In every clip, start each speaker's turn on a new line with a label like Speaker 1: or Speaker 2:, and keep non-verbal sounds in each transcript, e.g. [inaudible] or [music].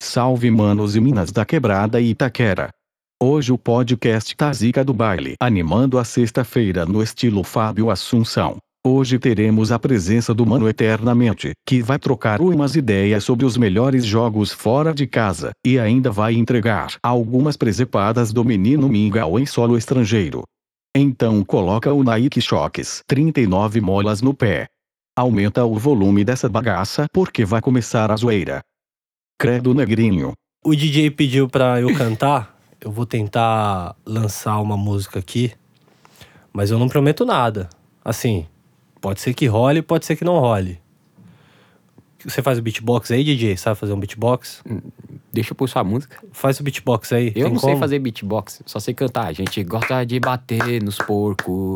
Speaker 1: Salve manos e minas da quebrada Itaquera. Hoje o podcast Tazica do Baile, animando a sexta-feira no estilo Fábio Assunção. Hoje teremos a presença do Mano Eternamente, que vai trocar umas ideias sobre os melhores jogos fora de casa, e ainda vai entregar algumas presepadas do menino Mingau em solo estrangeiro. Então coloca o Nike Shocks 39 molas no pé. Aumenta o volume dessa bagaça porque vai começar a zoeira. Credo Negrinho.
Speaker 2: O DJ pediu pra eu cantar. Eu vou tentar lançar uma música aqui, mas eu não prometo nada. Assim, pode ser que role, pode ser que não role. Você faz o beatbox aí, DJ? Sabe fazer um beatbox?
Speaker 3: Deixa eu puxar a música.
Speaker 2: Faz o beatbox aí.
Speaker 3: Eu
Speaker 2: tem
Speaker 3: não sei
Speaker 2: como?
Speaker 3: fazer beatbox, só sei cantar. A gente gosta de bater nos porco,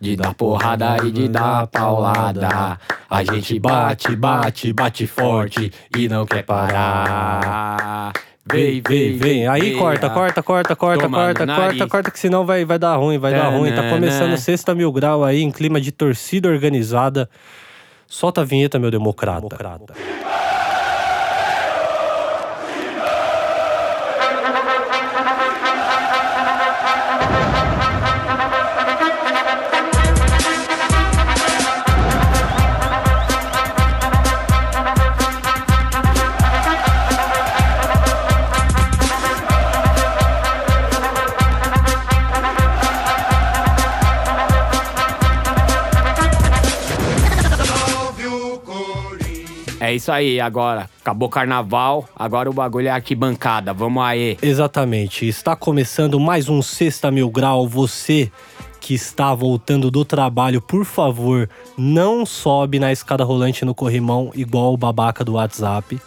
Speaker 3: de dar porrada e de dar paulada. A gente bate, bate, bate forte e não quer parar. Vem, vem, vem. Ah,
Speaker 2: Aí corta, corta, corta, corta,
Speaker 3: Toma no
Speaker 2: corta,
Speaker 3: nariz. né?
Speaker 2: corta, corta, que senão vai, vai dar ruim, vai dar ruim. Tá
Speaker 3: Tanana.
Speaker 2: começando sexta mil grau aí, em clima de torcida organizada. Solta a vinheta, meu democrata.
Speaker 3: É isso aí, agora. Acabou o carnaval, agora o bagulho é arquibancada. Vamos aí.
Speaker 2: Exatamente. Está começando mais um Sexta Mil Grau. Você que está voltando do trabalho, por favor, não sobe na escada rolante no corrimão igual o babaca do WhatsApp.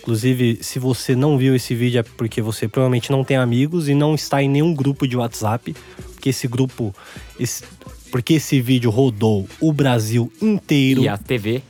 Speaker 2: Inclusive, se você não viu esse vídeo é porque você provavelmente não tem amigos e não está em nenhum grupo de WhatsApp, porque esse grupo esse- porque esse vídeo rodou o Brasil inteiro
Speaker 3: E a TV?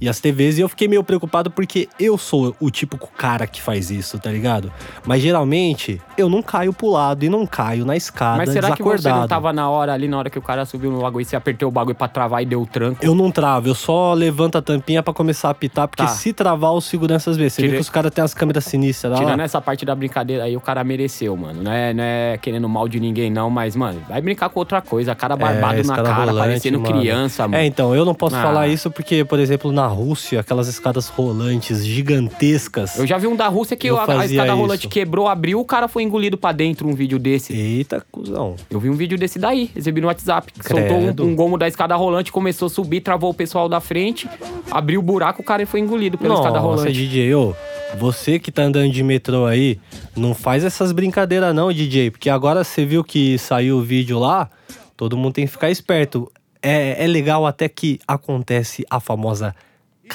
Speaker 2: e as TVs, e eu fiquei meio preocupado porque eu sou o típico cara que faz isso, tá ligado? Mas geralmente eu não caio pro lado e não caio na escada
Speaker 3: Mas será
Speaker 2: Tá
Speaker 3: que
Speaker 2: desacordado.
Speaker 3: você não tava na hora ali, na hora que o cara subiu no bagulho, você apertou o bagulho pra travar e deu o tranco?
Speaker 2: Eu não travo, eu só levanto a tampinha pra começar a apitar, porque
Speaker 3: Tá.
Speaker 2: se travar, os seguranças vê. Você vê
Speaker 3: Tirei-
Speaker 2: que os caras têm as câmeras sinistras lá.
Speaker 3: Tirando essa parte da brincadeira aí, o cara mereceu, mano. Não é, não é querendo mal de ninguém, não, mas, mano, vai brincar com outra coisa. Cara barbado
Speaker 2: É,
Speaker 3: na
Speaker 2: escada
Speaker 3: cara,
Speaker 2: rolante,
Speaker 3: parecendo
Speaker 2: mano.
Speaker 3: criança, mano.
Speaker 2: É, então, eu não posso
Speaker 3: Ah.
Speaker 2: falar isso porque, por exemplo, na Rússia, aquelas escadas rolantes gigantescas.
Speaker 3: Eu já vi um da Rússia que
Speaker 2: então, Eu
Speaker 3: a, a
Speaker 2: fazia
Speaker 3: escada
Speaker 2: isso.
Speaker 3: rolante quebrou, abriu, o cara foi engolido pra dentro, um vídeo desse.
Speaker 2: Eita, cuzão.
Speaker 3: Eu vi um vídeo desse daí, recebi no WhatsApp. que Soltou
Speaker 2: Credo.
Speaker 3: um, um gomo da escada rolante, começou a subir, travou o pessoal da frente, abriu o buraco, o cara foi engolido pela escada rolante.
Speaker 2: DJ, ô, você que tá andando de metrô aí, não faz essas brincadeiras não, DJ, porque agora você viu que saiu o vídeo lá, todo mundo tem que ficar esperto. É, é legal até que acontece a famosa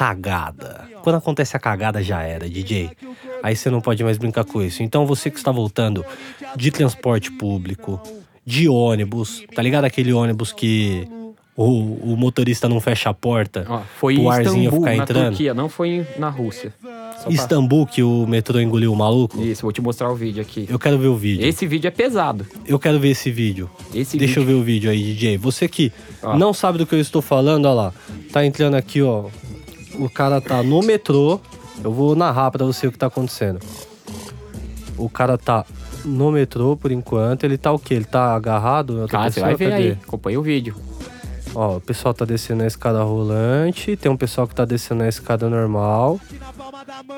Speaker 2: cagada. Quando acontece a cagada já era, DJ. Aí você não pode mais brincar com isso. Então você que está voltando de transporte público, de ônibus, tá ligado aquele ônibus que o, o motorista não fecha a porta?
Speaker 3: Ó, foi
Speaker 2: pro
Speaker 3: em
Speaker 2: arzinho
Speaker 3: Istambul,
Speaker 2: ficar
Speaker 3: na
Speaker 2: entrando?
Speaker 3: Turquia, não foi em- na Rússia. Só pra-
Speaker 2: Istambul que o metrô engoliu o maluco?
Speaker 3: Isso, vou te mostrar o vídeo aqui.
Speaker 2: Eu quero ver o vídeo.
Speaker 3: Esse vídeo é pesado.
Speaker 2: Eu quero ver esse vídeo.
Speaker 3: Esse
Speaker 2: Deixa
Speaker 3: vídeo.
Speaker 2: eu ver o vídeo aí, DJ. Você que
Speaker 3: Ó.
Speaker 2: não sabe do que eu estou falando, olha lá. Tá entrando aqui, ó. O cara tá no metrô. Eu vou narrar pra você o que tá acontecendo. O cara tá no metrô por enquanto. Ele tá o quê? Ele tá agarrado? em outra
Speaker 3: Ah, você vai
Speaker 2: pessoa?
Speaker 3: ver
Speaker 2: Cadê?
Speaker 3: aí. Acompanha o vídeo.
Speaker 2: Ó, o pessoal tá descendo a escada rolante, tem um pessoal que tá descendo a escada normal.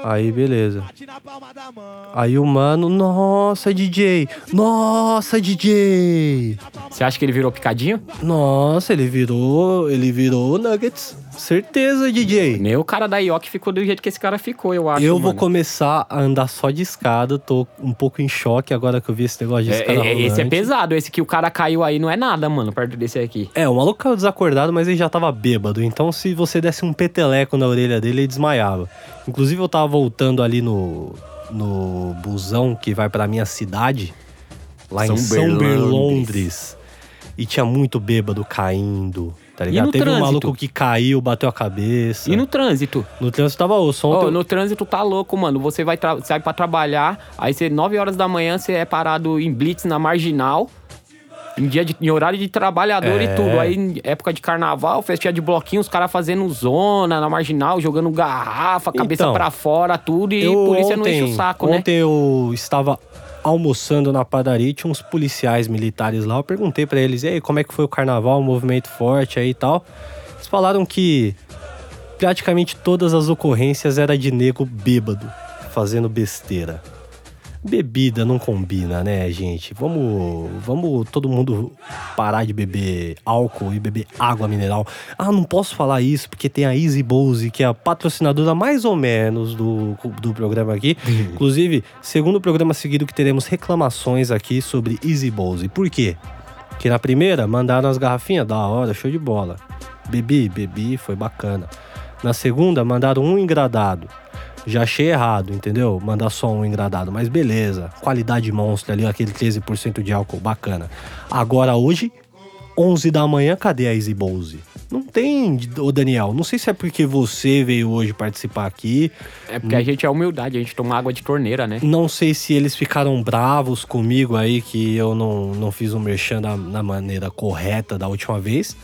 Speaker 2: Aí, beleza. Aí o mano, nossa, DJ! Nossa, DJ!
Speaker 3: Você acha que ele virou picadinho?
Speaker 2: Nossa, ele virou, ele virou o Nuggets. Certeza, DJ.
Speaker 3: Nem o cara da IOC ficou do jeito que esse cara ficou, eu acho.
Speaker 2: Eu vou
Speaker 3: mano.
Speaker 2: começar a andar só de escada, tô um pouco em choque agora que eu vi esse negócio de
Speaker 3: É,
Speaker 2: escada
Speaker 3: é, é,
Speaker 2: rolante.
Speaker 3: esse é pesado, esse que o cara caiu aí não é nada, mano, perto desse aqui.
Speaker 2: É, o maluco caiu desacordado, mas ele já tava bêbado. Então, se você desse um peteleco na orelha dele, ele desmaiava. Inclusive, eu tava voltando ali no, no busão que vai pra minha cidade, lá em
Speaker 3: São
Speaker 2: São
Speaker 3: Berlondres.
Speaker 2: Berlondres. E tinha muito bêbado caindo, tá ligado?
Speaker 3: no
Speaker 2: Teve um
Speaker 3: trânsito?
Speaker 2: maluco que caiu, bateu a cabeça.
Speaker 3: E no trânsito?
Speaker 2: No trânsito tava osso.
Speaker 3: Ô,
Speaker 2: Ontem eu-
Speaker 3: no trânsito tá louco, mano. Você vai tra- sai pra trabalhar, aí você, 9 horas da manhã, você é parado em blitz na marginal. Em, dia de- em horário de trabalhador
Speaker 2: É.
Speaker 3: e tudo. Aí, em época de carnaval, festinha de bloquinho, os caras fazendo zona na marginal, jogando garrafa, cabeça
Speaker 2: Então,
Speaker 3: pra fora, tudo. E
Speaker 2: Eu
Speaker 3: polícia não enche o saco, né?
Speaker 2: Ontem eu estava almoçando na padaria e tinha uns policiais militares lá. Eu perguntei pra eles, e aí, como é que foi o carnaval, o movimento forte aí e tal. Eles falaram que praticamente todas as ocorrências era de nego bêbado, fazendo besteira. Bebida não combina, né, gente? Vamos, vamos todo mundo parar de beber álcool e beber água mineral. Ah, não posso falar isso porque tem a Easy Bose, que é a patrocinadora mais ou menos do, do programa aqui. Inclusive, segundo programa seguido que teremos reclamações aqui sobre Easy Bose. Por quê? Porque na primeira mandaram as garrafinhas, da hora, show de bola. Bebi, bebi, foi bacana. Na segunda mandaram um engradado. Já achei errado, entendeu? Mandar só um engradado, mas beleza. Qualidade monstra ali, aquele 13% de álcool, bacana. Agora hoje, 11 da manhã, cadê a Easy Bowls? Não tem, ô Daniel. Não sei se é porque você veio hoje participar aqui.
Speaker 3: É
Speaker 2: Hum.
Speaker 3: porque a gente é humildade, a gente toma água de torneira, né?
Speaker 2: Não sei se eles ficaram bravos comigo aí que eu não, não fiz o merchan da, na maneira correta da última vez.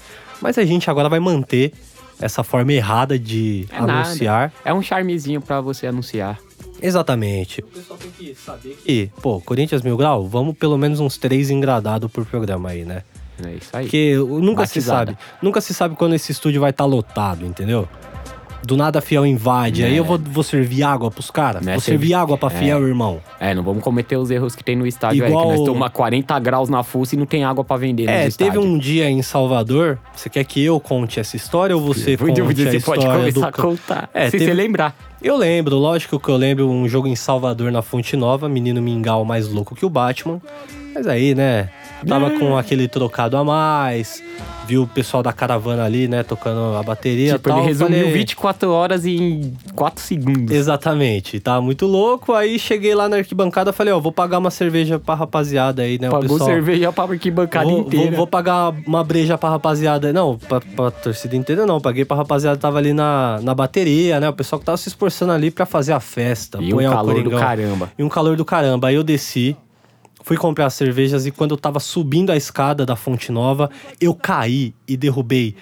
Speaker 2: Mas a gente agora vai manter essa forma errada de
Speaker 3: É nada.
Speaker 2: anunciar.
Speaker 3: É um charmezinho pra você anunciar.
Speaker 2: Exatamente. O pessoal tem que saber que, pô, Corinthians Mil Grau, vamos pelo menos uns três engradados por programa aí, né?
Speaker 3: É isso aí.
Speaker 2: Porque nunca
Speaker 3: Batizada.
Speaker 2: se sabe. Nunca se sabe quando esse estúdio vai estar lotado, entendeu? Do nada a Fiel invade, aí eu vou, vou servir água pros caras.
Speaker 3: É. Né,
Speaker 2: Vou
Speaker 3: teve-
Speaker 2: servir água pra Fiel, irmão.
Speaker 3: É, não vamos cometer os erros que tem no estádio aí,
Speaker 2: Igual-
Speaker 3: que nós tomamos 40 graus na fuça e não tem água pra vender
Speaker 2: É,
Speaker 3: no estádio. [laughs]
Speaker 2: teve um dia em Salvador. Você quer que eu conte essa história ou você conte a
Speaker 3: Você
Speaker 2: história
Speaker 3: pode começar
Speaker 2: do...
Speaker 3: a contar.
Speaker 2: É,
Speaker 3: se
Speaker 2: teve-
Speaker 3: você lembrar.
Speaker 2: Eu lembro, lógico que eu lembro um jogo em Salvador na Fonte Nova, menino mingau mais louco que o Batman. Mas aí, né, tava
Speaker 3: Hum.
Speaker 2: com aquele trocado a mais, viu o pessoal da caravana ali, né, tocando a bateria
Speaker 3: Tipo,
Speaker 2: tal,
Speaker 3: ele resumiu
Speaker 2: falei-
Speaker 3: 24 horas em 4 segundos.
Speaker 2: Exatamente, tava muito louco, aí cheguei lá na arquibancada, falei, ó, vou pagar uma cerveja pra rapaziada aí, né, o
Speaker 3: Pagou
Speaker 2: pessoal...
Speaker 3: cerveja pra arquibancada
Speaker 2: Vou,
Speaker 3: inteira.
Speaker 2: vou, vou pagar uma breja pra rapaziada. Não, pra, pra torcida inteira não. Paguei pra rapaziada que tava ali na, na bateria, né? O pessoal que tava se esforçando ali pra fazer a festa.
Speaker 3: E um
Speaker 2: apoiar o
Speaker 3: calor do
Speaker 2: Coringão.
Speaker 3: caramba.
Speaker 2: E um calor do caramba. Aí eu desci, fui comprar as cervejas e quando eu tava subindo a escada da Fonte Nova, eu caí e derrubei.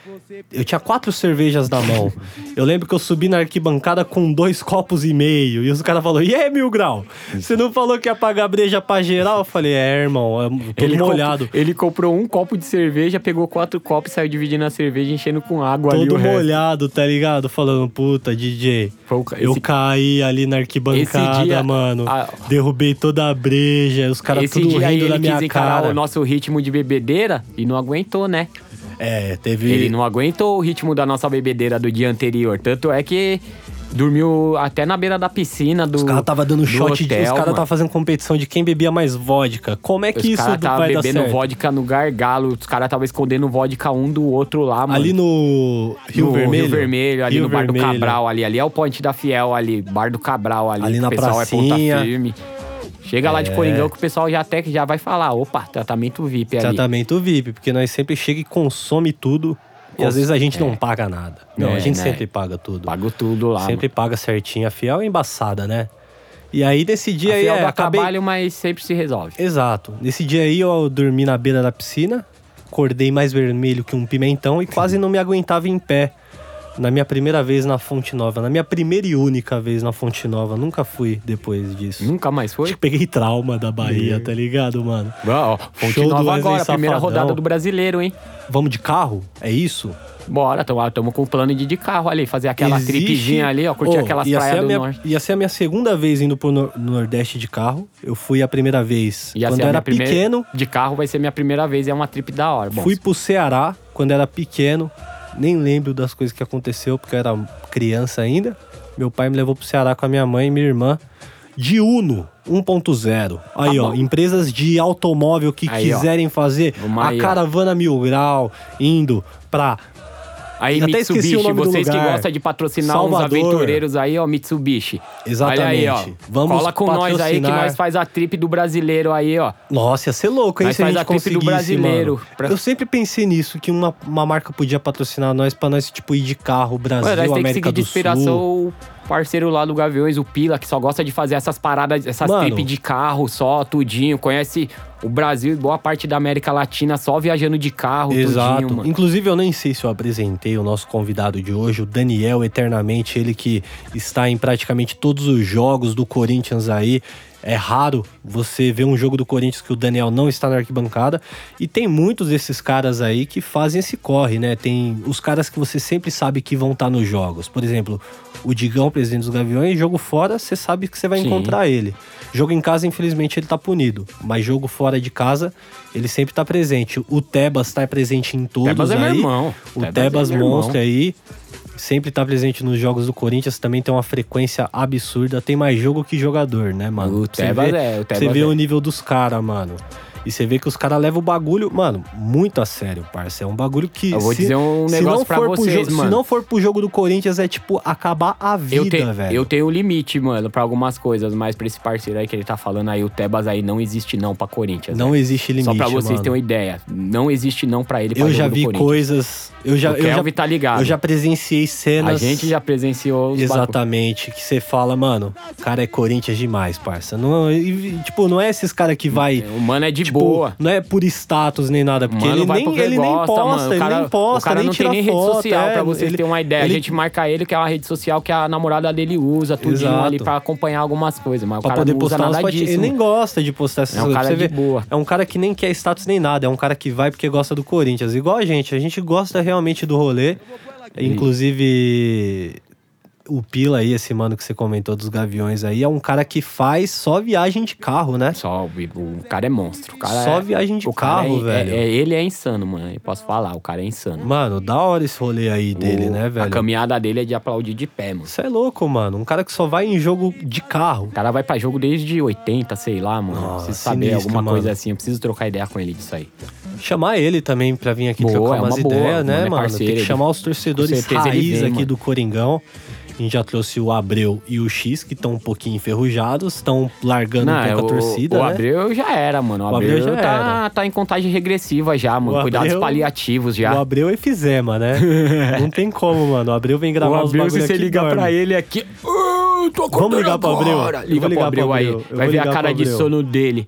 Speaker 2: Eu tinha quatro cervejas na mão.
Speaker 3: [laughs]
Speaker 2: Eu lembro que eu subi na arquibancada com dois copos e meio. E os caras falaram, e aí, Mil Grau? Você não falou que ia pagar breja pra geral? Eu falei, é, irmão, eu tô
Speaker 3: comp-
Speaker 2: molhado.
Speaker 3: ele comprou um copo de cerveja, pegou quatro copos e saiu dividindo a cerveja, enchendo com água ali o
Speaker 2: Todo
Speaker 3: resto.
Speaker 2: molhado, tá ligado? Falando, puta, DJ.
Speaker 3: Foi o ca-
Speaker 2: Eu
Speaker 3: esse-
Speaker 2: caí ali na arquibancada,
Speaker 3: Esse dia-
Speaker 2: mano.
Speaker 3: Ah.
Speaker 2: derrubei toda a breja, os caras
Speaker 3: Esse
Speaker 2: tudo
Speaker 3: dia aí
Speaker 2: rindo da
Speaker 3: ele quis
Speaker 2: minha
Speaker 3: encarar
Speaker 2: cara.
Speaker 3: o nosso ritmo de bebedeira e não aguentou, né?
Speaker 2: É, teve.
Speaker 3: Ele não aguentou o ritmo da nossa bebedeira do dia anterior. Tanto é que dormiu até na beira da piscina do.
Speaker 2: Os caras tava dando
Speaker 3: do
Speaker 2: shot, de, os
Speaker 3: hotel,
Speaker 2: caras
Speaker 3: mano.
Speaker 2: tava fazendo competição de quem bebia mais vodka. Como é que
Speaker 3: Os
Speaker 2: isso
Speaker 3: caras tava
Speaker 2: vai dar
Speaker 3: bebendo
Speaker 2: certo?
Speaker 3: vodka no gargalo, os caras tava escondendo vodka um do outro lá, mano.
Speaker 2: Ali no Rio
Speaker 3: No
Speaker 2: Vermelho.
Speaker 3: Rio Vermelho, ali
Speaker 2: Rio
Speaker 3: no Bar
Speaker 2: Vermelho.
Speaker 3: do Cabral, ali. Ali é o Ponte da Fiel, ali. Bar do Cabral, ali.
Speaker 2: Ali
Speaker 3: que
Speaker 2: na
Speaker 3: o pessoal é
Speaker 2: pracinha. É.
Speaker 3: ponta firme. Chega lá de Coringão que o pessoal já até que já vai falar, opa, tratamento VIP ali.
Speaker 2: Tratamento VIP, porque nós sempre chega e consome tudo. E às vezes a gente não paga nada. Não,
Speaker 3: É,
Speaker 2: a gente
Speaker 3: né?
Speaker 2: sempre paga tudo.
Speaker 3: Pago tudo lá,
Speaker 2: Sempre paga certinho. A fiel é embaçada, né? E aí, nesse dia
Speaker 3: mano. A
Speaker 2: aí,
Speaker 3: Fiel
Speaker 2: é,
Speaker 3: dá
Speaker 2: acabei...
Speaker 3: trabalho, mas sempre se resolve.
Speaker 2: Exato. Nesse dia aí, eu dormi na beira da piscina, acordei mais vermelho que um pimentão e quase não me aguentava em pé. Na minha primeira vez na Fonte Nova, na minha primeira e única vez na Fonte Nova, nunca fui depois disso.
Speaker 3: Nunca mais foi?
Speaker 2: Acho que peguei trauma da Bahia, tá ligado, mano?
Speaker 3: Ó,
Speaker 2: Tipo,
Speaker 3: Fonte
Speaker 2: Show do
Speaker 3: Nova
Speaker 2: Wesley
Speaker 3: agora, primeira
Speaker 2: Safadão.
Speaker 3: rodada do brasileiro, hein?
Speaker 2: Vamos de carro? É isso?
Speaker 3: Bora, estamos com o plano de ir de carro ali, fazer aquela
Speaker 2: Existe-
Speaker 3: tripezinha ali, ó, curtir
Speaker 2: Oh,
Speaker 3: aquelas
Speaker 2: ia ser
Speaker 3: praias
Speaker 2: a
Speaker 3: do
Speaker 2: minha,
Speaker 3: norte.
Speaker 2: Ia ser a minha segunda vez indo pro nor- Nordeste de carro. Eu fui a primeira vez
Speaker 3: Ia
Speaker 2: quando
Speaker 3: ser
Speaker 2: eu
Speaker 3: a
Speaker 2: era
Speaker 3: minha primeira-
Speaker 2: pequeno.
Speaker 3: De carro vai ser minha primeira vez e é uma trip da hora. Bom,
Speaker 2: Fui pro Ceará quando era pequeno. Nem lembro das coisas que aconteceu, porque eu era criança ainda. Meu pai me levou pro Ceará com a minha mãe e minha irmã. De Uno 1.0. Aí, ó, empresas de automóvel que
Speaker 3: Tá Aí, ó.
Speaker 2: quiserem fazer
Speaker 3: Vamos
Speaker 2: a
Speaker 3: aí, ó.
Speaker 2: caravana Mil Grau indo pra
Speaker 3: Aí,
Speaker 2: Até esqueci
Speaker 3: Mitsubishi,
Speaker 2: o nome do
Speaker 3: vocês que
Speaker 2: lugar.
Speaker 3: gostam de patrocinar
Speaker 2: Salvador.
Speaker 3: uns aventureiros aí, ó, Mitsubishi.
Speaker 2: Exatamente.
Speaker 3: Olha aí, ó.
Speaker 2: Vamos
Speaker 3: Cola com nós aí que
Speaker 2: patrocinar.
Speaker 3: nós faz a trip do brasileiro aí, ó.
Speaker 2: Nossa, ia ser louco, hein?
Speaker 3: Mas
Speaker 2: Se a
Speaker 3: faz
Speaker 2: gente
Speaker 3: a trip do
Speaker 2: conseguisse,
Speaker 3: brasileiro
Speaker 2: mano.
Speaker 3: pra-
Speaker 2: Eu sempre pensei nisso, que uma, uma marca podia patrocinar nós pra nós, tipo, ir de carro, Brasil,
Speaker 3: Mano, nós tem que
Speaker 2: América
Speaker 3: seguir de
Speaker 2: do Sul.
Speaker 3: inspiração Parceiro lá do Gaviões, o Pila, que só gosta de fazer essas paradas, essas
Speaker 2: Mano.
Speaker 3: trip de carro só, tudinho. Conhece o Brasil e boa parte da América Latina só viajando de carro,
Speaker 2: Exato.
Speaker 3: tudinho, mano.
Speaker 2: Inclusive, eu nem sei se eu apresentei o nosso convidado de hoje, o Daniel Eternamente, ele que está em praticamente todos os jogos do Corinthians aí. É raro você ver um jogo do Corinthians que o Daniel não está na arquibancada. E tem muitos desses caras aí que fazem esse corre, né? Tem os caras que você sempre sabe que vão estar nos jogos. Por exemplo, o Digão, presidente dos Gaviões, jogo fora, você sabe que você vai
Speaker 3: Sim.
Speaker 2: encontrar pra ele. Jogo em casa, infelizmente, ele tá punido. Mas jogo fora de casa, ele sempre tá presente. O Tebas tá presente em todos
Speaker 3: Tebas é
Speaker 2: aí.
Speaker 3: meu irmão.
Speaker 2: O
Speaker 3: Tebas
Speaker 2: Tebas,
Speaker 3: é meu
Speaker 2: Monstro aí. Sempre tá presente nos jogos do Corinthians, também tem uma frequência absurda. Tem mais jogo que jogador, né, mano?
Speaker 3: O
Speaker 2: Você
Speaker 3: Tebas
Speaker 2: vê-
Speaker 3: é, o
Speaker 2: Você
Speaker 3: Tebas
Speaker 2: vê
Speaker 3: é.
Speaker 2: o nível dos caras, mano. E você vê que os caras levam o bagulho, mano, muito a sério, parça. É um bagulho que.
Speaker 3: Eu vou dizer um
Speaker 2: se
Speaker 3: negócio
Speaker 2: não
Speaker 3: pra
Speaker 2: for pro
Speaker 3: vocês,
Speaker 2: jogo-
Speaker 3: mano.
Speaker 2: Se não for pro jogo do Corinthians, é tipo acabar a vida,
Speaker 3: eu, te-
Speaker 2: velho.
Speaker 3: eu tenho limite, mano, pra algumas coisas, mas pra esse parceiro aí que ele tá falando aí, o Tebas aí não existe não pra Corinthians.
Speaker 2: Não
Speaker 3: velho.
Speaker 2: existe limite.
Speaker 3: Só pra vocês
Speaker 2: mano.
Speaker 3: terem uma ideia. Não existe não pra ele pra
Speaker 2: Eu
Speaker 3: jogo
Speaker 2: já
Speaker 3: do
Speaker 2: vi
Speaker 3: Corinthians.
Speaker 2: coisas. Eu já,
Speaker 3: O
Speaker 2: eu,
Speaker 3: Kelvin
Speaker 2: já
Speaker 3: tá ligado.
Speaker 2: eu já presenciei cenas.
Speaker 3: A gente já presenciou os bagulho.
Speaker 2: Exatamente, que você fala, mano, o cara é Corinthians demais, parça. Não, e, tipo, não é esses cara que vai.
Speaker 3: O mano é de
Speaker 2: tipo,
Speaker 3: boa.
Speaker 2: Não é por status nem nada, porque
Speaker 3: Mano,
Speaker 2: ele,
Speaker 3: vai pro
Speaker 2: nem,
Speaker 3: que
Speaker 2: ele nem
Speaker 3: gosta,
Speaker 2: posta,
Speaker 3: mano. O
Speaker 2: ele
Speaker 3: cara,
Speaker 2: nem posta,
Speaker 3: o cara
Speaker 2: nem
Speaker 3: não tem
Speaker 2: tira
Speaker 3: nem rede
Speaker 2: foto,
Speaker 3: social,
Speaker 2: é,
Speaker 3: pra vocês
Speaker 2: ele-
Speaker 3: terem uma ideia.
Speaker 2: ele-
Speaker 3: A gente marca ele, que é uma rede social que a namorada dele usa, tudo
Speaker 2: Exato.
Speaker 3: ali pra acompanhar algumas coisas. Mas o
Speaker 2: Pra
Speaker 3: cara
Speaker 2: poder
Speaker 3: não usa
Speaker 2: postar umas
Speaker 3: nada
Speaker 2: fotinhas.
Speaker 3: disso.
Speaker 2: Ele nem
Speaker 3: mano.
Speaker 2: gosta de postar essas
Speaker 3: É um
Speaker 2: coisas.
Speaker 3: cara
Speaker 2: Você
Speaker 3: de
Speaker 2: vê,
Speaker 3: boa.
Speaker 2: É um cara que nem quer status nem nada. É um cara que vai porque gosta do Corinthians. Igual a gente. A gente gosta realmente do rolê. Inclusive, o Pila aí, esse mano que você comentou dos Gaviões aí, é um cara que faz só viagem de carro, né?
Speaker 3: Só, o o cara é monstro. O cara
Speaker 2: Só
Speaker 3: é-
Speaker 2: viagem de
Speaker 3: o cara
Speaker 2: carro,
Speaker 3: é- é-
Speaker 2: velho.
Speaker 3: é- ele é insano, mano. Eu posso falar, o cara é insano.
Speaker 2: Mano, da hora esse rolê aí [laughs] dele,
Speaker 3: O-
Speaker 2: né,
Speaker 3: A
Speaker 2: velho?
Speaker 3: caminhada dele é de aplaudir de pé, mano.
Speaker 2: Isso é louco, mano. Um cara que só vai em jogo de carro.
Speaker 3: O cara vai pra jogo desde 80, sei lá, mano.
Speaker 2: Ah,
Speaker 3: preciso saber
Speaker 2: sinistro,
Speaker 3: alguma coisa
Speaker 2: mano.
Speaker 3: assim. Eu preciso trocar ideia com ele disso aí.
Speaker 2: Chamar ele também pra vir aqui
Speaker 3: Boa,
Speaker 2: trocar
Speaker 3: é
Speaker 2: umas
Speaker 3: uma boa,
Speaker 2: ideias, né,
Speaker 3: mano, é
Speaker 2: mano?
Speaker 3: parceiro,
Speaker 2: Tem que
Speaker 3: ele-
Speaker 2: chamar os torcedores
Speaker 3: com certeza ele
Speaker 2: raiz
Speaker 3: vem,
Speaker 2: aqui
Speaker 3: mano.
Speaker 2: do Coringão. A gente já trouxe o Abreu e o X, que estão um pouquinho enferrujados, estão largando um pouco a
Speaker 3: é o-
Speaker 2: torcida,
Speaker 3: o
Speaker 2: né?
Speaker 3: Abreu já era, mano. O
Speaker 2: O
Speaker 3: Abreu,
Speaker 2: Abreu já
Speaker 3: tá,
Speaker 2: era.
Speaker 3: tá em contagem regressiva já, mano.
Speaker 2: O
Speaker 3: Cuidados
Speaker 2: Abreu-
Speaker 3: paliativos já.
Speaker 2: O Abreu é efizema,
Speaker 3: [laughs]
Speaker 2: né? Não tem como, mano. O Abreu vem gravar os bagulho aqui, dorme.
Speaker 3: ele aqui. "Ah, tô acordando
Speaker 2: Vamos ligar pro Abreu?
Speaker 3: agora."
Speaker 2: Eu vou
Speaker 3: Liga pro
Speaker 2: ligar
Speaker 3: Abreu
Speaker 2: pro
Speaker 3: aí.
Speaker 2: Abreu. Eu
Speaker 3: Vai
Speaker 2: vou
Speaker 3: ver a
Speaker 2: ligar
Speaker 3: cara
Speaker 2: pro
Speaker 3: de
Speaker 2: Abreu.
Speaker 3: sono dele.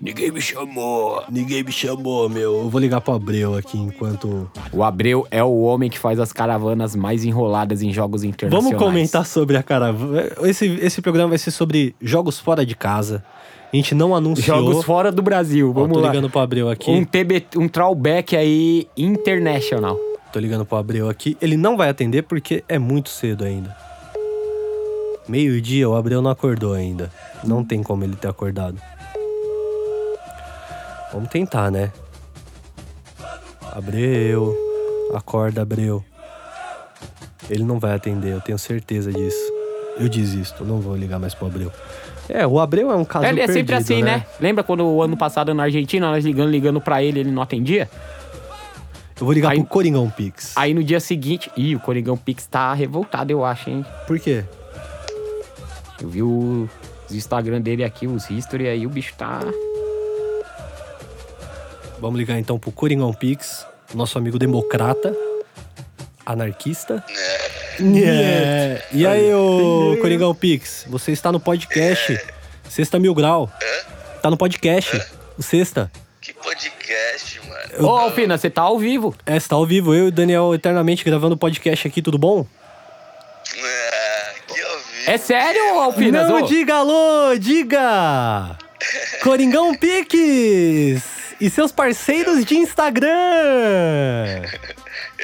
Speaker 2: Ninguém me chamou, ninguém me chamou, meu. Eu vou ligar pro Abreu aqui enquanto...
Speaker 3: O Abreu é o homem que faz as caravanas mais enroladas em jogos internacionais.
Speaker 2: Vamos comentar sobre a caravana. Esse, esse programa vai ser sobre jogos fora de casa. A gente não anunciou.
Speaker 3: Jogos fora do Brasil.
Speaker 2: Ó,
Speaker 3: Vamos
Speaker 2: tô
Speaker 3: lá.
Speaker 2: ligando pro Abreu aqui.
Speaker 3: Um TB, um throwback aí international.
Speaker 2: Tô ligando pro Abreu aqui. Ele não vai atender porque é muito cedo ainda. Meio-dia, o Abreu não acordou ainda. Não tem como ele ter acordado. Vamos tentar, né? Abreu. Acorda, Abreu. Ele não vai atender, eu tenho certeza disso. Eu desisto, não vou ligar mais pro Abreu. É, o Abreu é um caso
Speaker 3: ele é sempre
Speaker 2: perdido,
Speaker 3: assim, né? Lembra quando o ano passado na Argentina nós ligando, ligando pra ele, ele não atendia?
Speaker 2: Eu vou ligar
Speaker 3: Aí-
Speaker 2: pro Coringão Pix.
Speaker 3: Aí no dia seguinte, ih, o Coringão Pix tá revoltado, eu acho, hein?
Speaker 2: Por quê?
Speaker 3: Eu vi o- os Instagram dele aqui, os history, aí o bicho tá.
Speaker 2: Vamos ligar então pro Coringão Pix, nosso amigo democrata, anarquista. Yeah. E aí, ô Coringão Pix, você está no podcast Sexta Mil Grau. Tá no podcast, o Sexta.
Speaker 4: Que podcast, mano.
Speaker 3: Ô, Alfina, você tá ao vivo.
Speaker 2: É, está ao vivo, eu e o Daniel eternamente gravando podcast aqui, tudo bom?
Speaker 4: Ah, que ao vivo.
Speaker 3: É sério, Alfina?
Speaker 2: Não diga alô, diga! Coringão Pix e seus parceiros de Instagram!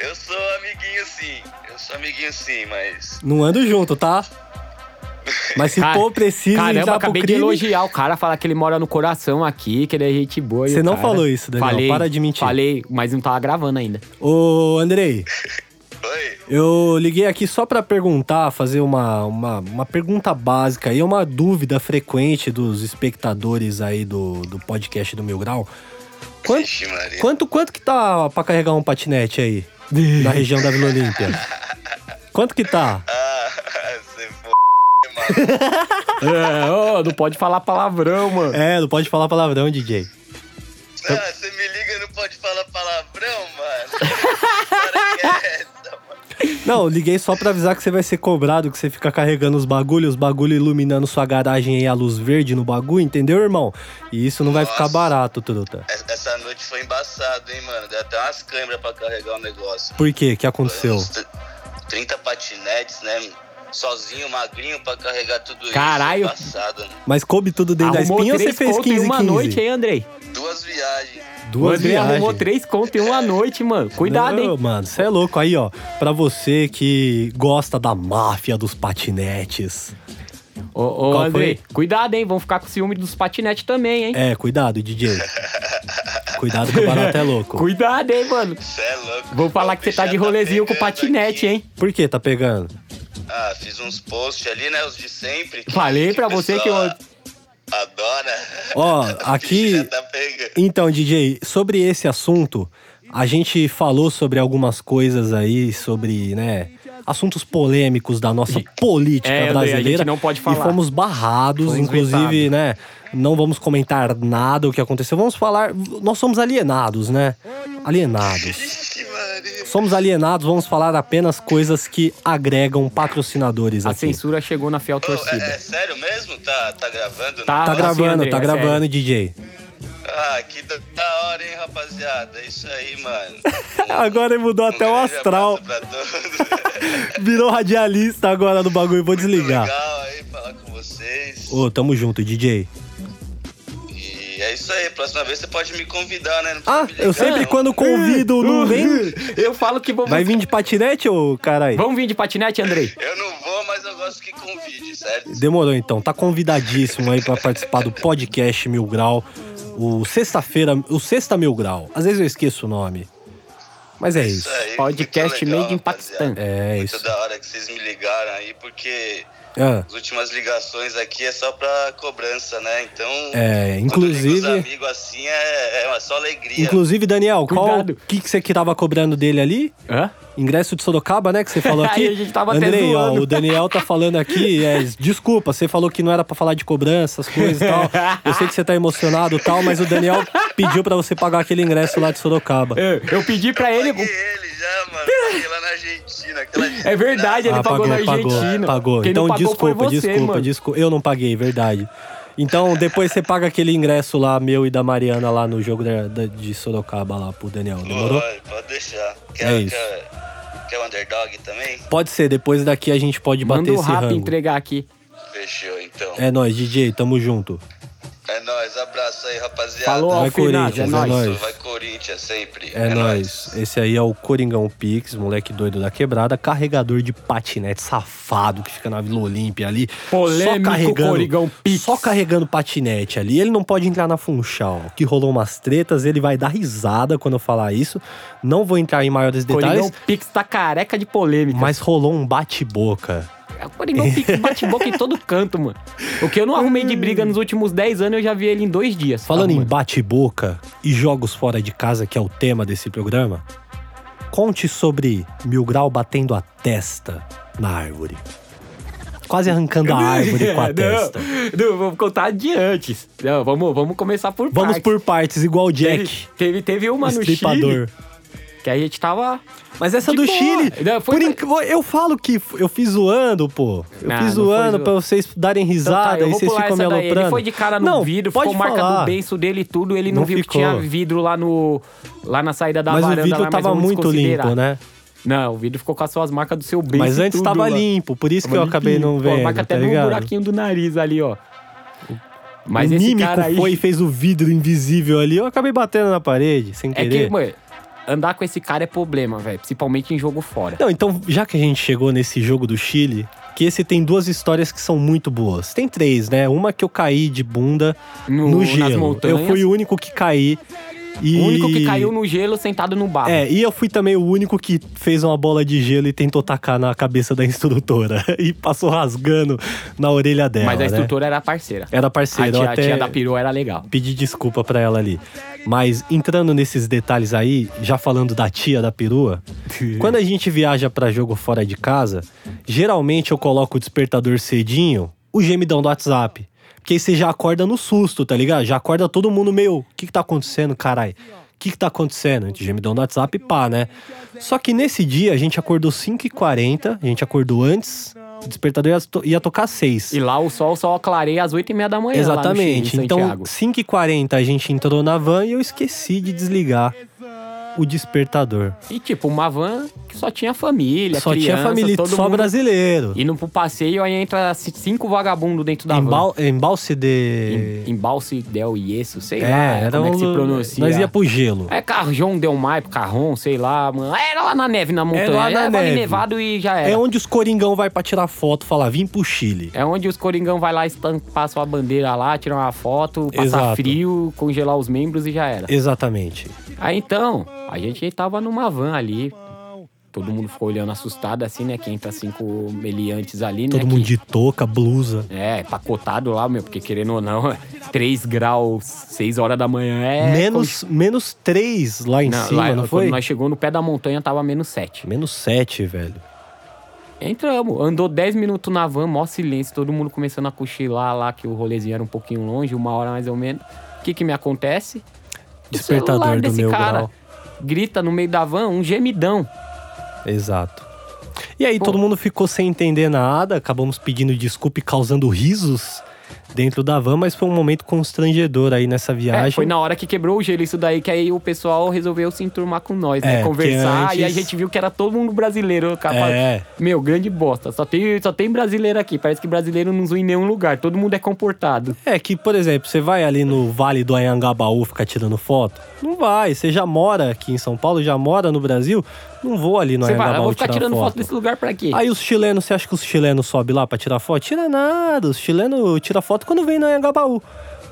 Speaker 4: Eu sou amiguinho sim. Eu sou amiguinho sim, mas.
Speaker 2: Não ando junto, tá? Mas se
Speaker 3: Cara-
Speaker 2: for preciso
Speaker 3: Caramba,
Speaker 2: entrar pro
Speaker 3: acabei de
Speaker 2: crime,
Speaker 3: elogiar o cara, falar que ele mora no coração aqui, que ele é gente boa. e
Speaker 2: Você
Speaker 3: o
Speaker 2: não
Speaker 3: cara-
Speaker 2: falou isso, Daniel,
Speaker 3: Falei,
Speaker 2: para de mentir.
Speaker 3: Falei, mas não tava gravando ainda.
Speaker 2: Ô, Andrei,
Speaker 4: Oi?
Speaker 2: eu liguei aqui só pra perguntar, fazer uma, uma, uma pergunta básica e uma dúvida frequente dos espectadores aí do, do podcast do Mil Grau. Quanto,
Speaker 4: Vixe, Maria.
Speaker 2: quanto, quanto que tá pra carregar um patinete aí? Na região da Vila
Speaker 3: [laughs]
Speaker 2: Olímpia? Quanto que tá?
Speaker 4: Ah, [laughs] você foi.
Speaker 3: É, ô, não pode falar palavrão, mano.
Speaker 2: É, não pode falar palavrão, DJ.
Speaker 4: Ah,
Speaker 3: [laughs]
Speaker 4: você me liga e não pode falar palavrão, mano. Que história que é essa, mano?
Speaker 2: Não, liguei só pra avisar que você vai ser cobrado, que você fica carregando os bagulhos, os bagulho iluminando sua garagem aí a luz verde no bagulho, entendeu, irmão? E isso não vai ficar barato, truta.
Speaker 4: Es- Essa noite foi embaçado, hein, mano? Deu até umas câmeras pra carregar o negócio.
Speaker 2: Por quê? O que aconteceu?
Speaker 4: Uns tr- 30 patinetes, né? Sozinho, magrinho, pra carregar tudo
Speaker 3: Caralho.
Speaker 4: isso. Embaçado, né?
Speaker 2: Mas coube tudo dentro da
Speaker 3: Arrumou
Speaker 2: espinha ou você
Speaker 3: três
Speaker 2: fez
Speaker 3: conto em
Speaker 2: 15,
Speaker 3: uma
Speaker 2: 15?
Speaker 3: noite, hein, Andrei?
Speaker 4: Duas viagens.
Speaker 3: O
Speaker 2: Duas
Speaker 3: Andrei arrumou
Speaker 2: viagens.
Speaker 3: três conto em uma noite, mano. Cuidado,
Speaker 2: Não,
Speaker 3: hein?
Speaker 2: mano, você é louco. Aí, ó, pra você que gosta da máfia dos patinetes.
Speaker 3: Ô, ô
Speaker 2: Qual
Speaker 3: Andrei,
Speaker 2: foi?
Speaker 3: cuidado, hein? Vão ficar com ciúme dos patinetes também, hein?
Speaker 2: É, cuidado, DJ. cuidado que o barato é
Speaker 3: [laughs]
Speaker 2: louco.
Speaker 3: Cuidado, hein, mano.
Speaker 4: Cê é louco.
Speaker 3: Vou falar
Speaker 4: O
Speaker 3: que você tá
Speaker 4: bicho
Speaker 3: de
Speaker 4: já
Speaker 3: rolezinho com
Speaker 4: pegando
Speaker 3: patinete,
Speaker 4: aqui.
Speaker 3: hein?
Speaker 2: Por que tá pegando?
Speaker 4: Ah, fiz uns posts ali, né? Os de sempre. que-
Speaker 3: Falei pra você que eu-
Speaker 4: pessoa Adora.
Speaker 2: Ó,
Speaker 4: [laughs] O bicho
Speaker 2: aqui-
Speaker 4: já tá pegando.
Speaker 2: Então, DJ, sobre esse assunto, a gente falou sobre algumas coisas aí, sobre, né, assuntos polêmicos da nossa política
Speaker 3: É, André, a
Speaker 2: brasileira.
Speaker 3: gente não pode falar.
Speaker 2: E fomos barrados,
Speaker 3: Foi
Speaker 2: inclusive,
Speaker 3: inventado.
Speaker 2: né, não vamos comentar nada o que aconteceu. Vamos falar, nós somos alienados, né? Alienados.
Speaker 4: Ixi, Maria.
Speaker 2: Somos alienados, vamos falar apenas coisas que agregam patrocinadores
Speaker 3: A
Speaker 2: aqui.
Speaker 3: censura chegou na fiel
Speaker 4: Ô, é, é
Speaker 3: torcida.
Speaker 4: sério mesmo? Tá, tá
Speaker 3: Tá.
Speaker 4: gravando?
Speaker 2: Tá
Speaker 3: assim,
Speaker 2: gravando,
Speaker 3: André,
Speaker 2: tá
Speaker 3: é
Speaker 2: gravando, DJ.
Speaker 4: Ah, que da da hora, hein, rapaziada? É Isso aí, mano.
Speaker 2: [laughs] Agora ele mudou
Speaker 4: Um
Speaker 2: até o
Speaker 4: grande
Speaker 2: astral.
Speaker 4: abraço
Speaker 2: [laughs]
Speaker 4: pra todos.
Speaker 2: Virou radialista agora do bagulho, vou desligar.
Speaker 4: Legal aí falar com vocês.
Speaker 2: Ô, tamo junto, DJ.
Speaker 4: E é isso aí. Próxima vez você pode me convidar, né? Não precisa
Speaker 2: Ah,
Speaker 4: me ligar,
Speaker 2: eu sempre
Speaker 4: não.
Speaker 2: quando convido
Speaker 3: É.
Speaker 2: não vem.
Speaker 3: Uhum. Eu falo que vamos...
Speaker 2: Vai vir de patinete, ô carai?
Speaker 3: Vamos vir de patinete, Andrei?
Speaker 4: Eu não vou, mas eu gosto que convide, certo?
Speaker 2: Demorou então, tá convidadíssimo aí pra participar do podcast Mil Grau. O sexta-feira, o sexta Mil Grau. Às vezes eu esqueço o nome. Mas é isso.
Speaker 4: aí,
Speaker 3: Podcast
Speaker 4: muito legal,
Speaker 3: made in
Speaker 4: rapaziada.
Speaker 3: Pakistan.
Speaker 2: É
Speaker 4: Muito
Speaker 2: isso.
Speaker 4: da hora que vocês me ligaram aí, porque
Speaker 2: Ah,
Speaker 4: as últimas ligações aqui é só pra cobrança, né? Então,
Speaker 2: É,
Speaker 4: quando liga
Speaker 2: inclusive-
Speaker 4: os amigos assim é, é só alegria.
Speaker 2: Inclusive, Daniel, qual o
Speaker 3: Cuidado.
Speaker 2: que, que você que tava cobrando dele ali?
Speaker 3: Hã?
Speaker 2: Ingresso de Sorocaba, né? Que você falou aqui.
Speaker 3: [laughs] Aí a gente tava até
Speaker 2: Andrei, ó,
Speaker 3: zoando.
Speaker 2: o Daniel tá falando aqui. é, desculpa, você falou que não era pra falar de cobrança, as coisas e tal. Eu sei que você tá emocionado e tal, mas o Daniel pediu pra você pagar aquele ingresso lá de Sorocaba.
Speaker 3: Eu, É, eu pedi pra ele...
Speaker 4: Paguei ele já, mano. Paguei lá na
Speaker 2: [laughs]
Speaker 4: Argentina. Aquela
Speaker 3: É verdade, ele
Speaker 2: Ah,
Speaker 3: pagou, na
Speaker 2: Pagou,
Speaker 3: Argentina.
Speaker 2: pagou.
Speaker 3: Quem
Speaker 2: então,
Speaker 3: não pagou foi
Speaker 2: desculpa,
Speaker 3: você,
Speaker 2: desculpa,
Speaker 3: mano.
Speaker 2: desculpa. Eu não paguei, verdade. Então, depois você paga aquele ingresso lá, meu e da Mariana, lá no jogo da- da- de Sorocaba, lá pro Daniel, demorou?
Speaker 4: Pode, pode deixar. Quer,
Speaker 2: É isso.
Speaker 4: Quer, quer o underdog também?
Speaker 2: Pode ser, depois daqui a gente pode
Speaker 3: Manda
Speaker 2: bater
Speaker 3: o
Speaker 2: esse
Speaker 3: rap
Speaker 2: rango.
Speaker 3: entregar aqui.
Speaker 4: Fechou, então.
Speaker 2: É nóis, DJ, tamo junto.
Speaker 4: É, nóis. Abraço aí, rapaziada.
Speaker 3: Falou,
Speaker 2: Vai,
Speaker 3: Alfinaz. É
Speaker 2: Corinthians,
Speaker 3: nóis.
Speaker 2: é nóis.
Speaker 4: Vai Corinthians sempre.
Speaker 2: É, nóis. Esse aí é o Coringão Pix, moleque doido da quebrada, carregador de patinete safado que fica na Vila Olímpia ali.
Speaker 3: Polêmico Coringão Pix.
Speaker 2: Só carregando patinete ali. Ele não pode entrar na Funchal, que rolou umas tretas, ele vai dar risada quando eu falar isso. Não vou entrar em maiores detalhes,
Speaker 3: Coringão Pix tá careca de polêmica.
Speaker 2: mas rolou um bate-boca.
Speaker 3: O Coringão Pix bate boca em todo canto, mano. O que eu não arrumei de briga nos últimos 10 anos, eu já vi ele em dois dias.
Speaker 2: Falando em
Speaker 3: Arrumando.
Speaker 2: bate-boca e jogos fora de casa, que é o tema desse programa, conte sobre Mil Grau batendo a testa na árvore. Quase
Speaker 3: [laughs]
Speaker 2: arrancando a árvore com a
Speaker 3: Não,
Speaker 2: testa.
Speaker 3: Não, vamos contar de antes. Não, vamos, vamos começar por
Speaker 2: Vamos
Speaker 3: partes.
Speaker 2: por partes, igual o Jack,
Speaker 3: Teve, teve, teve uma no Chile,
Speaker 2: estripador.
Speaker 3: que a gente tava...
Speaker 2: Mas essa
Speaker 3: De
Speaker 2: do
Speaker 3: boa.
Speaker 2: Chile,
Speaker 3: Não, foi-
Speaker 2: por incrível, eu falo que f- eu fiz zoando, pô. Eu
Speaker 3: Ah,
Speaker 2: fiz
Speaker 3: Não, não foi
Speaker 2: zoando
Speaker 3: zo- Então tá,
Speaker 2: pra vocês darem risada
Speaker 3: eu
Speaker 2: e
Speaker 3: vou
Speaker 2: vocês
Speaker 3: pular
Speaker 2: ficam me
Speaker 3: essa daí.
Speaker 2: aloprando.
Speaker 3: Ele foi de cara no
Speaker 2: não,
Speaker 3: vidro,
Speaker 2: pode
Speaker 3: ficou marca
Speaker 2: falar.
Speaker 3: do beiço dele e tudo. Ele não,
Speaker 2: Não
Speaker 3: viu que
Speaker 2: ficou.
Speaker 3: tinha vidro lá no lá na saída da
Speaker 2: Mas o
Speaker 3: varanda. lá,
Speaker 2: vídeo tava
Speaker 3: vamos
Speaker 2: muito
Speaker 3: desconsiderar.
Speaker 2: limpo, né?
Speaker 3: Não, o vidro ficou com as suas marcas do seu beijo.
Speaker 2: Mas antes
Speaker 3: tudo,
Speaker 2: tava
Speaker 3: lá.
Speaker 2: limpo, por isso
Speaker 3: Tava
Speaker 2: que eu acabei
Speaker 3: limpinho.
Speaker 2: não
Speaker 3: Pô,
Speaker 2: vendo,
Speaker 3: marca até
Speaker 2: tá
Speaker 3: no
Speaker 2: ligado?
Speaker 3: buraquinho do nariz ali, ó. Mas
Speaker 2: o
Speaker 3: esse
Speaker 2: mímico
Speaker 3: cara aí...
Speaker 2: foi e fez o vidro invisível ali. Eu acabei batendo na parede, sem
Speaker 3: É
Speaker 2: querer.
Speaker 3: que, mano, andar com esse cara é problema, velho. Principalmente em jogo fora.
Speaker 2: Não, então, já que a gente chegou nesse jogo do Chile, que esse tem duas histórias que são muito boas. Tem três, né? Uma que eu caí de bunda
Speaker 3: No-
Speaker 2: no,
Speaker 3: nas
Speaker 2: gelo.
Speaker 3: montanhas.
Speaker 2: Eu fui o único que caí. E...
Speaker 3: O único que caiu no gelo sentado no barro.
Speaker 2: É, e eu fui também o único que fez uma bola de gelo e tentou tacar na cabeça da [laughs] instrutora. E passou rasgando na orelha dela.
Speaker 3: Mas
Speaker 2: né?
Speaker 3: a instrutora era parceira.
Speaker 2: Era parceira.
Speaker 3: a,
Speaker 2: eu
Speaker 3: tia, a
Speaker 2: até...
Speaker 3: tia da perua era legal.
Speaker 2: pedir desculpa pra ela ali. Mas entrando nesses detalhes aí, já falando da tia da perua, quando a gente viaja pra jogo fora de casa, geralmente eu coloco o despertador cedinho, o gemidão do WhatsApp. Porque aí você já acorda no susto, tá ligado? Já acorda todo mundo meio, o que que tá acontecendo, caralho? O que, que tá acontecendo? A gente já me deu no WhatsApp, pá, né? Só que nesse dia a gente acordou 5h40, a gente acordou antes, o despertador ia, to- ia tocar 6.
Speaker 3: E lá o sol só clareia às 8 e meia da manhã. lá no
Speaker 2: Exatamente.
Speaker 3: Chile, em
Speaker 2: Então,
Speaker 3: Santiago.
Speaker 2: 5h40 a gente entrou na van e eu esqueci de desligar o despertador.
Speaker 3: E tipo, uma van que só tinha família,
Speaker 2: então só
Speaker 3: criança,
Speaker 2: tinha família,
Speaker 3: todo
Speaker 2: só
Speaker 3: mundo.
Speaker 2: brasileiro.
Speaker 3: Indo pro passeio, aí entra c- cinco vagabundos dentro da van.
Speaker 2: Embal, embalse de.
Speaker 3: Em- Embalse del Yeso, sei
Speaker 2: É,
Speaker 3: lá
Speaker 2: era
Speaker 3: como é que se
Speaker 2: um-
Speaker 3: pronuncia.
Speaker 2: Nós ia pro gelo.
Speaker 3: É Carjão Del Mar, Carron, sei lá, mano. Era lá na neve, na montanha.
Speaker 2: lá na
Speaker 3: Era vale
Speaker 2: neve.
Speaker 3: nevado e já era.
Speaker 2: É onde os Coringão vai pra tirar foto, falar, vim pro Chile.
Speaker 3: É onde os Coringão vai lá, estampar sua bandeira lá, tirar uma foto, passar
Speaker 2: Exato.
Speaker 3: frio, congelar os membros e já era.
Speaker 2: Exatamente.
Speaker 3: Aí então, a gente tava numa van ali. Todo mundo ficou olhando assustado assim, né? Quem tá cinco meliantes ali, né?
Speaker 2: Todo
Speaker 3: que-
Speaker 2: mundo de touca, blusa.
Speaker 3: É, pacotado lá, meu, porque querendo ou não, [laughs] 3 graus, 6 horas da manhã é.
Speaker 2: menos, menos 3 lá em
Speaker 3: Não,
Speaker 2: cima,
Speaker 3: lá,
Speaker 2: não
Speaker 3: quando
Speaker 2: foi?
Speaker 3: nós chegou no pé da montanha, tava menos 7.
Speaker 2: Menos 7, velho.
Speaker 3: Entramos, andou 10 minutos na van, mó silêncio, todo mundo começando a cochilar lá, que o rolezinho era um pouquinho longe, uma hora mais ou menos. O que que me acontece? O
Speaker 2: Despertador
Speaker 3: celular
Speaker 2: do meu grau.
Speaker 3: grita no meio da van um gemidão.
Speaker 2: Exato. E aí
Speaker 3: Pô.
Speaker 2: todo mundo ficou sem entender nada, acabamos pedindo desculpa e causando risos dentro da van, mas foi um momento constrangedor aí nessa
Speaker 3: É,
Speaker 2: viagem.
Speaker 3: foi na hora que quebrou o gelo isso daí, que aí o pessoal resolveu se enturmar com nós,
Speaker 2: É,
Speaker 3: né?
Speaker 2: porque
Speaker 3: Conversar, e a
Speaker 2: antes-
Speaker 3: gente viu que era todo mundo brasileiro. Capaz...
Speaker 2: É.
Speaker 3: Meu, grande bosta. Só tem, só tem brasileiro aqui. Parece que brasileiro não zoa em nenhum lugar. Todo mundo é comportado.
Speaker 2: É que, por exemplo, você vai ali no Vale do Anhangabaú ficar tirando foto? Não vai. Você já mora aqui em São Paulo, já mora no Brasil? Não é vou ali no
Speaker 3: Você vai, "Ah, eu
Speaker 2: Anhangabaú
Speaker 3: vou ficar
Speaker 2: tirar
Speaker 3: tirando foto.
Speaker 2: foto.
Speaker 3: desse lugar pra quê?
Speaker 2: Aí os chilenos, você acha que os chilenos sobem lá pra tirar foto? Tira nada, os chilenos tiram foto quando vem no Anhangabaú.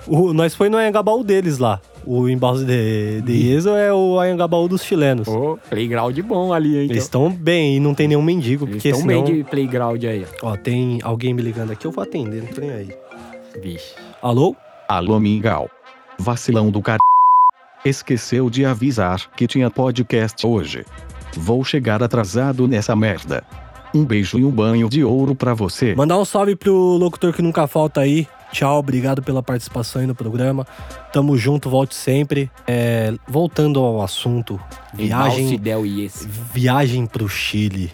Speaker 2: O- nós foi no Anhangabaú deles lá. O embalse de, de Ieso é o Anhangabaú dos chilenos.
Speaker 3: Ô, então. playground bom ali, hein?
Speaker 2: Eles
Speaker 3: Então.
Speaker 2: estão bem e não tem nenhum mendigo,
Speaker 3: Eles
Speaker 2: porque
Speaker 3: estão
Speaker 2: senão...
Speaker 3: bem de playground aí. ó.
Speaker 2: Ó, tem alguém me ligando aqui, eu vou atender, não tô nem aí.
Speaker 3: Vixe.
Speaker 2: Alô?
Speaker 1: Alô, Mingau. Vacilão do car... Esqueceu de avisar que tinha podcast hoje. Vou chegar atrasado nessa merda. Um beijo e um banho de ouro pra você.
Speaker 2: Mandar um salve pro locutor que nunca falta aí. Tchau, obrigado pela participação aí no programa. Tamo junto, volte sempre. É, voltando ao assunto,
Speaker 3: Viagem.
Speaker 2: viagem
Speaker 3: Del e esse.
Speaker 2: Viagem pro Chile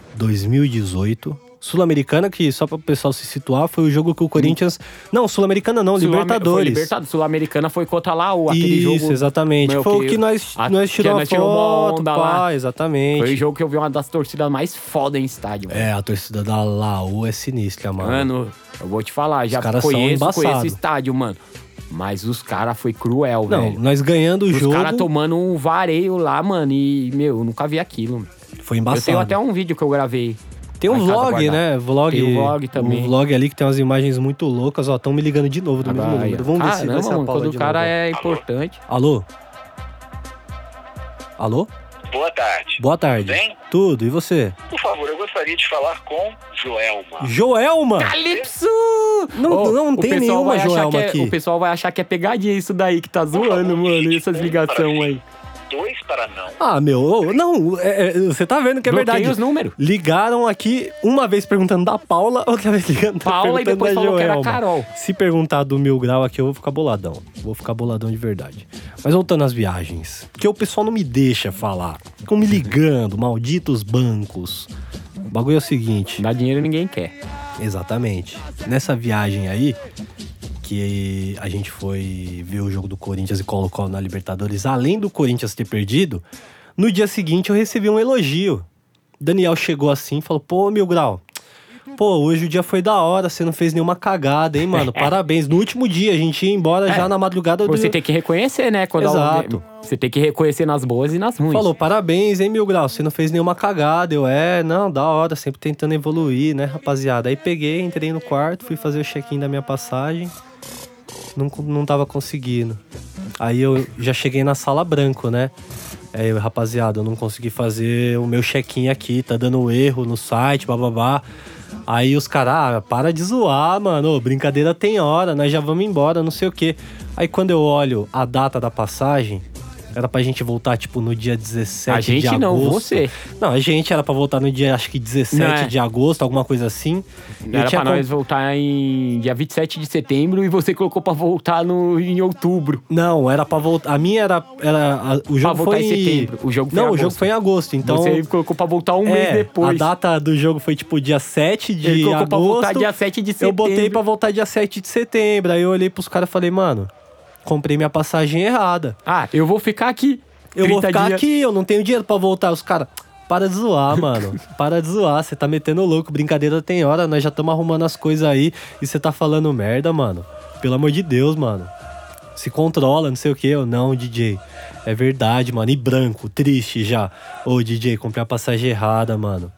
Speaker 2: 2018. Sul-Americana, que só para o pessoal se situar, foi o jogo que o Corinthians. Não, Sul-Americana não,
Speaker 3: Sulame- Foi
Speaker 2: Libertadores.
Speaker 3: Libertadores. Sul-Americana foi contra lá o aquele
Speaker 2: Isso,
Speaker 3: jogo.
Speaker 2: exatamente.
Speaker 3: Meu,
Speaker 2: foi o
Speaker 3: que-
Speaker 2: que nós,
Speaker 3: a-
Speaker 2: nós
Speaker 3: que
Speaker 2: tiramos
Speaker 3: nós
Speaker 2: foto,
Speaker 3: tiramos uma onda
Speaker 2: pá,
Speaker 3: lá.
Speaker 2: exatamente.
Speaker 3: Foi o jogo que eu vi uma das torcidas mais foda em estádio. mano.
Speaker 2: É, a torcida da Laú é sinistra, mano.
Speaker 3: Mano, eu vou te falar, já
Speaker 2: caras são
Speaker 3: conheço,
Speaker 2: embaçado.
Speaker 3: conheço estádio, mano. Mas os caras foi cruel,
Speaker 2: não,
Speaker 3: velho.
Speaker 2: nós ganhando o
Speaker 3: Os
Speaker 2: jogo
Speaker 3: caras tomando um vareio lá, mano. E, meu, eu nunca vi aquilo. mano.
Speaker 2: foi
Speaker 3: Eu tenho
Speaker 2: embaçado.
Speaker 3: até um vídeo que eu gravei.
Speaker 2: Tem um
Speaker 3: lá em casa
Speaker 2: vlog,
Speaker 3: guardado.
Speaker 2: né? Vlog,
Speaker 3: Tem um vlog também.
Speaker 2: Um vlog ali que tem umas imagens muito loucas. Ó, estão me ligando de novo do mesmo
Speaker 3: Agora,
Speaker 2: número. Vamos ver se
Speaker 3: Caramba,
Speaker 2: vai ser a
Speaker 3: mano,
Speaker 2: Paula
Speaker 3: quando
Speaker 2: de
Speaker 3: o cara
Speaker 2: novo.
Speaker 3: é importante.
Speaker 2: Alô? Alô?
Speaker 4: Boa tarde.
Speaker 2: Boa tarde.
Speaker 4: Bem?
Speaker 2: Tudo, e você?
Speaker 4: Por favor, eu gostaria de falar com Joelma.
Speaker 2: Joelma!
Speaker 3: Calypso!
Speaker 2: Não- não
Speaker 3: o
Speaker 2: tem
Speaker 3: pessoal
Speaker 2: nenhuma
Speaker 3: vai achar
Speaker 2: Joelma
Speaker 3: que é-
Speaker 2: aqui.
Speaker 3: O pessoal vai achar que é pegadinha isso daí, que tá zoando, mano, essas ligações aí.
Speaker 4: Dois para não.
Speaker 2: Ah, meu, ô, não, é, é, você tá vendo que é
Speaker 3: Bloqueia
Speaker 2: verdade.
Speaker 3: os números.
Speaker 2: Ligaram aqui, uma vez perguntando da Paula, [laughs] outra vez ligando
Speaker 3: Paula e
Speaker 2: perguntando
Speaker 3: depois
Speaker 2: da
Speaker 3: falou que era
Speaker 2: Joelma.
Speaker 3: Carol.
Speaker 2: Se perguntar do mil grau aqui, eu vou ficar boladão. Vou ficar boladão de verdade. Mas voltando às viagens, porque o pessoal não me deixa falar. Ficam me ligando, malditos bancos. O bagulho é o seguinte.
Speaker 3: Dá dinheiro ninguém quer.
Speaker 2: Exatamente. Nessa viagem aí, que a gente foi ver o jogo do Corinthians e colocou na Libertadores, além do Corinthians ter perdido, no dia seguinte eu recebi um elogio. Daniel chegou assim e falou: Pô, Mil Grau, pô, hoje o dia foi da hora, você não fez nenhuma cagada, hein,
Speaker 3: [laughs]
Speaker 2: mano? Parabéns. No último dia, a gente ia embora já na madrugada um do.
Speaker 3: É, Você tem que reconhecer, né? Quando
Speaker 2: Exato.
Speaker 3: alguém- Você tem que reconhecer nas boas e nas ruins.
Speaker 2: Falou, parabéns, hein, Mil Grau? Você não fez nenhuma cagada. Eu, é, não, da hora, sempre tentando evoluir, né, rapaziada? Aí peguei, entrei no quarto, fui fazer o check-in da minha passagem. Não, co- não tava conseguindo. Aí eu já cheguei na sala branco, né? Aí, eu, rapaziada, eu não consegui fazer o meu check-in aqui, tá dando erro no site, bababá. Aí os caras, ah, para de zoar, mano, ô, brincadeira tem hora, nós já vamos embora, não sei o quê. Aí quando eu olho a data da passagem, Era pra gente voltar, tipo, no dia 17
Speaker 3: A gente
Speaker 2: de agosto.
Speaker 3: não, você.
Speaker 2: Não, a gente era pra voltar no dia, acho que 17
Speaker 3: Não, é.
Speaker 2: de agosto, alguma coisa assim. Eu
Speaker 3: Era
Speaker 2: tinha
Speaker 3: pra nós voltar em dia 27 de setembro e você colocou pra voltar no, em outubro.
Speaker 2: Não, era pra voltar. A minha era. era a- o jogo
Speaker 3: voltar
Speaker 2: foi
Speaker 3: em setembro. O jogo foi
Speaker 2: Não,
Speaker 3: em
Speaker 2: o jogo
Speaker 3: agosto.
Speaker 2: foi em agosto. Então.
Speaker 3: você colocou pra voltar um mês
Speaker 2: é,
Speaker 3: depois.
Speaker 2: A data do jogo foi tipo dia 7 de
Speaker 3: Ele colocou
Speaker 2: agosto.
Speaker 3: pra voltar dia 7 de
Speaker 2: Eu
Speaker 3: setembro.
Speaker 2: botei pra voltar dia 7 de setembro. Aí eu olhei pros caras e falei, mano, comprei minha passagem errada.
Speaker 3: Ah, eu vou ficar aqui.
Speaker 2: Eu vou
Speaker 3: 30
Speaker 2: ficar
Speaker 3: dias.
Speaker 2: aqui, eu não tenho dinheiro pra voltar. Os caras. Para de zoar, mano. Para de zoar. Você tá metendo louco. Brincadeira tem hora. Nós já estamos arrumando as coisas aí. E você tá falando merda, mano. Pelo amor de Deus, mano. Se controla, não sei o que. Eu não, DJ. É verdade, mano. E branco, triste já. Ô, DJ, comprei a passagem errada, mano.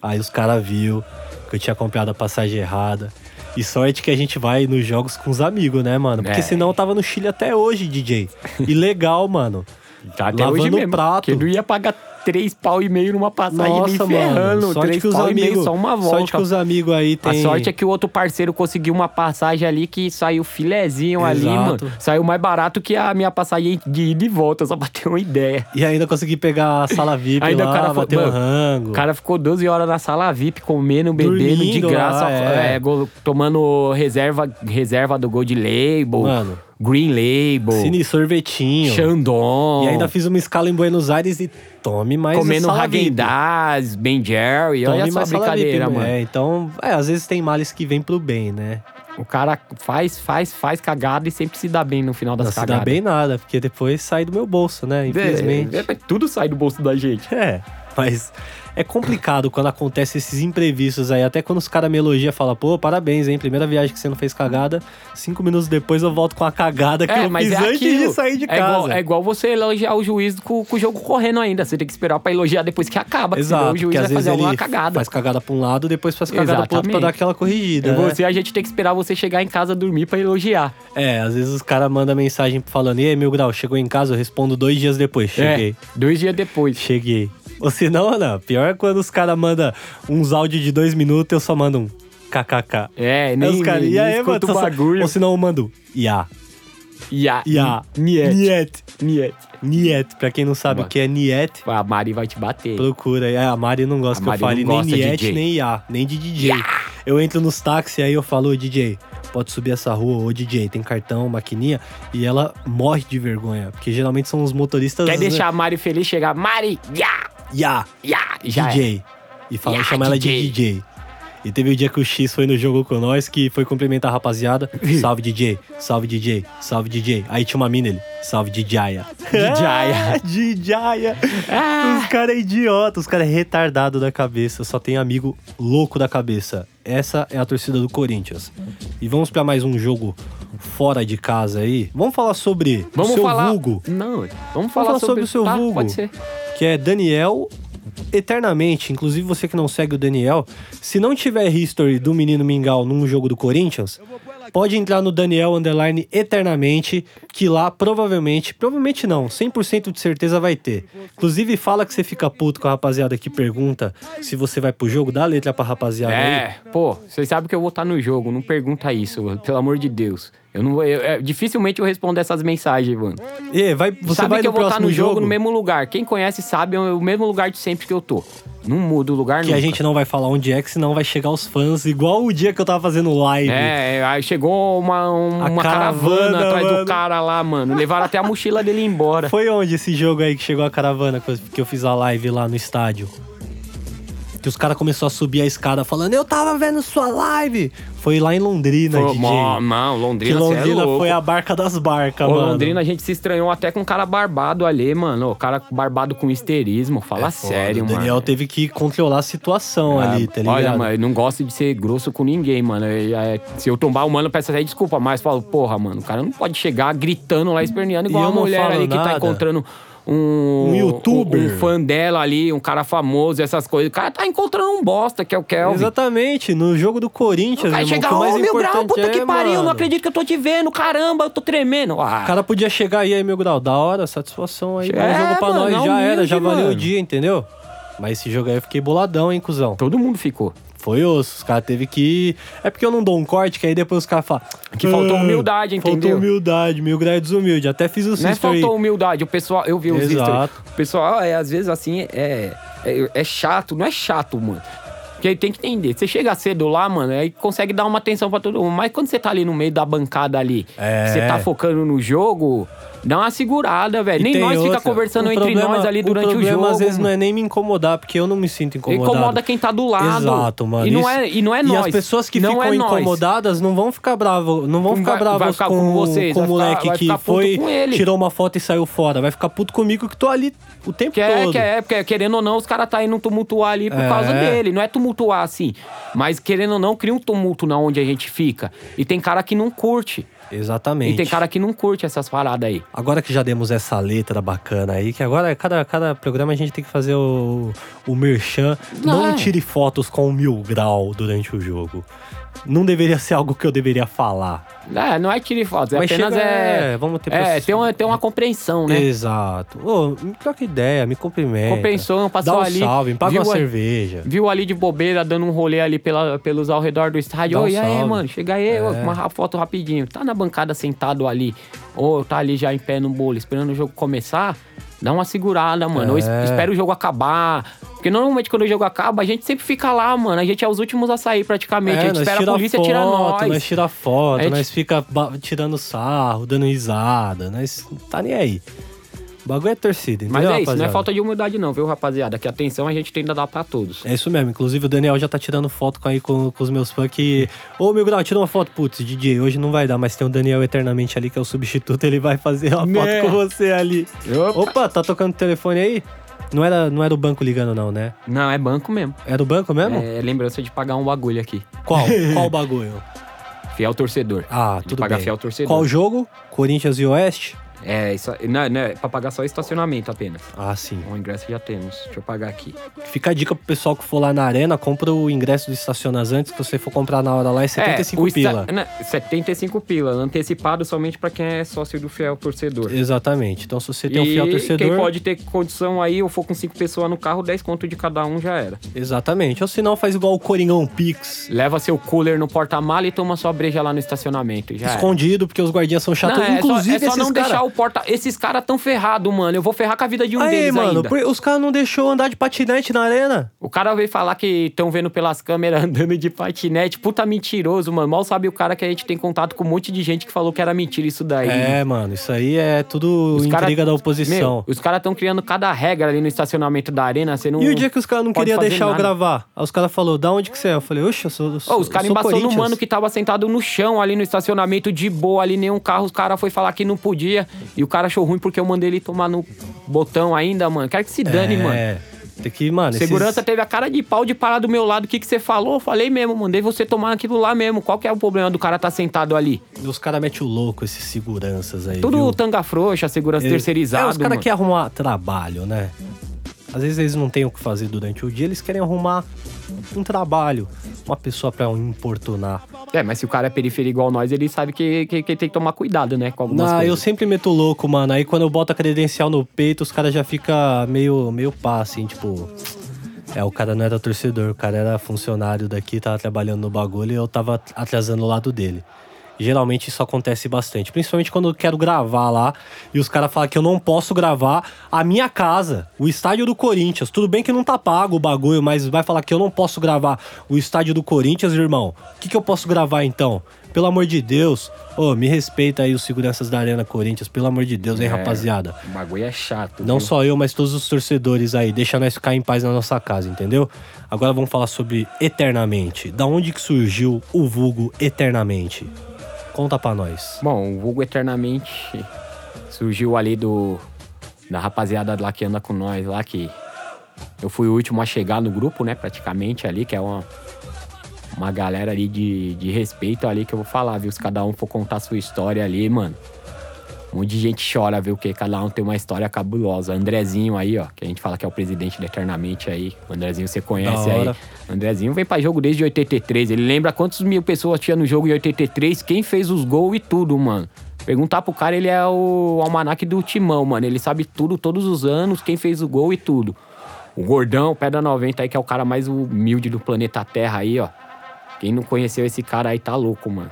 Speaker 2: Aí os caras viu que eu tinha comprado a passagem errada. E sorte que a gente vai nos jogos com os amigos, né, mano? Porque
Speaker 3: É.
Speaker 2: senão eu tava no Chile até hoje, DJ. E legal, mano.
Speaker 3: Tá até
Speaker 2: Lavando
Speaker 3: hoje mesmo.
Speaker 2: prato.
Speaker 3: Porque não ia pagar três pau e meio numa passagem
Speaker 2: Nossa,
Speaker 3: nem ferrando.
Speaker 2: mano. Sorte
Speaker 3: três
Speaker 2: que os
Speaker 3: pau e meio
Speaker 2: amigos.
Speaker 3: só uma volta.
Speaker 2: Sorte que os amigos aí tem.
Speaker 3: A sorte é que o outro parceiro conseguiu uma passagem ali que saiu filezinho ali,
Speaker 2: Exato.
Speaker 3: mano. Saiu mais barato que a minha passagem de ida e volta, só pra ter uma ideia.
Speaker 2: E ainda consegui pegar a sala VIP
Speaker 3: Ainda
Speaker 2: lá,
Speaker 3: o cara foi-
Speaker 2: bater um
Speaker 3: mano,
Speaker 2: rango.
Speaker 3: O cara ficou 12 horas na sala VIP, comendo, bebendo de
Speaker 2: Dormindo
Speaker 3: graça,
Speaker 2: lá, é.
Speaker 3: é, go- tomando reserva, reserva do Gold Label,
Speaker 2: Mano.
Speaker 3: Green Label,
Speaker 2: Cine sorvetinho.
Speaker 3: Xandon.
Speaker 2: E ainda fiz uma escala em Buenos Aires e tome mais a
Speaker 3: comendo
Speaker 2: sala VIP.
Speaker 3: Haagen-Dazs, Ben Jerry,
Speaker 2: Tome
Speaker 3: olha só a
Speaker 2: mais sala VIP,
Speaker 3: brincadeira, mano.
Speaker 2: É, então, é, às vezes tem males que vêm pro bem, né?
Speaker 3: O cara faz, faz, faz cagada e sempre se dá bem no final das
Speaker 2: Não se
Speaker 3: cagadas.
Speaker 2: dá bem nada, porque depois sai do meu bolso, né? Infelizmente.
Speaker 3: É, é, tudo sai do bolso da gente.
Speaker 2: [laughs] É, mas é complicado quando acontece esses imprevistos aí. Até quando os caras me elogiam, fala, pô, parabéns, hein? Primeira viagem que você não fez cagada. Cinco minutos depois eu volto com a cagada que eu fiz antes de sair de
Speaker 3: é igual,
Speaker 2: casa.
Speaker 3: é igual você elogiar o juiz com, com o jogo correndo ainda. Você tem que esperar pra elogiar depois que acaba. que senão
Speaker 2: Exato,
Speaker 3: o juiz
Speaker 2: porque
Speaker 3: vai
Speaker 2: às vezes
Speaker 3: fazer alguma
Speaker 2: ele
Speaker 3: cagada.
Speaker 2: faz cagada pra um lado, depois faz cagada pro outro pra
Speaker 3: Exatamente.
Speaker 2: dar aquela corrigida.
Speaker 3: E
Speaker 2: né?
Speaker 3: você, a gente tem que esperar você chegar em casa dormir pra elogiar.
Speaker 2: É, às vezes os caras mandam mensagem falando, e aí, Mil Grau, chegou em casa? Eu respondo dois dias depois, cheguei.
Speaker 3: É, dois dias depois.
Speaker 2: Cheguei. Ou se não, não. Pior é quando os caras mandam uns áudios de dois minutos, eu só mando um kkk.
Speaker 3: É,
Speaker 2: Aí
Speaker 3: nem,
Speaker 2: os caras,
Speaker 3: nem
Speaker 2: e aí, mano, tá
Speaker 3: escuta
Speaker 2: só-
Speaker 3: o
Speaker 2: só-
Speaker 3: bagulho.
Speaker 2: ou se não, eu mando, ia,
Speaker 3: Ia,
Speaker 2: ia,
Speaker 3: Niet.
Speaker 2: niet,
Speaker 3: Niet.
Speaker 2: niet. Pra quem não sabe
Speaker 3: Boa.
Speaker 2: o que é niet,
Speaker 3: é, tipo, A Mari vai te bater.
Speaker 2: procura. aí. É, a Mari não gosta
Speaker 3: A
Speaker 2: que eu
Speaker 3: Mari não
Speaker 2: fale nem
Speaker 3: gosta de
Speaker 2: niet,
Speaker 3: DJ.
Speaker 2: nem ia, nem de DJ. Eu entro nos táxis, aí eu falo, ô DJ, pode subir essa rua, ô DJ, tem cartão, maquininha. E ela morre de vergonha, porque geralmente são os motoristas... né?
Speaker 3: Quer deixar a Mari feliz? Chegar, Mari, ia,
Speaker 2: Ia,
Speaker 3: ia, já é.
Speaker 2: DJ. E fala,
Speaker 3: Ya,
Speaker 2: chama ela de
Speaker 3: DJ.
Speaker 2: DJ. E teve o dia que o X foi no jogo com nós, que foi cumprimentar a rapaziada. Salve DJ, salve DJ, salve DJ. Aí tinha uma mina ele, salve DJaya. [laughs]
Speaker 3: Djaia. [laughs]
Speaker 2: DJaya.
Speaker 3: Ah.
Speaker 2: Os caras é idiota, os caras é retardado da cabeça. Só tem amigo louco da cabeça. Essa é a torcida do Corinthians. E vamos pra mais um jogo fora de casa aí. Vamos falar sobre o
Speaker 3: Vamos
Speaker 2: seu
Speaker 3: falar.
Speaker 2: vulgo.
Speaker 3: Não, vamos falar,
Speaker 2: falar sobre o seu
Speaker 3: tá,
Speaker 2: vulgo.
Speaker 3: Pode ser.
Speaker 2: que é Daniel Eternamente. Inclusive, você que não segue o Daniel, se não tiver history do menino Mingau num jogo do Corinthians, pode entrar no Daniel Underline Eternamente, que lá provavelmente, provavelmente não, 100% de certeza vai ter. Inclusive, fala que você fica puto com a rapaziada que pergunta se você vai pro jogo, dá a letra pra rapaziada aí.
Speaker 3: É, pô, vocês sabem que eu vou estar no jogo, não pergunta isso, mano, pelo amor de Deus. Eu não vou. eu- é, dificilmente eu respondo essas mensagens, mano.
Speaker 2: E É, vai, você
Speaker 3: Sabe
Speaker 2: vai
Speaker 3: que
Speaker 2: no
Speaker 3: eu vou estar
Speaker 2: próximo
Speaker 3: no jogo,
Speaker 2: jogo
Speaker 3: no mesmo lugar. Quem conhece sabe, é o mesmo lugar de sempre que eu tô. Não mudo o lugar,
Speaker 2: que
Speaker 3: nunca.
Speaker 2: a gente não vai falar onde é, que senão vai chegar os fãs, igual o dia que eu tava fazendo live.
Speaker 3: É, aí chegou uma, um-
Speaker 2: A
Speaker 3: uma
Speaker 2: caravana,
Speaker 3: caravana, atrás
Speaker 2: mano.
Speaker 3: do cara lá, mano. Levaram até a mochila dele embora.
Speaker 2: Foi onde esse jogo aí que chegou a caravana que eu- que eu fiz a live lá no estádio? Que os caras começaram a subir a escada falando, eu tava vendo sua live! Foi lá em Londrina,
Speaker 3: Foi-
Speaker 2: DJ.
Speaker 3: Mó- Não,
Speaker 2: que
Speaker 3: Londrina, você é
Speaker 2: Londrina
Speaker 3: louco.
Speaker 2: foi a barca das barcas,
Speaker 3: Ô,
Speaker 2: mano.
Speaker 3: Londrina, a gente se estranhou até com um cara barbado ali, mano. O cara barbado com histerismo. Fala
Speaker 2: É Foda,
Speaker 3: sério,
Speaker 2: O
Speaker 3: é mano. É,
Speaker 2: Daniel teve que controlar a situação ali, tá ligado?
Speaker 3: Olha, mano, eu não gosto de ser grosso com ninguém, mano. Eu- é, se eu tombar o mano, peço até desculpa, mas falo, porra, mano, o cara não pode chegar gritando lá, esperneando,
Speaker 2: E
Speaker 3: igual
Speaker 2: eu
Speaker 3: a
Speaker 2: não
Speaker 3: mulher
Speaker 2: falo
Speaker 3: ali que
Speaker 2: nada.
Speaker 3: tá encontrando um.
Speaker 2: Um youtuber.
Speaker 3: Um, um fã dela ali, um cara famoso, essas coisas. O cara tá encontrando um bosta, que é o Kelvin.
Speaker 2: Então, Exatamente, no jogo do Corinthians,
Speaker 3: O cara
Speaker 2: irmão,
Speaker 3: chega,
Speaker 2: que o mais
Speaker 3: ô, meu
Speaker 2: importante
Speaker 3: grau, puta
Speaker 2: é,
Speaker 3: que pariu,
Speaker 2: mano.
Speaker 3: não acredito que eu tô te vendo, caramba, eu tô tremendo. Ah,
Speaker 2: O cara podia chegar aí, aí, meu grau, da hora, satisfação aí.
Speaker 3: É,
Speaker 2: dá um jogo pra
Speaker 3: mano,
Speaker 2: nós,
Speaker 3: é
Speaker 2: já era,
Speaker 3: humilde,
Speaker 2: já valeu o
Speaker 3: mano.
Speaker 2: dia, entendeu? Mas esse jogo aí eu fiquei boladão, hein, cuzão.
Speaker 3: todo mundo ficou.
Speaker 2: Foi osso, os caras teve que. É porque eu não dou um corte, que aí depois os caras falam.
Speaker 3: Que faltou
Speaker 2: "Ah,
Speaker 3: humildade, entendeu?"
Speaker 2: Faltou humildade, mil graus desumilde. Até fiz o
Speaker 3: Não é
Speaker 2: history.
Speaker 3: faltou humildade, o pessoal, eu vi os
Speaker 2: Exato.
Speaker 3: stories. O pessoal, é, às vezes assim, é, é, é chato, não é chato, mano. Porque aí tem que entender, você chega cedo lá, mano, aí consegue dar uma atenção pra todo mundo. Mas quando você tá ali no meio da bancada ali,
Speaker 2: É.
Speaker 3: você tá focando no jogo, dá uma segurada, velho.
Speaker 2: E
Speaker 3: Nem
Speaker 2: tem
Speaker 3: nós
Speaker 2: outra.
Speaker 3: fica conversando
Speaker 2: O
Speaker 3: entre
Speaker 2: problema-
Speaker 3: nós ali durante o,
Speaker 2: problema,
Speaker 3: jogo.
Speaker 2: às vezes
Speaker 3: mano.
Speaker 2: não é nem me incomodar, porque eu não me sinto incomodado.
Speaker 3: Incomoda quem tá do lado.
Speaker 2: Exato, mano.
Speaker 3: E não
Speaker 2: Isso-
Speaker 3: é- e não é
Speaker 2: E
Speaker 3: nós.
Speaker 2: as pessoas que
Speaker 3: Não
Speaker 2: ficam
Speaker 3: é nós.
Speaker 2: incomodadas não vão ficar bravas, não vão
Speaker 3: Não
Speaker 2: ficar
Speaker 3: vai-
Speaker 2: bravas
Speaker 3: vai ficar
Speaker 2: com,
Speaker 3: com vocês,
Speaker 2: com o
Speaker 3: vai ficar-
Speaker 2: moleque
Speaker 3: vai
Speaker 2: que
Speaker 3: ficar puto
Speaker 2: foi,
Speaker 3: com ele.
Speaker 2: tirou uma foto e saiu fora. Vai ficar puto comigo que tô ali o tempo
Speaker 3: Que é,
Speaker 2: todo.
Speaker 3: que é, porque querendo ou não, os caras tá indo tumultuar ali por
Speaker 2: É.
Speaker 3: causa dele. Não é tumultuar assim. Mas querendo ou não, cria um tumulto na onde a gente fica. E tem cara que não curte.
Speaker 2: Exatamente.
Speaker 3: E tem cara que não curte essas paradas aí.
Speaker 2: Agora que já demos essa letra bacana aí, que agora cada, cada programa a gente tem que fazer o, o merchan. Não,
Speaker 3: Não é.
Speaker 2: tire fotos com um mil grau durante o jogo. Não deveria ser algo que eu deveria falar.
Speaker 3: É, não é tire fotos, é
Speaker 2: Mas
Speaker 3: apenas
Speaker 2: chega,
Speaker 3: é.
Speaker 2: é, vamos ter É.
Speaker 3: É,
Speaker 2: processo.
Speaker 3: tem uma, tem uma compreensão, né?
Speaker 2: Exato. Ô, me troca ideia, me cumprimenta.
Speaker 3: Compensou, passou
Speaker 2: Dá um
Speaker 3: ali,
Speaker 2: salve, me paga
Speaker 3: viu
Speaker 2: uma
Speaker 3: a-
Speaker 2: cerveja.
Speaker 3: Viu ali de bobeira dando um rolê ali pela, pelos ao redor do estádio.
Speaker 2: Dá um
Speaker 3: Ô, e aí,
Speaker 2: salve. É.
Speaker 3: mano? Chega aí, ô, uma ra- foto rapidinho. Tá na bancada sentado ali, ou tá ali já em pé no bolo, esperando o jogo começar. Dá uma segurada, mano. Ou es-
Speaker 2: É.
Speaker 3: espera o jogo acabar. Porque normalmente quando o jogo acaba, a gente sempre fica lá, mano. A gente é os últimos a sair praticamente. a gente
Speaker 2: É, nós
Speaker 3: espera a
Speaker 2: tira
Speaker 3: polícia
Speaker 2: foto,
Speaker 3: tirar nós.
Speaker 2: Nós tira foto,
Speaker 3: A gente-
Speaker 2: nós fica ba- tirando sarro, dando risada. Nós não tá nem aí. O bagulho é torcida, entendeu,
Speaker 3: Mas é isso, não é
Speaker 2: rapaziada?
Speaker 3: falta de humildade, não, viu, rapaziada? Que atenção a gente tenta dar pra todos.
Speaker 2: É isso mesmo. Inclusive o Daniel já tá tirando foto com, aí com, com os meus fãs que. Ô, meu grau, tira uma foto. Putz, DJ, hoje não vai dar, mas tem o Daniel eternamente ali, que é o substituto, [laughs] ele vai fazer uma foto
Speaker 3: Né?
Speaker 2: com você ali.
Speaker 3: Opa.
Speaker 2: Opa, tá tocando o telefone aí? Não era, não era o banco ligando, não, né?
Speaker 3: Não, é banco mesmo.
Speaker 2: Era o banco mesmo?
Speaker 3: É lembrança de pagar um bagulho aqui. [laughs]
Speaker 2: Qual? Qual o bagulho?
Speaker 3: Fiel torcedor.
Speaker 2: Ah,
Speaker 3: De
Speaker 2: tudo
Speaker 3: pagar
Speaker 2: bem.
Speaker 3: fiel torcedor.
Speaker 2: Qual jogo? Corinthians e Oeste?
Speaker 3: É, isso não, não, é pra pagar só estacionamento apenas.
Speaker 2: Ah, sim.
Speaker 3: O ingresso já temos. Deixa eu pagar aqui.
Speaker 2: Fica a dica pro pessoal que for lá na arena, compra o ingresso do Estacionas antes, que você for comprar na hora lá é 75
Speaker 3: o esta-
Speaker 2: pila.
Speaker 3: né, 75 pila, antecipado somente pra quem é sócio do fiel torcedor.
Speaker 2: Exatamente. Então, se você tem um
Speaker 3: E
Speaker 2: fiel torcedor.
Speaker 3: quem pode ter condição aí, eu for com cinco pessoas no carro, 10 conto de cada um já era.
Speaker 2: Exatamente. Ou se não, faz igual o Coringão Pix.
Speaker 3: Leva seu cooler no porta-mala e toma sua breja lá no estacionamento. Já era.
Speaker 2: Escondido, porque os guardias são chatos.
Speaker 3: Não, é
Speaker 2: Tá Inclusive,
Speaker 3: só, é só
Speaker 2: esses
Speaker 3: não
Speaker 2: cara...
Speaker 3: deixar o porta. Esses caras tão ferrado, mano. Eu vou ferrar com a vida de um
Speaker 2: Aí,
Speaker 3: deles
Speaker 2: mano,
Speaker 3: ainda.
Speaker 2: por- os caras não deixou andar de patinete na arena.
Speaker 3: O cara veio falar que estão vendo pelas câmeras [laughs] andando de patinete. Puta mentiroso, mano. Mal sabe o cara que a gente tem contato com um monte de gente que falou que era mentira isso daí.
Speaker 2: É, mano, isso aí é tudo
Speaker 3: Os cara-
Speaker 2: intriga da oposição.
Speaker 3: Meu, os caras estão criando cada regra ali no estacionamento da arena. Você não.
Speaker 2: E o dia que os caras não
Speaker 3: pode
Speaker 2: queriam
Speaker 3: fazer
Speaker 2: deixar eu
Speaker 3: nada.
Speaker 2: gravar? Aí os caras falaram, da onde que você é? Eu falei, oxe, eu sou. eu
Speaker 3: Ô,
Speaker 2: sou-
Speaker 3: os caras
Speaker 2: eu sou
Speaker 3: embaçou no
Speaker 2: Corinthians."
Speaker 3: mano que tava sentado no chão ali no estacionamento de boa, ali nenhum carro. Os caras foi falar que não podia. E o cara achou ruim porque eu mandei ele tomar no botão ainda, mano. Quero que se dane,
Speaker 2: é,
Speaker 3: mano.
Speaker 2: Tem que, mano. esses-
Speaker 3: Segurança teve a cara de pau de parar do meu lado. O que, que você falou? Eu falei mesmo, mandei você tomar aquilo lá mesmo. Qual que é o problema do cara tá sentado ali?
Speaker 2: Os caras metem o louco, esses seguranças aí.
Speaker 3: Tudo
Speaker 2: viu?
Speaker 3: tanga frouxa, segurança
Speaker 2: Eles-
Speaker 3: terceirizada.
Speaker 2: É, os caras
Speaker 3: mano.
Speaker 2: querem arrumar trabalho, né? Às vezes eles não têm o que fazer durante o dia, eles querem arrumar um trabalho, uma pessoa pra importunar.
Speaker 3: É, mas se o cara é periferia igual nós, ele sabe que, que, que tem que tomar cuidado, né? Com algumas
Speaker 2: Ah, eu
Speaker 3: coisas.
Speaker 2: sempre meto louco, mano. Aí quando eu boto a credencial no peito, os caras já ficam meio, meio pá, assim, tipo. É, o cara não era torcedor, o cara era funcionário daqui, tava trabalhando no bagulho e eu tava atrasando o lado dele. Geralmente isso acontece bastante, principalmente quando eu quero gravar lá e os caras falam que eu não posso gravar a minha casa, o estádio do Corinthians. Tudo bem que não tá pago o bagulho, mas vai falar que eu não posso gravar o estádio do Corinthians, irmão. O que, que eu posso gravar então? Pelo amor de Deus, ô, me respeita aí os seguranças da Arena Corinthians, pelo amor de Deus, hein, rapaziada.
Speaker 3: O bagulho é chato.
Speaker 2: Não
Speaker 3: viu?
Speaker 2: só eu, mas todos os torcedores aí. Deixa nós ficar em paz na nossa casa, entendeu? Agora vamos falar sobre Eternamente. Da onde que surgiu o vulgo Eternamente? Conta pra nós.
Speaker 3: Bom, o vulgo eternamente surgiu ali do. Da rapaziada lá que anda com nós lá, que eu fui o último a chegar no grupo, né? Praticamente ali, que é uma. Uma galera ali de, de respeito ali que eu vou falar, viu? Se cada um for contar sua história ali, mano. Um monte de gente chora, viu? Porque cada um tem uma história cabulosa. Andrezinho aí, ó, que a gente fala que é o presidente do Eternamente aí. O Andrezinho você conhece
Speaker 2: Da
Speaker 3: aí.
Speaker 2: hora.
Speaker 3: Andrezinho vem pra jogo desde 83. Ele lembra quantos mil pessoas tinha no jogo em 83, quem fez os gols e tudo, mano. Perguntar pro cara, ele é o almanac do timão, mano. Ele sabe tudo, todos os anos, quem fez o gol e tudo. O gordão, Pedra 90 aí, que é o cara mais humilde do planeta Terra aí, ó. Quem não conheceu esse cara aí tá louco, mano.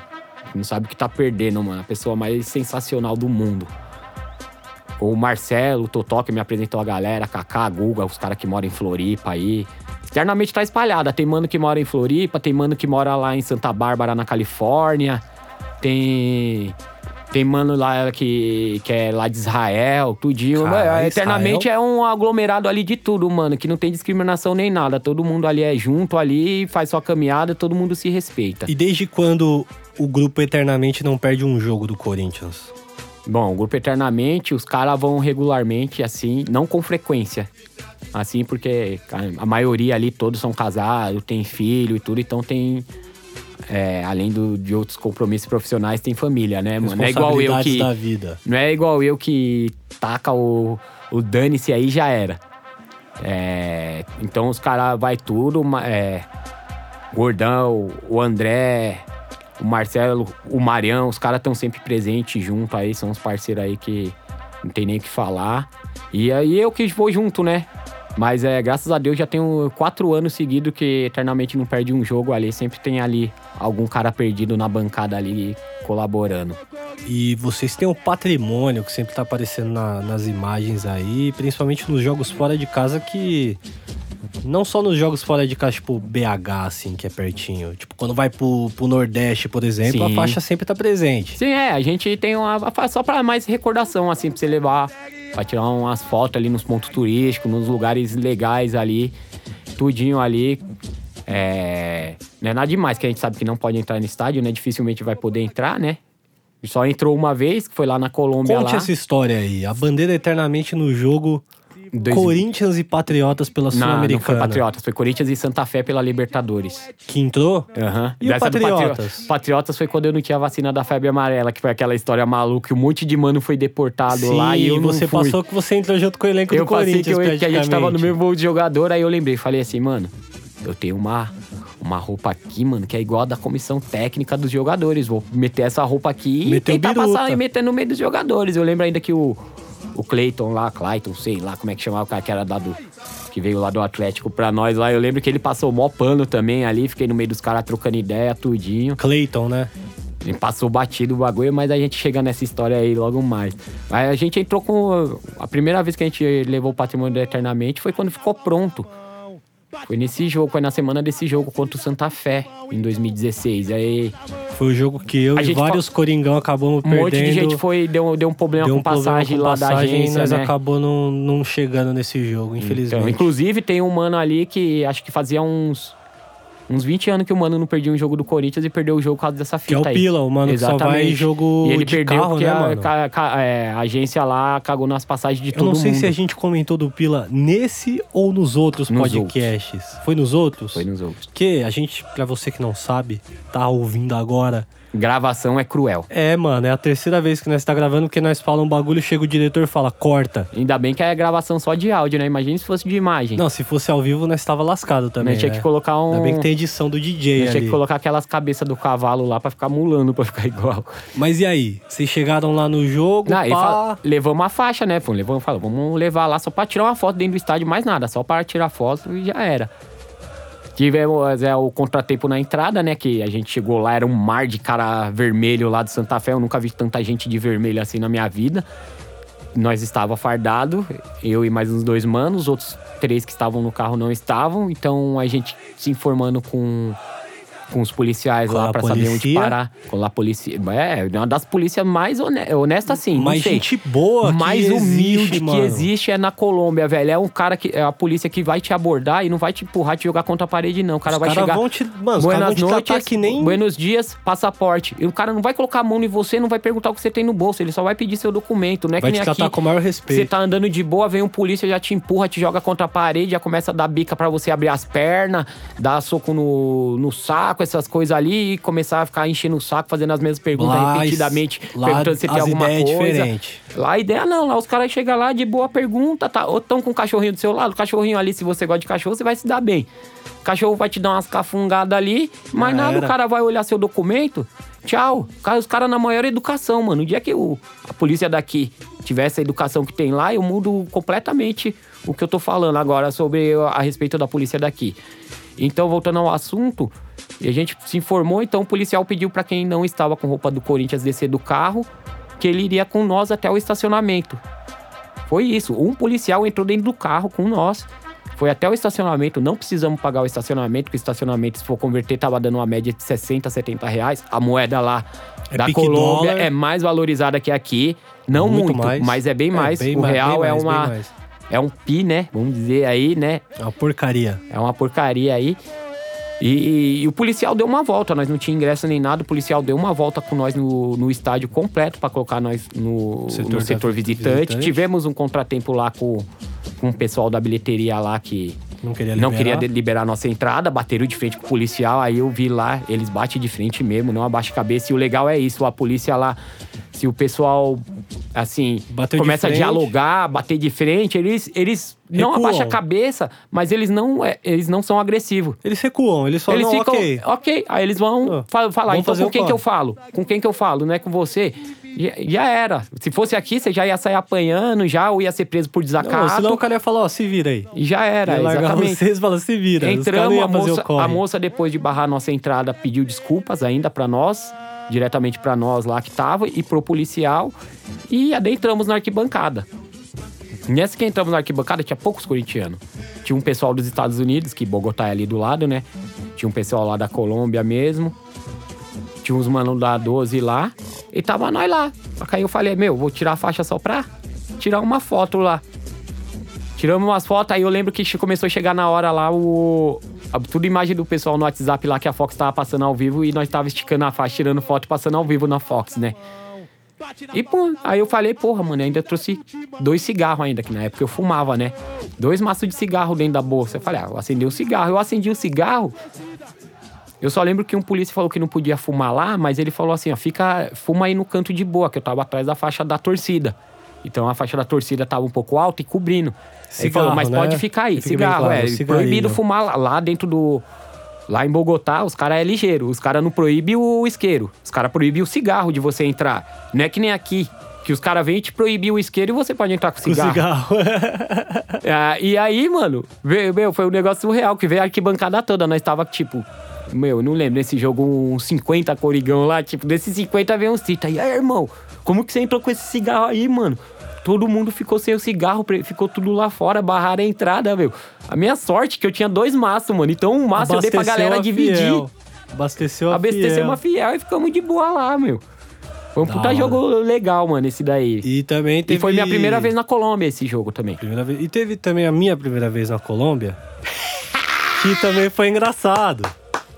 Speaker 3: Não sabe o que tá perdendo, mano. A pessoa mais sensacional do mundo. O Marcelo, o Totó, que me apresentou a galera, Kaká, Guga, os caras que moram em Floripa aí. Eternamente tá espalhada. Tem mano que mora em Floripa, tem mano que mora lá em Santa Bárbara, na Califórnia. Tem. Tem mano lá que, que é lá de Israel, tudinho.
Speaker 2: Caralho,
Speaker 3: Mano, Eternamente
Speaker 2: Israel?
Speaker 3: é um aglomerado ali de tudo, mano, que não tem discriminação nem nada. Todo mundo ali é junto ali, faz sua caminhada, todo mundo se respeita.
Speaker 2: E desde quando o grupo Eternamente não perde um jogo do Corinthians?
Speaker 3: Bom, o grupo Eternamente, os caras vão regularmente, assim, não com frequência. Assim, porque a- a maioria ali, todos são casados, tem filho e tudo, então tem. é, além do- de outros compromissos profissionais, tem família, né, mano? Não é igual eu
Speaker 2: Responsabilidades
Speaker 3: que.
Speaker 2: da vida.
Speaker 3: Não é igual eu que taca o, o dane-se aí já era. É, então os caras vai tudo, ma- é, Gordão, o André, o Marcelo, o Marião, os caras estão sempre presentes junto aí, são os parceiros aí que não tem nem o que falar. E aí eu que vou junto, né? Mas é, graças a Deus já tenho quatro anos seguidos que eternamente não perde um jogo ali, sempre tem ali algum cara perdido na bancada ali colaborando.
Speaker 2: E vocês têm um patrimônio que sempre tá aparecendo na- nas imagens aí, principalmente nos jogos fora de casa que. Não só nos jogos fora de casa, tipo BH, assim, que é pertinho. Tipo, quando vai pro, pro Nordeste, por exemplo, a
Speaker 3: Sim.
Speaker 2: faixa sempre tá presente.
Speaker 3: Sim, é, a gente tem uma. faz Só pra mais recordação, assim, pra você levar. Pra tirar umas fotos ali nos pontos turísticos, nos lugares legais ali. Tudinho ali. É. Não é nada demais, que a gente sabe que não pode entrar no estádio, né? Dificilmente vai poder entrar, né? Só entrou uma vez, que foi lá na Colômbia
Speaker 2: Conte
Speaker 3: lá.
Speaker 2: essa história aí. A bandeira eternamente no jogo
Speaker 3: Dois-
Speaker 2: Corinthians e Patriotas pela
Speaker 3: Não, não foi
Speaker 2: Sul-Americana.
Speaker 3: Patriotas, foi Corinthians e Santa Fé pela Libertadores.
Speaker 2: que entrou?
Speaker 3: Aham.
Speaker 2: E o
Speaker 3: Dessa do
Speaker 2: Patriotas?
Speaker 3: Patriotas foi quando eu não tinha vacina da febre amarela, que foi aquela história maluca, que um monte de mano foi deportado
Speaker 2: Sim,
Speaker 3: lá e eu não
Speaker 2: você
Speaker 3: fui.
Speaker 2: passou que você entrou junto com o elenco
Speaker 3: eu
Speaker 2: do
Speaker 3: passei que,
Speaker 2: Corinthians,
Speaker 3: eu- que a gente tava no
Speaker 2: praticamente.
Speaker 3: mesmo voo de jogador, aí eu lembrei, falei assim, mano, eu tenho uma, uma roupa aqui, mano, que é igual a da comissão técnica dos jogadores. Vou meter essa roupa aqui
Speaker 2: Meteu
Speaker 3: e tentar passar
Speaker 2: biruta.
Speaker 3: e meter no meio dos jogadores. Eu lembro ainda que o, o Clayton lá, Clayton, sei lá como é que chamava o cara que era da do. Que veio lá do Atlético pra nós lá. Eu lembro que ele passou mó pano também ali, fiquei no meio dos caras trocando ideia, tudinho.
Speaker 2: Clayton, né?
Speaker 3: Ele passou batido o bagulho, mas a gente chega nessa história aí logo mais. Aí a gente entrou com. A primeira vez que a gente levou o patrimônio do eternamente foi quando ficou pronto. Foi nesse jogo, foi na semana desse jogo contra o Santa Fé, em 2016. Aí
Speaker 2: Foi o jogo que eu
Speaker 3: A
Speaker 2: e
Speaker 3: gente
Speaker 2: vários Coringão acabamos
Speaker 3: um
Speaker 2: perdendo.
Speaker 3: monte de gente foi, deu, deu um problema
Speaker 2: deu
Speaker 3: com
Speaker 2: um problema
Speaker 3: passagem
Speaker 2: com
Speaker 3: lá
Speaker 2: passagem
Speaker 3: da agência.
Speaker 2: e nós
Speaker 3: né?
Speaker 2: acabou não, não chegando nesse jogo, infelizmente.
Speaker 3: Então, inclusive, tem um mano ali que acho que fazia uns. Uns 20 anos que o mano não perdia um jogo do Corinthians e perdeu o jogo por causa dessa
Speaker 2: Que
Speaker 3: fita
Speaker 2: é o
Speaker 3: aí.
Speaker 2: Pila, o mano que só vai em jogo
Speaker 3: E ele
Speaker 2: de
Speaker 3: perdeu
Speaker 2: carro,
Speaker 3: porque
Speaker 2: né,
Speaker 3: a,
Speaker 2: mano?
Speaker 3: ca- ca- é, a agência lá cagou nas passagens de
Speaker 2: eu
Speaker 3: todo
Speaker 2: não sei
Speaker 3: mundo.
Speaker 2: se a gente comentou do Pila nesse ou nos outros
Speaker 3: Nos
Speaker 2: podcasts. Foi nos outros?
Speaker 3: Foi nos outros.
Speaker 2: Que a gente, pra você que não sabe, tá ouvindo agora.
Speaker 3: Gravação é cruel.
Speaker 2: É, mano, é a terceira vez que nós tá gravando porque nós falamos um bagulho, chega o diretor e fala, corta.
Speaker 3: Ainda bem que é gravação só de áudio, né? Imagina se fosse de imagem.
Speaker 2: Não, se fosse ao vivo, nós tava lascado
Speaker 3: a
Speaker 2: também.
Speaker 3: gente tinha
Speaker 2: né?
Speaker 3: que colocar um.
Speaker 2: Ainda bem que tem edição do
Speaker 3: a
Speaker 2: DJ
Speaker 3: gente tinha
Speaker 2: ali.
Speaker 3: que colocar aquelas cabeças do cavalo lá pra ficar mulando, pra ficar igual.
Speaker 2: Mas e aí? Vocês chegaram lá no jogo,
Speaker 3: Não, ele
Speaker 2: pá,
Speaker 3: fala- levamos a faixa, né? Pô, levamos, falou, vamos levar lá só pra tirar uma foto dentro do estádio, mais nada, só pra tirar foto e já era. Tivemos é, o contratempo na entrada, né? Que a gente chegou lá, era um mar de cara vermelho lá do Santa Fé. Eu nunca vi tanta gente de vermelho assim na minha vida. Nós estava fardado, eu e mais uns dois manos, os outros três que estavam no carro não estavam. Então a gente se informando com, com os policiais
Speaker 2: Com a
Speaker 3: lá pra saber onde
Speaker 2: polícia?
Speaker 3: parar. Com a polícia. É, uma das polícias mais hone- honesta, assim. não
Speaker 2: mais
Speaker 3: sei
Speaker 2: gente boa que
Speaker 3: mais
Speaker 2: existe,
Speaker 3: humilde
Speaker 2: mano.
Speaker 3: que existe é na Colômbia, velho. É um cara que. É a polícia que vai te abordar e não vai te empurrar, te jogar contra a parede, não. O cara
Speaker 2: Os
Speaker 3: vai
Speaker 2: cara
Speaker 3: chegar.
Speaker 2: vão te- mano, os cara vão te tratar que nem-
Speaker 3: Buenos dias, passaporte. E o cara não vai colocar a mão em você, não vai perguntar o que você tem no bolso. Ele só vai pedir seu documento. Não é
Speaker 2: Vai
Speaker 3: que
Speaker 2: te
Speaker 3: nem
Speaker 2: tratar
Speaker 3: aqui.
Speaker 2: com o maior
Speaker 3: Você
Speaker 2: respeito.
Speaker 3: tá andando de boa, vem um polícia, já te empurra, te joga contra a parede, já começa a dar bica pra você abrir as pernas, dar soco no, no saco, essas coisas ali, e começar a ficar enchendo o saco, fazendo as mesmas perguntas repetidamente,
Speaker 2: lá
Speaker 3: perguntando se tem
Speaker 2: as
Speaker 3: alguma
Speaker 2: ideias
Speaker 3: coisa.
Speaker 2: é diferente.
Speaker 3: Lá a ideia não, lá os caras chegam lá de boa pergunta, tá? Ou tão com o cachorrinho do seu lado, o cachorrinho ali, se você gosta de cachorro, você vai se dar bem. O cachorro vai te dar umas cafungadas ali, mas
Speaker 2: Já
Speaker 3: nada,
Speaker 2: era.
Speaker 3: o cara vai olhar seu documento, tchau. Cara, Os caras na maior educação, mano. O dia que o, a polícia daqui tivesse a educação que tem lá, eu mudo completamente o que eu tô falando agora sobre a respeito da polícia daqui. Então, voltando ao assunto, a gente se informou, então o policial pediu para quem não estava com roupa do Corinthians descer do carro, que ele iria com nós até o estacionamento. Foi isso, um policial entrou dentro do carro com nós, foi até o estacionamento, não precisamos pagar o estacionamento, porque o estacionamento, se for converter, tava dando uma média de 60, 70 reais. A moeda lá
Speaker 2: É
Speaker 3: da
Speaker 2: pique
Speaker 3: Colômbia
Speaker 2: dólar.
Speaker 3: é mais valorizada que aqui. Não muito, mas é bem mais.
Speaker 2: bem
Speaker 3: o
Speaker 2: bem
Speaker 3: real é
Speaker 2: mais, bem
Speaker 3: uma.
Speaker 2: mais.
Speaker 3: É um pi, né? Vamos dizer aí, né?
Speaker 2: É uma porcaria.
Speaker 3: É uma porcaria aí. E, e- e o policial deu uma volta, nós não tinha ingresso nem nada. O policial deu uma volta com nós no, no estádio completo para colocar nós
Speaker 2: Setor
Speaker 3: no setor,
Speaker 2: da
Speaker 3: no setor visitante.
Speaker 2: visitante.
Speaker 3: Tivemos um contratempo lá com, com o pessoal da bilheteria lá que
Speaker 2: Não queria
Speaker 3: não
Speaker 2: liberar.
Speaker 3: queria de- liberar a nossa entrada, bateram de frente com o policial. Aí eu vi lá, eles batem de frente mesmo, não abaixa a cabeça. E o legal é isso, a polícia lá, se o pessoal, assim,
Speaker 2: Bateu de
Speaker 3: começa a
Speaker 2: frente.
Speaker 3: dialogar, bater de frente, eles, eles não
Speaker 2: Recuam.
Speaker 3: abaixam a cabeça, mas eles não, é, eles não são agressivos.
Speaker 2: Eles recuam, eles falam,
Speaker 3: eles
Speaker 2: não,
Speaker 3: ficam,
Speaker 2: ok.
Speaker 3: aí eles
Speaker 2: Ah,
Speaker 3: vão fa- falar,
Speaker 2: vamos
Speaker 3: então
Speaker 2: fazer
Speaker 3: com
Speaker 2: o
Speaker 3: quem que
Speaker 2: plano."
Speaker 3: eu falo? Com quem que eu falo, não é com você? Já, já era. Se fosse aqui, você já ia sair apanhando, já ou ia ser preso por
Speaker 2: Não,
Speaker 3: desacato.
Speaker 2: senão o cara ia falar, ó, se vira aí.
Speaker 3: E já era,
Speaker 2: ia largar
Speaker 3: exatamente.
Speaker 2: vocês e falar, se vira. Os caras não
Speaker 3: Entramos,
Speaker 2: iam
Speaker 3: a
Speaker 2: fazer
Speaker 3: moça,
Speaker 2: o corre.
Speaker 3: a moça, depois de barrar a nossa entrada, pediu desculpas ainda pra nós, diretamente pra nós lá que tava, e pro policial, e adentramos na arquibancada. Nessa que entramos na arquibancada, tinha poucos corintianos. Tinha um pessoal dos Estados Unidos, que Bogotá é ali do lado, né? Tinha um pessoal lá da Colômbia mesmo. Tinha uns mano da 12 lá. E tava nós lá. Só que aí eu falei, meu, vou tirar a faixa só pra tirar uma foto lá. Tiramos umas fotos, aí eu lembro que che- começou a chegar na hora lá o. a- Tudo imagem do pessoal no WhatsApp lá que a Fox tava passando ao vivo e nós tava esticando a faixa, tirando foto e passando ao vivo na Fox, né? E pô, aí eu falei, porra, mano, eu ainda trouxe dois cigarros ainda, que na época eu fumava, né? Dois maços de cigarro dentro da bolsa. Eu falei, ah, eu acendi um cigarro. Eu acendi um cigarro. Eu só lembro que um polícia falou que não podia fumar lá, mas ele falou assim, ó, fica, fuma aí no canto de boa, que eu tava atrás da faixa da torcida. Então a faixa da torcida tava um pouco alta e cobrindo. ele
Speaker 2: Cigarro,
Speaker 3: falou, mas
Speaker 2: né?
Speaker 3: pode ficar aí,
Speaker 2: Que fique bem
Speaker 3: cigarro,
Speaker 2: claro,
Speaker 3: é
Speaker 2: cigarrilho.
Speaker 3: proibido fumar lá, lá dentro do lá em Bogotá, os caras é ligeiro, os caras não proíbem o isqueiro, os caras proíbem o cigarro de você entrar. Não é que nem aqui, que os caras vêm e te proibem o isqueiro e você pode entrar com
Speaker 2: Com
Speaker 3: cigarro.
Speaker 2: cigarro.
Speaker 3: Ah, e aí, mano, veio- meu, foi um negócio surreal que veio a arquibancada toda. Nós tava, tipo, meu, não lembro, nesse jogo uns 50 corigão lá, tipo, desses 50 veio uns 30. E aí, irmão, como que você entrou com esse cigarro aí, mano? Todo mundo ficou sem o cigarro, pre- ficou tudo lá fora, barraram a entrada, meu. A minha sorte é que eu tinha dois maços, mano. Então um maço eu dei pra
Speaker 2: Abasteceu
Speaker 3: galera
Speaker 2: a
Speaker 3: dividir.
Speaker 2: Fiel. Abasteceu a
Speaker 3: Abasteceu
Speaker 2: Fiel.
Speaker 3: uma fiel e ficamos de boa lá, meu. Foi um
Speaker 2: Da
Speaker 3: puta
Speaker 2: hora.
Speaker 3: jogo legal, mano, esse daí. E,
Speaker 2: E também teve...
Speaker 3: foi minha primeira vez na Colômbia esse jogo também.
Speaker 2: Primeira vez- E teve também a minha primeira vez na Colômbia, que também foi engraçado.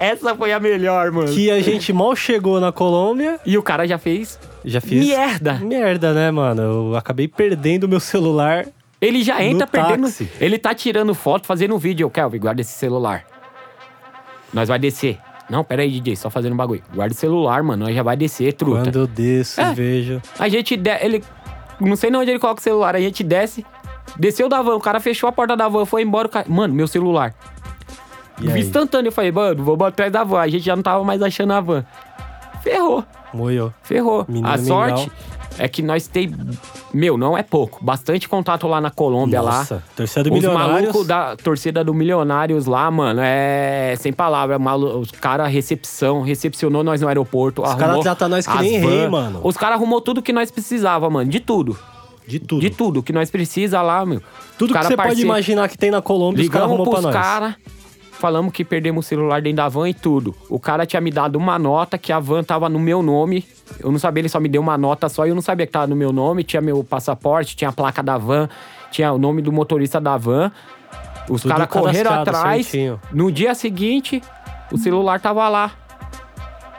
Speaker 3: Essa foi a melhor, mano.
Speaker 2: Que a gente mal chegou na Colômbia,
Speaker 3: E o cara já fez.
Speaker 2: já fiz...
Speaker 3: Merda!
Speaker 2: Merda, né, mano? Eu acabei perdendo meu celular.
Speaker 3: Ele já entra
Speaker 2: No
Speaker 3: perdendo.
Speaker 2: táxi.
Speaker 3: Ele tá tirando foto, fazendo um vídeo. Eu, Kelvin, guarda esse celular. Nós vai descer. Não, pera aí, DJ, só fazendo um bagulho. Guarda o celular, mano. Nós já vai descer, truta.
Speaker 2: Quando eu desço e
Speaker 3: É.
Speaker 2: vejo...
Speaker 3: A gente. De... Ele. Não sei não onde ele coloca o celular. A gente desce. Desceu da van, o cara fechou a porta da van, foi embora. o cara- Mano, meu celular.
Speaker 2: E aí?
Speaker 3: Instantâneo, eu falei, mano, vou atrás da van. A gente já não tava mais achando a van. Ferrou.
Speaker 2: Moiou.
Speaker 3: Ferrou.
Speaker 2: Menino
Speaker 3: a
Speaker 2: mingau.
Speaker 3: sorte é que nós tem. Meu, não é pouco. Bastante contato lá na Colômbia, lá.
Speaker 2: Nossa, torcida do
Speaker 3: Os
Speaker 2: Milionários.
Speaker 3: malucos da torcida do Milionários lá, mano, é sem palavra. Malu... Os cara recepção, recepcionou nós no aeroporto. Os
Speaker 2: cara trata nós que nem rei, mano.
Speaker 3: Os caras arrumou tudo que nós precisava, mano. De tudo.
Speaker 2: De tudo.
Speaker 3: De tudo que nós precisa lá, meu.
Speaker 2: Tudo
Speaker 3: Os
Speaker 2: que
Speaker 3: cara
Speaker 2: você pode
Speaker 3: parceiro-
Speaker 2: imaginar que tem na Colômbia, os caras
Speaker 3: Ligamos
Speaker 2: arrumam pra
Speaker 3: pros
Speaker 2: nós.
Speaker 3: caras, falamos que perdemos o celular dentro da van e tudo. O cara tinha me dado uma nota que a van tava no meu nome. Eu não sabia, ele só me deu uma nota só e eu não sabia que tava no meu nome. Tinha meu passaporte, tinha a placa da van, tinha o nome do motorista da van. Os
Speaker 2: Tudo
Speaker 3: caras correram
Speaker 2: cadastrado,
Speaker 3: atrás.
Speaker 2: certinho.
Speaker 3: No dia seguinte, o celular tava lá.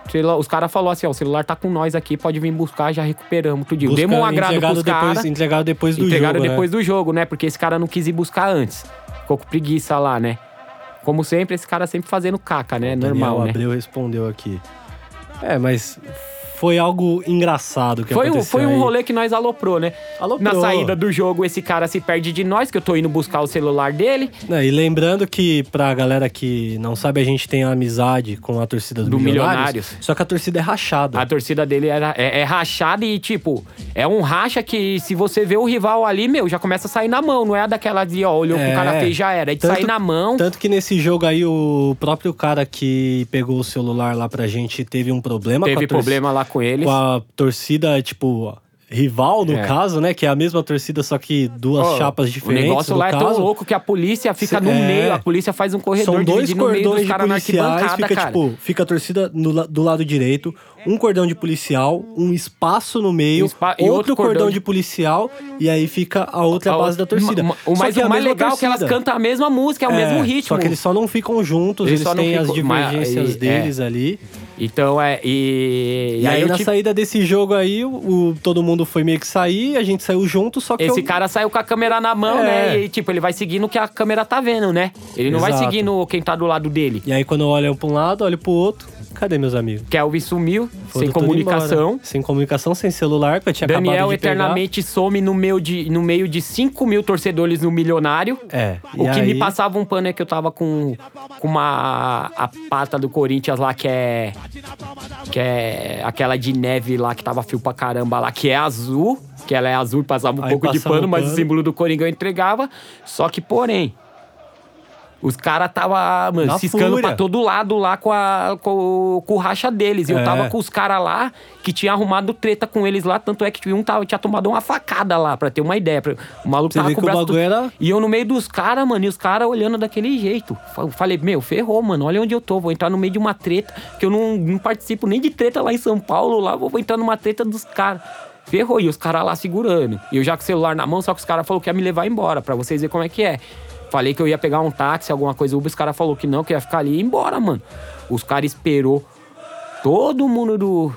Speaker 3: O celula- Os caras falaram assim, ó, o celular tá com nós aqui, pode vir buscar, já recuperamos tudinho.
Speaker 2: Busca-
Speaker 3: Demos um agrado
Speaker 2: entregado
Speaker 3: pros caras.
Speaker 2: depois, entregado depois do
Speaker 3: Entregaram
Speaker 2: jogo, né?
Speaker 3: depois do jogo, né? Porque esse cara não quis ir buscar antes. Ficou com preguiça lá, né? Como sempre, esse cara sempre fazendo caca, né?
Speaker 2: Daniel
Speaker 3: Normal, né?
Speaker 2: Abreu respondeu aqui. É, mas foi algo engraçado que
Speaker 3: Foi um,
Speaker 2: aconteceu.
Speaker 3: foi um
Speaker 2: aí.
Speaker 3: rolê que nós aloprou, né?
Speaker 2: Aloprou.
Speaker 3: Na saída do jogo, esse cara se perde de nós, que eu tô indo buscar o celular dele,
Speaker 2: Né, E lembrando que, pra galera que não sabe, a gente tem amizade com a torcida do,
Speaker 3: Do
Speaker 2: Milionários,
Speaker 3: Milionários.
Speaker 2: Só que a torcida é rachada.
Speaker 3: A torcida dele era, é, é rachada e, tipo, é um racha que se você vê o rival ali, meu, já começa a sair na mão. Não é daquela de, ó, olhou que
Speaker 2: É.
Speaker 3: o cara fez, já era. É de
Speaker 2: Tanto-
Speaker 3: sair na mão.
Speaker 2: Tanto que nesse jogo aí, o próprio cara que pegou o celular lá pra gente teve um problema com
Speaker 3: Teve
Speaker 2: a torci-
Speaker 3: problema lá com eles.
Speaker 2: Com a torcida, tipo, rival, no
Speaker 3: É.
Speaker 2: caso, né? Que é a mesma torcida, só que duas
Speaker 3: Ó,
Speaker 2: chapas diferentes.
Speaker 3: O negócio
Speaker 2: no
Speaker 3: lá é
Speaker 2: caso.
Speaker 3: tão louco que a polícia fica
Speaker 2: Cê-
Speaker 3: no
Speaker 2: é.
Speaker 3: meio, a polícia faz um corredor
Speaker 2: São dois
Speaker 3: dividindo no meio
Speaker 2: cordões
Speaker 3: dos
Speaker 2: de
Speaker 3: caras na
Speaker 2: policiais,
Speaker 3: arquibancada,
Speaker 2: fica
Speaker 3: cara.
Speaker 2: tipo, fica a torcida no la- do lado direito, um cordão de policial, um espaço no meio,
Speaker 3: Um espa- e
Speaker 2: outro,
Speaker 3: outro
Speaker 2: cordão,
Speaker 3: cordão
Speaker 2: de... policial, e aí fica é a outra
Speaker 3: A
Speaker 2: base da
Speaker 3: outra-
Speaker 2: torcida.
Speaker 3: ma- ma-
Speaker 2: Só
Speaker 3: Mas
Speaker 2: que é a
Speaker 3: o mais
Speaker 2: mesma
Speaker 3: legal é que elas
Speaker 2: torcida.
Speaker 3: cantam a mesma música, é o mesmo ritmo.
Speaker 2: Só que eles só não ficam juntos,
Speaker 3: Eles
Speaker 2: eles,
Speaker 3: só não
Speaker 2: têm as
Speaker 3: ficam- mas-
Speaker 2: divergências
Speaker 3: e-
Speaker 2: deles ali.
Speaker 3: Então é. E,
Speaker 2: E, aí,
Speaker 3: eu tipo,
Speaker 2: na
Speaker 3: tive-
Speaker 2: saída desse jogo aí, o, o- todo mundo foi meio que sair, a gente saiu junto, só que
Speaker 3: Esse
Speaker 2: eu-
Speaker 3: cara saiu com a câmera na mão,
Speaker 2: um É.
Speaker 3: né? E tipo, ele vai seguindo o que a câmera tá vendo, né? Ele não vai
Speaker 2: Exato.
Speaker 3: seguindo quem tá do lado dele.
Speaker 2: E aí quando eu olho pra um lado, olho pro outro, cadê meus amigos?
Speaker 3: Kelvin sumiu,
Speaker 2: Foram
Speaker 3: sem
Speaker 2: tudo
Speaker 3: comunicação.
Speaker 2: embora. Sem comunicação, sem celular, que eu tinha acabado
Speaker 3: Daniel
Speaker 2: de pegar.
Speaker 3: eternamente some no meio, de, no meio de 5 mil torcedores no milionário.
Speaker 2: É.
Speaker 3: O
Speaker 2: e
Speaker 3: que
Speaker 2: aí-
Speaker 3: me passava um pano é que eu tava com, com uma. a pata do Corinthians lá que é. Que é aquela de neve lá que tava fio pra caramba lá, que é azul. Que ela é azul e passava um
Speaker 2: Aí
Speaker 3: pouco de
Speaker 2: passava
Speaker 3: pano,
Speaker 2: o
Speaker 3: mas
Speaker 2: pano.
Speaker 3: o símbolo do Coringão entregava. Só que, porém. Os caras tava, mano,
Speaker 2: Na
Speaker 3: ciscando
Speaker 2: fúria.
Speaker 3: pra todo lado lá com, a, com, o- com o racha deles. E
Speaker 2: É.
Speaker 3: eu tava com os caras lá que tinha arrumado treta com eles lá. Tanto é que um tava, tinha tomado uma facada lá, pra ter uma ideia. Pra, o maluco
Speaker 2: Você
Speaker 3: tava
Speaker 2: vê
Speaker 3: com
Speaker 2: que o
Speaker 3: braço
Speaker 2: bagulho
Speaker 3: todo-
Speaker 2: era
Speaker 3: e eu no meio dos caras, mano, e os caras olhando daquele jeito. Fa- Falei, meu, ferrou, mano, olha onde eu tô. Vou entrar no meio de uma treta, que eu não, não participo nem de treta lá em São Paulo, lá vou vou entrar numa treta dos caras. Ferrou, e os caras lá segurando. E eu já com o celular na mão, só que os caras falaram que ia me levar embora, pra vocês verem como é que é. Falei que eu ia pegar um táxi, alguma coisa, Uber, os caras falaram que não, que ia ficar ali e ir embora, mano. Os caras esperou todo mundo do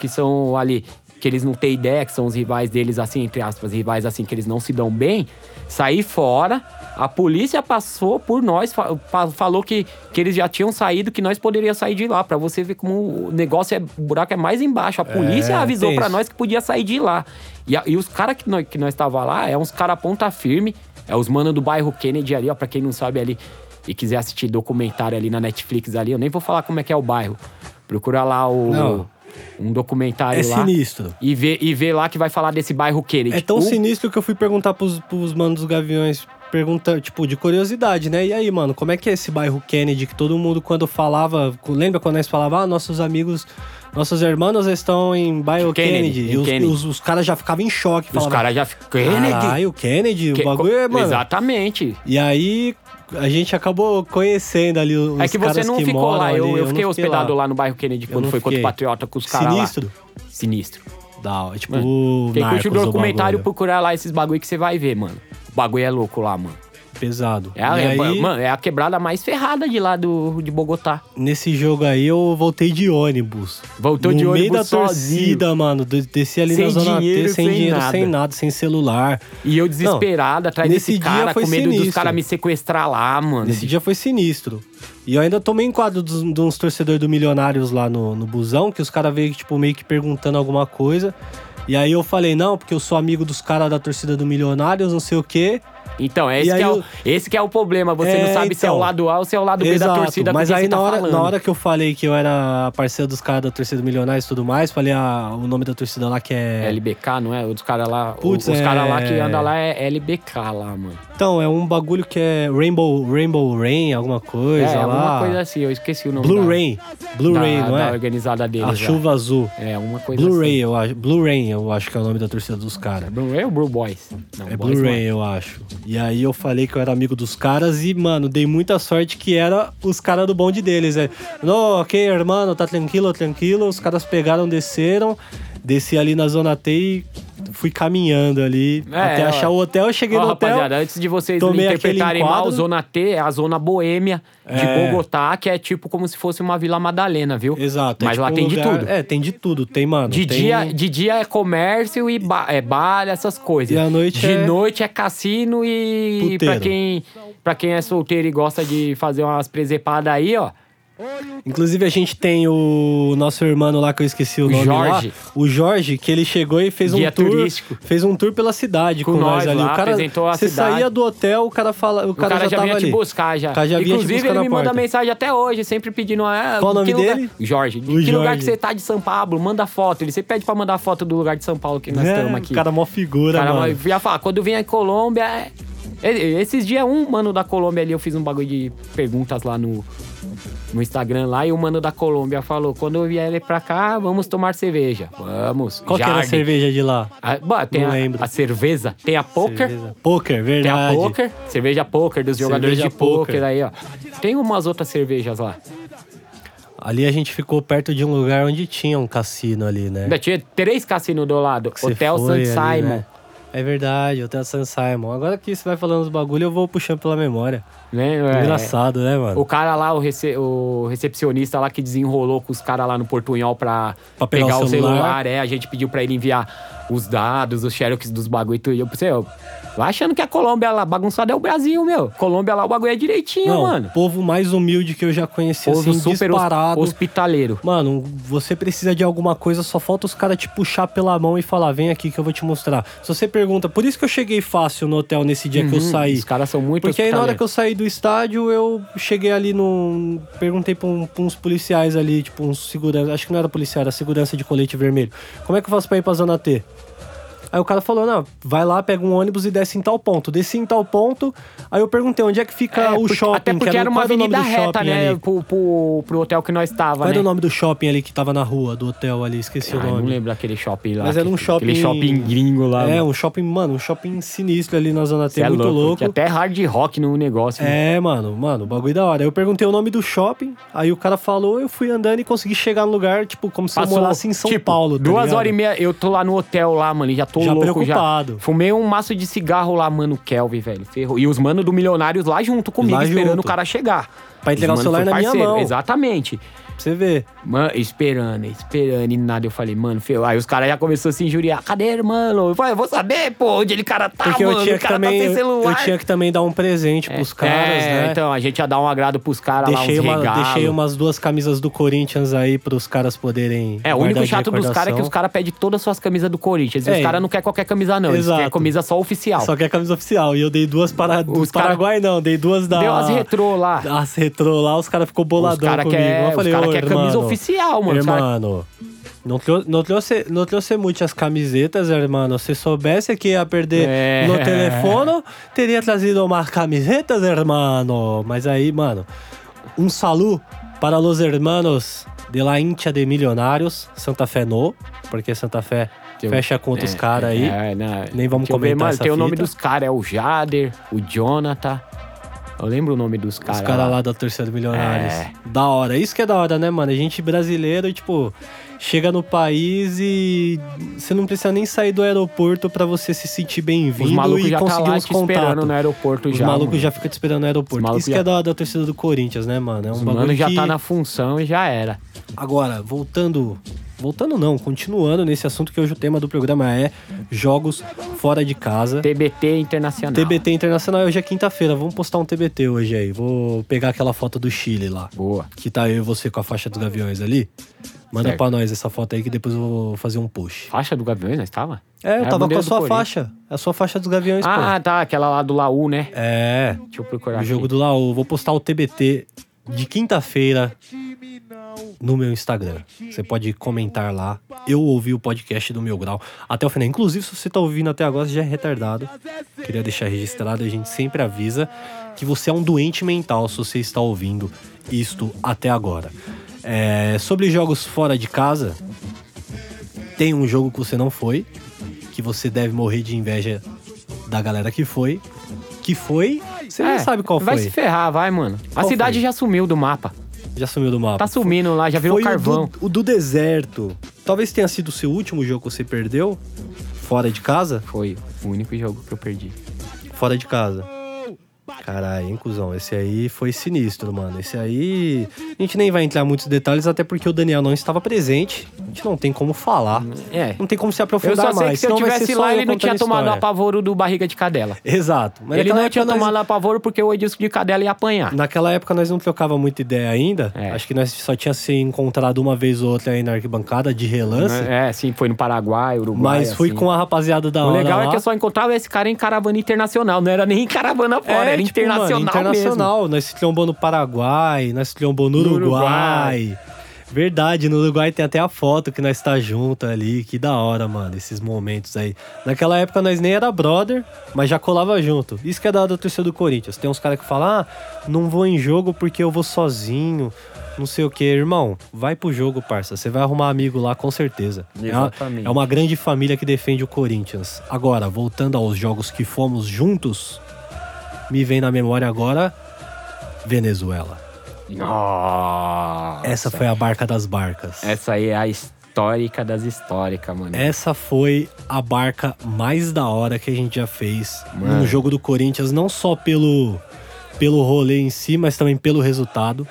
Speaker 3: que são ali que eles não têm ideia, que são os rivais deles assim, entre aspas, rivais assim que eles não se dão bem, sair fora. A polícia passou por nós, fa- fa- falou que, que eles já tinham saído, que nós poderíamos sair de lá, Pra você ver como o negócio é, o buraco é mais embaixo. A polícia avisou
Speaker 2: tenso.
Speaker 3: pra nós que podia sair de lá. E, a- e os caras que nós que nós tava lá, é uns cara ponta firme, é os mano do bairro Kennedy ali, ó, pra quem não sabe ali e quiser assistir documentário ali na Netflix ali, eu nem vou falar como é que é o bairro. Procura lá o
Speaker 2: Não.
Speaker 3: um documentário
Speaker 2: É
Speaker 3: lá
Speaker 2: sinistro.
Speaker 3: e vê e vê lá que vai falar desse bairro Kennedy.
Speaker 2: É tão
Speaker 3: O-
Speaker 2: sinistro que eu fui perguntar pros, pros manos dos Gaviões, perguntando, tipo, de curiosidade, né? E aí, mano, como é que é esse bairro Kennedy que todo mundo, quando falava, lembra quando nós falava, ah, nossos amigos, nossos irmãos estão em bairro Kennedy?
Speaker 3: Kennedy,
Speaker 2: E
Speaker 3: em
Speaker 2: os,
Speaker 3: Kennedy.
Speaker 2: os- os caras já ficavam em choque,
Speaker 3: Os
Speaker 2: falavam,
Speaker 3: caras já ficam Kennedy.
Speaker 2: Caralho, o Kennedy,
Speaker 3: Que-
Speaker 2: o bagulho é, mano.
Speaker 3: Exatamente.
Speaker 2: E aí, a gente acabou conhecendo ali os
Speaker 3: É que você
Speaker 2: caras
Speaker 3: não
Speaker 2: que
Speaker 3: ficou
Speaker 2: moram
Speaker 3: lá,
Speaker 2: ali,
Speaker 3: eu, eu
Speaker 2: não
Speaker 3: fiquei hospedado
Speaker 2: lá.
Speaker 3: lá. no bairro Kennedy
Speaker 2: Eu
Speaker 3: quando
Speaker 2: não
Speaker 3: foi contra o
Speaker 2: fiquei.
Speaker 3: Patriota com os caras lá.
Speaker 2: Sinistro?
Speaker 3: Sinistro.
Speaker 2: Da hora, tipo,
Speaker 3: Mano, Quem curte o
Speaker 2: Narcos,
Speaker 3: documentário,
Speaker 2: bagulho.
Speaker 3: procurar lá esses bagulho que você vai ver, mano. O bagulho é louco lá, mano.
Speaker 2: pesado.
Speaker 3: É a,
Speaker 2: e
Speaker 3: é-
Speaker 2: aí,
Speaker 3: mano, é a quebrada mais ferrada de lá do, de Bogotá.
Speaker 2: nesse jogo aí eu voltei de ônibus.
Speaker 3: Voltou
Speaker 2: no
Speaker 3: de
Speaker 2: meio
Speaker 3: ônibus
Speaker 2: da torcida, mano. de- Desci ali
Speaker 3: Sem
Speaker 2: na zona
Speaker 3: dinheiro,
Speaker 2: T, sem,
Speaker 3: sem
Speaker 2: dinheiro,
Speaker 3: nada.
Speaker 2: sem nada, sem celular.
Speaker 3: E eu desesperado atrás
Speaker 2: nesse
Speaker 3: desse
Speaker 2: dia
Speaker 3: cara,
Speaker 2: foi
Speaker 3: com medo dos
Speaker 2: sinistro.
Speaker 3: caras me sequestrar lá, mano.
Speaker 2: Esse dia foi sinistro. E eu ainda tomei enquadro dos- de uns torcedores do Milionários lá no, no busão, que os caras veio, tipo, meio que perguntando alguma coisa. E aí eu falei, não, porque eu sou amigo dos caras da torcida do Milionários, não sei o quê.
Speaker 3: Então,
Speaker 2: E
Speaker 3: esse,
Speaker 2: aí
Speaker 3: que é o,
Speaker 2: eu-
Speaker 3: esse que é o problema. Você
Speaker 2: É,
Speaker 3: não sabe se é o
Speaker 2: então.
Speaker 3: lado A ou se é o lado B da torcida
Speaker 2: mas
Speaker 3: com quem
Speaker 2: aí
Speaker 3: você
Speaker 2: na,
Speaker 3: tá
Speaker 2: hora,
Speaker 3: falando.
Speaker 2: na hora que eu falei que eu era parceiro dos caras da torcida do Milionários e tudo mais, falei ah, o nome da torcida lá que é...
Speaker 3: LBK, não é? Os caras lá.
Speaker 2: Putz,
Speaker 3: os caras lá
Speaker 2: é-
Speaker 3: que andam lá é LBK lá, mano.
Speaker 2: Então, é um bagulho que é Rainbow, Rainbow Rain, alguma coisa
Speaker 3: é,
Speaker 2: lá.
Speaker 3: alguma coisa assim, eu esqueci o nome.
Speaker 2: Blue
Speaker 3: da-
Speaker 2: Rain, Blue
Speaker 3: da-
Speaker 2: Rain, não
Speaker 3: da
Speaker 2: é?
Speaker 3: organizada deles.
Speaker 2: A
Speaker 3: lá.
Speaker 2: chuva azul.
Speaker 3: É, uma coisa
Speaker 2: Blue
Speaker 3: assim.
Speaker 2: Ray, eu acho. Blue Rain, eu acho que é o nome da torcida dos caras.
Speaker 3: Blue Ray ou Blue Boys? Não,
Speaker 2: É
Speaker 3: Boys
Speaker 2: Blue
Speaker 3: não
Speaker 2: Ray, eu acho. E aí eu falei que eu era amigo dos caras e, mano, dei muita sorte que era os caras do bonde deles. É, não, ok, irmão, tá tranquilo, tranquilo. Os caras pegaram, desceram. Desci ali na zona T e fui caminhando ali
Speaker 3: É,
Speaker 2: até
Speaker 3: ó.
Speaker 2: achar o hotel. Eu Cheguei
Speaker 3: Ó,
Speaker 2: no hotel.
Speaker 3: rapaziada, antes de vocês me
Speaker 2: tomei aquele
Speaker 3: interpretarem
Speaker 2: enquadro.
Speaker 3: mal, Zona T é a zona boêmia de
Speaker 2: É.
Speaker 3: Bogotá, que é tipo como se fosse uma Vila Madalena, viu?
Speaker 2: Exato. é
Speaker 3: Mas
Speaker 2: tipo
Speaker 3: lá
Speaker 2: um
Speaker 3: tem de
Speaker 2: lugar-
Speaker 3: tudo.
Speaker 2: É, tem de tudo. Tem, mano.
Speaker 3: De,
Speaker 2: tem-
Speaker 3: dia, de dia é comércio e ba- é bar, essas coisas.
Speaker 2: E à noite
Speaker 3: de
Speaker 2: é-
Speaker 3: noite é cassino e
Speaker 2: Puteiro.
Speaker 3: pra quem, pra quem é solteiro e gosta de fazer umas presepadas aí, ó.
Speaker 2: Inclusive, a gente tem o nosso irmão lá, que eu esqueci o
Speaker 3: O
Speaker 2: nome
Speaker 3: Jorge.
Speaker 2: lá. O Jorge, que ele chegou e fez
Speaker 3: Guia
Speaker 2: um tour.
Speaker 3: turístico.
Speaker 2: Fez um tour pela cidade com,
Speaker 3: Com nós
Speaker 2: ali.
Speaker 3: lá,
Speaker 2: o cara,
Speaker 3: apresentou a
Speaker 2: você
Speaker 3: cidade.
Speaker 2: saía do hotel, o cara fala, o
Speaker 3: O cara,
Speaker 2: cara, já,
Speaker 3: já,
Speaker 2: tava
Speaker 3: vinha
Speaker 2: ali.
Speaker 3: te buscar já.
Speaker 2: O cara já vinha te
Speaker 3: Inclusive,
Speaker 2: buscar
Speaker 3: ele
Speaker 2: na
Speaker 3: me manda
Speaker 2: porta.
Speaker 3: mensagem até hoje, sempre pedindo. ah,
Speaker 2: Qual o
Speaker 3: que
Speaker 2: nome
Speaker 3: lugar-
Speaker 2: dele?
Speaker 3: Jorge. De
Speaker 2: O
Speaker 3: que lugar
Speaker 2: Jorge.
Speaker 3: que você tá de São Paulo? Manda foto. Ele sempre pede pra mandar foto do lugar de São Paulo que nós
Speaker 2: É,
Speaker 3: estamos aqui.
Speaker 2: O cara é mó figura,
Speaker 3: Cara,
Speaker 2: mano.
Speaker 3: mas já fala, quando vem a Colômbia. é- e- Esses dias, um mano da Colômbia ali, eu fiz um bagulho de perguntas lá no, no Instagram lá, e o mano da Colômbia falou: quando eu vier pra cá, vamos tomar cerveja. Vamos.
Speaker 2: Qual que era a
Speaker 3: Jardim.
Speaker 2: cerveja de lá?
Speaker 3: Ah, bah, tem
Speaker 2: Não
Speaker 3: a,
Speaker 2: lembro.
Speaker 3: a cerveja, tem a poker.
Speaker 2: Cerveja. Poker,
Speaker 3: Tem a
Speaker 2: verdade.
Speaker 3: poker, cerveja poker dos jogadores
Speaker 2: Cerveja
Speaker 3: de poker,
Speaker 2: poker.
Speaker 3: aí, ó. Tem umas outras cervejas lá.
Speaker 2: Ali a gente ficou perto de um lugar onde tinha um cassino ali, né?
Speaker 3: Ainda Tinha é três cassinos do lado.
Speaker 2: Você
Speaker 3: Hotel St.
Speaker 2: foi ali,
Speaker 3: Simon.
Speaker 2: né? É verdade, Hotel San Simon. Agora que você vai falando os bagulho, eu vou puxando pela memória.
Speaker 3: Né? É.
Speaker 2: Engraçado, né, mano?
Speaker 3: O cara lá, o, rece- o recepcionista lá que desenrolou com os caras lá no Portunhol pra,
Speaker 2: Pra pegar o celular.
Speaker 3: É, a gente pediu pra ele enviar os dados, os xerox dos bagulho e tudo. E eu pensei, eu tô achando que a Colômbia lá, bagunçada é o Brasil, meu. Colômbia lá, o bagulho é direitinho,
Speaker 2: Não,
Speaker 3: mano.
Speaker 2: povo mais humilde que eu já conheci,
Speaker 3: Povo
Speaker 2: assim,
Speaker 3: super hos-
Speaker 2: disparado.
Speaker 3: hospitaleiro.
Speaker 2: Mano, você precisa de alguma coisa, só falta os caras te puxar pela mão e falar, vem aqui que eu vou te mostrar. Se você pergunta, por isso que eu cheguei fácil no hotel nesse dia que eu saí.
Speaker 3: Uhum, Os caras são muito
Speaker 2: Porque aí na hora que
Speaker 3: hospitaleiros.
Speaker 2: eu saí do estádio, eu cheguei ali num. Perguntei pra, um- pra uns policiais ali, tipo, uns segurança. Acho que não era policial, era segurança de colete vermelho. Como é que eu faço pra ir pra Zona T? Aí o cara falou, não, vai lá, pega um ônibus e desce em tal ponto. Desci em tal ponto, aí eu perguntei, onde é que fica
Speaker 3: É,
Speaker 2: o
Speaker 3: porque-
Speaker 2: shopping?
Speaker 3: Até
Speaker 2: que
Speaker 3: porque era, uma
Speaker 2: qual o nome
Speaker 3: avenida
Speaker 2: do
Speaker 3: reta,
Speaker 2: shopping
Speaker 3: né?
Speaker 2: ali?
Speaker 3: Pro, pro- pro hotel que nós tava,
Speaker 2: Qual
Speaker 3: né?
Speaker 2: era o nome do shopping ali que tava na rua, do hotel ali? Esqueci
Speaker 3: Ah,
Speaker 2: o nome.
Speaker 3: não lembro daquele shopping lá.
Speaker 2: Mas era um
Speaker 3: que-
Speaker 2: shopping-
Speaker 3: Aquele shopping gringo lá.
Speaker 2: É,
Speaker 3: mano.
Speaker 2: um shopping, mano, um shopping sinistro ali na Zona T,
Speaker 3: Cê é
Speaker 2: muito
Speaker 3: louco.
Speaker 2: louco.
Speaker 3: Tinha até hard rock no negócio. né?
Speaker 2: É, mano, mano, bagulho da hora. Eu perguntei o nome do shopping, aí o cara falou, eu fui andando e consegui chegar no lugar, tipo, como se eu morasse em São
Speaker 3: tipo,
Speaker 2: Paulo. tá
Speaker 3: duas
Speaker 2: ligado?
Speaker 3: horas e meia, eu tô lá no hotel lá, mano, e já tô
Speaker 2: Já
Speaker 3: louco
Speaker 2: preocupado.
Speaker 3: já. Fumei um maço de cigarro lá, mano, Kelvin, velho. Ferrou. E os manos do Milionários lá junto comigo,
Speaker 2: Lá
Speaker 3: esperando
Speaker 2: junto.
Speaker 3: o cara chegar.
Speaker 2: Pra entregar
Speaker 3: Os
Speaker 2: o
Speaker 3: mano
Speaker 2: celular
Speaker 3: foi
Speaker 2: na minha
Speaker 3: parceiro,
Speaker 2: mão.
Speaker 3: Exatamente.
Speaker 2: Pra você ver.
Speaker 3: Mano, esperando, esperando e nada. Eu falei, mano, ferrou. Aí os caras já começaram a se injuriar. Cadê, mano? Eu falei, eu vou saber, pô, onde ele cara tá,
Speaker 2: Porque
Speaker 3: mano.
Speaker 2: eu tinha
Speaker 3: o
Speaker 2: que
Speaker 3: cara
Speaker 2: também.
Speaker 3: tá sem
Speaker 2: eu,
Speaker 3: celular.
Speaker 2: tinha que também dar um presente pros caras,
Speaker 3: é,
Speaker 2: né?
Speaker 3: então, a gente ia dar um agrado pros caras lá, uns
Speaker 2: deixei, uma-
Speaker 3: regalos.
Speaker 2: deixei umas duas camisas do Corinthians aí pros caras poderem.
Speaker 3: É,
Speaker 2: guardar
Speaker 3: o único
Speaker 2: de
Speaker 3: chato dos caras é que os
Speaker 2: recordação.
Speaker 3: caras pedem todas as suas camisas do Corinthians. E
Speaker 2: É,
Speaker 3: os caras não querem qualquer camisa, não. Eles querem
Speaker 2: exato.
Speaker 3: camisa só oficial.
Speaker 2: Só que é camisa oficial. E eu dei duas para, do
Speaker 3: Os cara-
Speaker 2: Paraguai, não. Dei duas da.
Speaker 3: Deu as retrô lá.
Speaker 2: As retrô lá, os caras ficou
Speaker 3: os
Speaker 2: boladão
Speaker 3: caras
Speaker 2: comigo.
Speaker 3: querem
Speaker 2: eu falei,
Speaker 3: cara
Speaker 2: "Ô,
Speaker 3: quer camisa
Speaker 2: irmão,
Speaker 3: oficial, mano. Os cara-
Speaker 2: Hermano, não trou- não trouxe, não trouxe muitas camisetas, hermano. Se soubesse que ia perder
Speaker 3: É.
Speaker 2: no telefone, teria trazido umas camisetas, hermano. Mas aí, mano, um salu para los hermanos de la hincha de milionários, Santa Fé no, porque Santa Fé
Speaker 3: Tem-
Speaker 2: fecha com outros caras aí.
Speaker 3: É, não.
Speaker 2: Nem vamos
Speaker 3: Deixa eu ver,
Speaker 2: comentar
Speaker 3: mano,
Speaker 2: essa
Speaker 3: Tem o nome
Speaker 2: fita.
Speaker 3: dos caras, é o Jader, o Jonathan. Eu lembro o nome dos caras.
Speaker 2: Os caras lá da torcida do Milionários.
Speaker 3: É.
Speaker 2: Da hora. Isso que é da hora, né, mano? A gente brasileiro, tipo, chega no país e você não precisa nem sair do aeroporto pra você se sentir
Speaker 3: Os
Speaker 2: bem-vindo
Speaker 3: malucos
Speaker 2: e
Speaker 3: já tá
Speaker 2: conseguir
Speaker 3: lá
Speaker 2: uns
Speaker 3: te esperando
Speaker 2: contatos.
Speaker 3: no aeroporto
Speaker 2: Os
Speaker 3: já.
Speaker 2: malucos
Speaker 3: mano.
Speaker 2: já ficam te esperando no aeroporto.
Speaker 3: malucos
Speaker 2: Isso que
Speaker 3: já-
Speaker 2: é da hora da torcida do Corinthians, né, mano? É um
Speaker 3: Os
Speaker 2: bagulho
Speaker 3: manos já
Speaker 2: que...
Speaker 3: tá na função e já era.
Speaker 2: Agora, voltando. Voltando não, continuando nesse assunto que hoje o tema do programa é jogos fora de casa.
Speaker 3: TBT Internacional.
Speaker 2: TBT Internacional hoje é quinta-feira, vamos postar um TBT hoje aí. Vou pegar aquela foto do Chile lá.
Speaker 3: Boa.
Speaker 2: Que tá eu e você com a faixa dos gaviões ali. Manda
Speaker 3: Certo.
Speaker 2: pra nós essa foto aí que depois eu vou fazer um push.
Speaker 3: Faixa do Gaviões, nós tava?
Speaker 2: É, eu
Speaker 3: Era
Speaker 2: tava com a
Speaker 3: bandeira do
Speaker 2: sua
Speaker 3: Corinthians.
Speaker 2: faixa. A sua faixa dos gaviões,
Speaker 3: Ah, tá, aquela lá do Laú, né?
Speaker 2: pô. É.
Speaker 3: Deixa eu procurar
Speaker 2: O
Speaker 3: aqui.
Speaker 2: jogo do Laú. Vou postar o TBT de quinta-feira no meu Instagram. Você pode comentar lá. Eu ouvi o podcast do meu grau até o final. Inclusive, se você tá ouvindo até agora, você já é retardado. Queria deixar registrado, a gente sempre avisa que você é um doente mental se você está ouvindo isto até agora. É, sobre jogos fora de casa, tem um jogo que você não foi, que você deve morrer de inveja da galera que foi. Que foi, você
Speaker 3: É,
Speaker 2: não sabe qual
Speaker 3: vai
Speaker 2: foi.
Speaker 3: Vai se ferrar, vai, mano.
Speaker 2: Qual
Speaker 3: a cidade
Speaker 2: foi?
Speaker 3: já sumiu do mapa.
Speaker 2: Já sumiu do mapa.
Speaker 3: Tá sumindo lá, já virou
Speaker 2: Foi o
Speaker 3: carvão.
Speaker 2: do- O, do deserto. Talvez tenha sido o seu último jogo que você perdeu fora de casa.
Speaker 3: Foi o único jogo que eu perdi.
Speaker 2: Fora de casa. Caralho, hein, cuzão? Esse aí foi sinistro, mano. Esse aí. A gente nem vai entrar em muitos detalhes, até porque o Daniel não estava presente. A gente não tem como falar.
Speaker 3: É.
Speaker 2: Não tem como se
Speaker 3: Eu
Speaker 2: aprofundar
Speaker 3: só sei
Speaker 2: mais.
Speaker 3: que se eu
Speaker 2: senão vai ser
Speaker 3: tivesse
Speaker 2: só
Speaker 3: lá,
Speaker 2: eu
Speaker 3: ele não
Speaker 2: contando
Speaker 3: tinha tomado
Speaker 2: história.
Speaker 3: apavoro do barriga de cadela.
Speaker 2: Exato. Mas
Speaker 3: ele
Speaker 2: naquela
Speaker 3: não tinha
Speaker 2: época nós-
Speaker 3: tomado apavoro porque o Edilson de cadela ia apanhar.
Speaker 2: Naquela época nós não trocava muita ideia ainda.
Speaker 3: É.
Speaker 2: Acho que nós só tinha se encontrado uma vez ou outra aí na arquibancada de relance.
Speaker 3: É, sim, foi no Paraguai, Uruguai.
Speaker 2: Mas fui
Speaker 3: assim.
Speaker 2: com a rapaziada da
Speaker 3: O
Speaker 2: hora.
Speaker 3: legal é que
Speaker 2: lá.
Speaker 3: eu só encontrava esse cara em caravana internacional. Não era nem em caravana fora, era
Speaker 2: tipo,
Speaker 3: internacional,
Speaker 2: mano, internacional. Nós se trombou no Paraguai, nós se trombou no
Speaker 3: No
Speaker 2: Uruguai. Verdade, no Uruguai tem até a foto que nós tá junto ali. Que da hora, mano, esses momentos aí. Naquela época nós nem era brother, mas já colava junto. Isso que é da hora do torcedor do Corinthians. Tem uns caras que falam, ah, não vou em jogo porque eu vou sozinho. Não sei o que, irmão. Vai pro jogo, parça. Você vai arrumar amigo lá com certeza. É uma-
Speaker 3: Exatamente.
Speaker 2: é uma grande família que defende o Corinthians. Agora, voltando aos jogos que fomos juntos, me vem na memória agora Venezuela.
Speaker 3: mesmo. Nossa.
Speaker 2: Essa foi a barca das barcas.
Speaker 3: Essa aí é a histórica das históricas, mano.
Speaker 2: Essa foi a barca mais da hora que a gente já fez
Speaker 3: Mano.
Speaker 2: no jogo do Corinthians, não só pelo pelo rolê em si, mas também pelo resultado.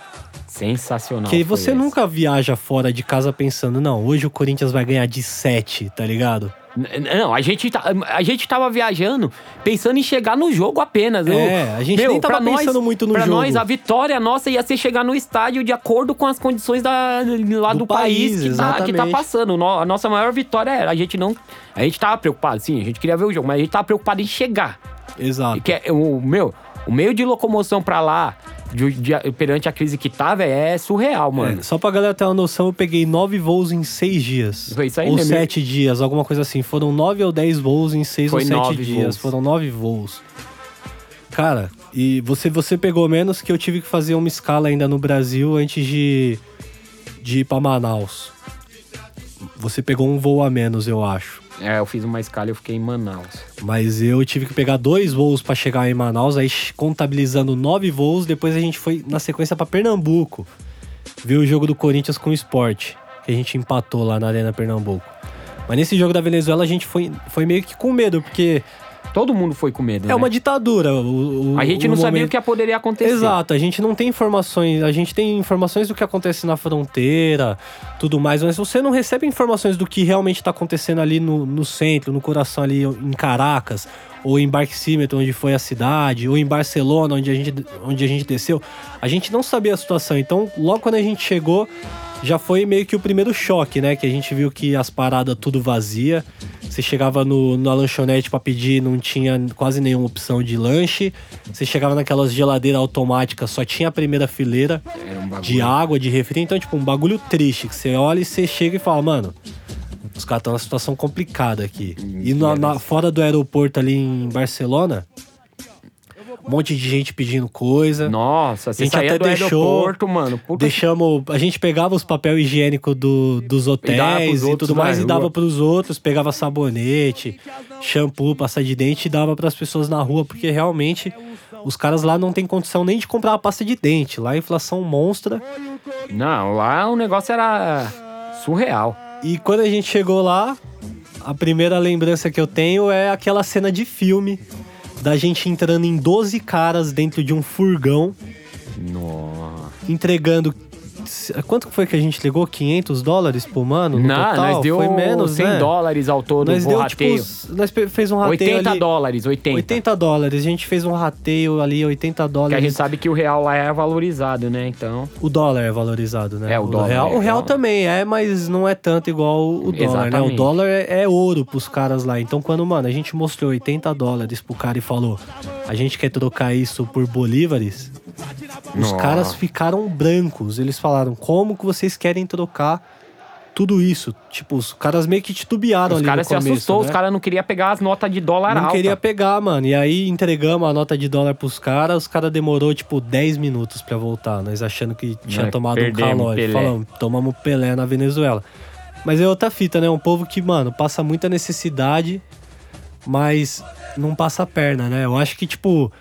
Speaker 3: Sensacional.
Speaker 2: Porque
Speaker 3: foi
Speaker 2: você
Speaker 3: essa.
Speaker 2: nunca viaja fora de casa pensando, não, hoje o Corinthians vai ganhar de 7, tá ligado?
Speaker 3: N- Não, a gente, tá- a gente tava viajando pensando em chegar no jogo apenas. Eu-
Speaker 2: É, a gente nem tava
Speaker 3: pra nós-
Speaker 2: pensando muito no
Speaker 3: pra
Speaker 2: jogo.
Speaker 3: nós, a vitória nossa ia ser chegar no estádio de acordo com as condições da, lá do,
Speaker 2: Do
Speaker 3: país,
Speaker 2: país,
Speaker 3: que, tá, que tá
Speaker 2: exatamente.
Speaker 3: passando. No- a nossa maior vitória era. A gente não. A gente tava preocupado, sim, a gente queria ver o jogo, mas a gente tava preocupado em chegar. E
Speaker 2: Exato.
Speaker 3: que é- o meu, o meio de locomoção pra lá, de- de- perante a crise que tava, é surreal, mano.
Speaker 2: É, só pra galera ter uma noção, eu peguei nove voos em seis dias.
Speaker 3: Foi isso aí
Speaker 2: ou
Speaker 3: mesmo.
Speaker 2: sete dias, alguma coisa assim. Foram nove ou dez voos em seis
Speaker 3: Foi
Speaker 2: ou sete
Speaker 3: nove
Speaker 2: dias.
Speaker 3: voos.
Speaker 2: Foram nove voos. Cara, e você, você pegou menos que eu tive que fazer uma escala ainda no Brasil antes de, de ir pra Manaus. Você pegou um voo a menos, eu acho.
Speaker 3: É, eu fiz uma escala e eu fiquei em Manaus.
Speaker 2: Mas eu tive que pegar dois voos pra chegar em Manaus, aí ch- contabilizando nove voos, depois a gente foi na sequência pra Pernambuco. Ver o jogo do Corinthians com o Sport, que a gente empatou lá na Arena Pernambuco. Mas nesse jogo da Venezuela a gente foi, foi meio que com medo, porque
Speaker 3: Todo mundo foi com medo.
Speaker 2: é uma
Speaker 3: né?
Speaker 2: ditadura. o- o-
Speaker 3: A gente não sabia o
Speaker 2: momento-
Speaker 3: que poderia acontecer.
Speaker 2: Exato, a gente não tem informações, a gente tem informações do que acontece na fronteira, tudo mais, mas você não recebe informações do que realmente tá acontecendo ali no, no centro, no coração ali em Caracas, ou em Barquisimeto, onde foi a cidade, ou em Barcelona, onde a gente, onde a gente desceu. A gente não sabia a situação, então logo quando a gente chegou, já foi meio que o primeiro choque, né? Que a gente viu que as paradas tudo vazia. Você chegava no, na lanchonete pra pedir, não tinha quase nenhuma opção de lanche. Você chegava naquelas geladeiras automáticas, só tinha a primeira fileira
Speaker 3: Era um bagulho.
Speaker 2: de água, de refri. Então, tipo, um bagulho triste que você olha e você chega e fala, mano. Os caras estão numa situação complicada aqui.
Speaker 3: Hum,
Speaker 2: E na- na- fora do aeroporto ali em Barcelona, um monte de gente pedindo coisa.
Speaker 3: Nossa,
Speaker 2: A
Speaker 3: você
Speaker 2: gente
Speaker 3: saía
Speaker 2: até
Speaker 3: do
Speaker 2: deixou-
Speaker 3: aeroporto, mano. Puta
Speaker 2: Deixamos, a gente pegava os papel higiênico do, dos
Speaker 3: dava pros
Speaker 2: hotéis e,
Speaker 3: outros
Speaker 2: tudo
Speaker 3: na
Speaker 2: mais e
Speaker 3: rua.
Speaker 2: dava pros outros, pegava sabonete, shampoo, pasta de dente e dava pras pessoas na rua, porque realmente os caras lá não tem condição nem de comprar uma pasta de dente, lá a inflação monstra.
Speaker 3: que- Não, lá o negócio era surreal.
Speaker 2: E quando a gente chegou lá, a primeira lembrança que eu tenho é aquela cena de filme da gente entrando em 12 caras dentro de um furgão
Speaker 3: Nossa.
Speaker 2: entregando. Quanto que foi que a gente ligou? 500 dólares por mano? No
Speaker 3: Não,
Speaker 2: total?
Speaker 3: nós deu
Speaker 2: foi menos,
Speaker 3: 100
Speaker 2: né?
Speaker 3: dólares ao todo
Speaker 2: Nós
Speaker 3: o
Speaker 2: deu,
Speaker 3: rateio.
Speaker 2: tipo, uns- nós pe- fez um rateio
Speaker 3: 80
Speaker 2: ali,
Speaker 3: dólares, 80.
Speaker 2: 80 dólares. A gente fez um rateio ali, 80
Speaker 3: Porque
Speaker 2: dólares.
Speaker 3: a gente sabe que o real lá é valorizado, né? Então,
Speaker 2: O dólar é valorizado, né?
Speaker 3: É, o dólar
Speaker 2: Real,
Speaker 3: é-
Speaker 2: o real também é, mas não é tanto igual o dólar, né? O
Speaker 3: Exatamente.
Speaker 2: dólar é, é ouro pros caras lá. Então, quando, mano, a gente mostrou 80 dólares pro cara e falou, a gente quer trocar isso por bolívares, os
Speaker 3: Nossa.
Speaker 2: caras ficaram brancos. Eles falaram, como que vocês querem trocar tudo isso? Tipo, os caras meio que titubearam
Speaker 3: os
Speaker 2: ali no
Speaker 3: caras se
Speaker 2: começo,
Speaker 3: assustou,
Speaker 2: né?
Speaker 3: os caras não queriam pegar as notas de dólar
Speaker 2: Não
Speaker 3: alta.
Speaker 2: queria pegar, mano. E aí entregamos a nota de dólar pros caras, os caras demorou tipo 10 minutos pra voltar, nós achando que tinha
Speaker 3: Nós
Speaker 2: tomado um
Speaker 3: É, perdemos
Speaker 2: calórico.
Speaker 3: Pelé.
Speaker 2: Falamos, tomamos Pelé na Venezuela. Mas é outra fita, né? Um povo que, mano, passa muita necessidade, mas não passa a perna, né? Eu acho que, tipo,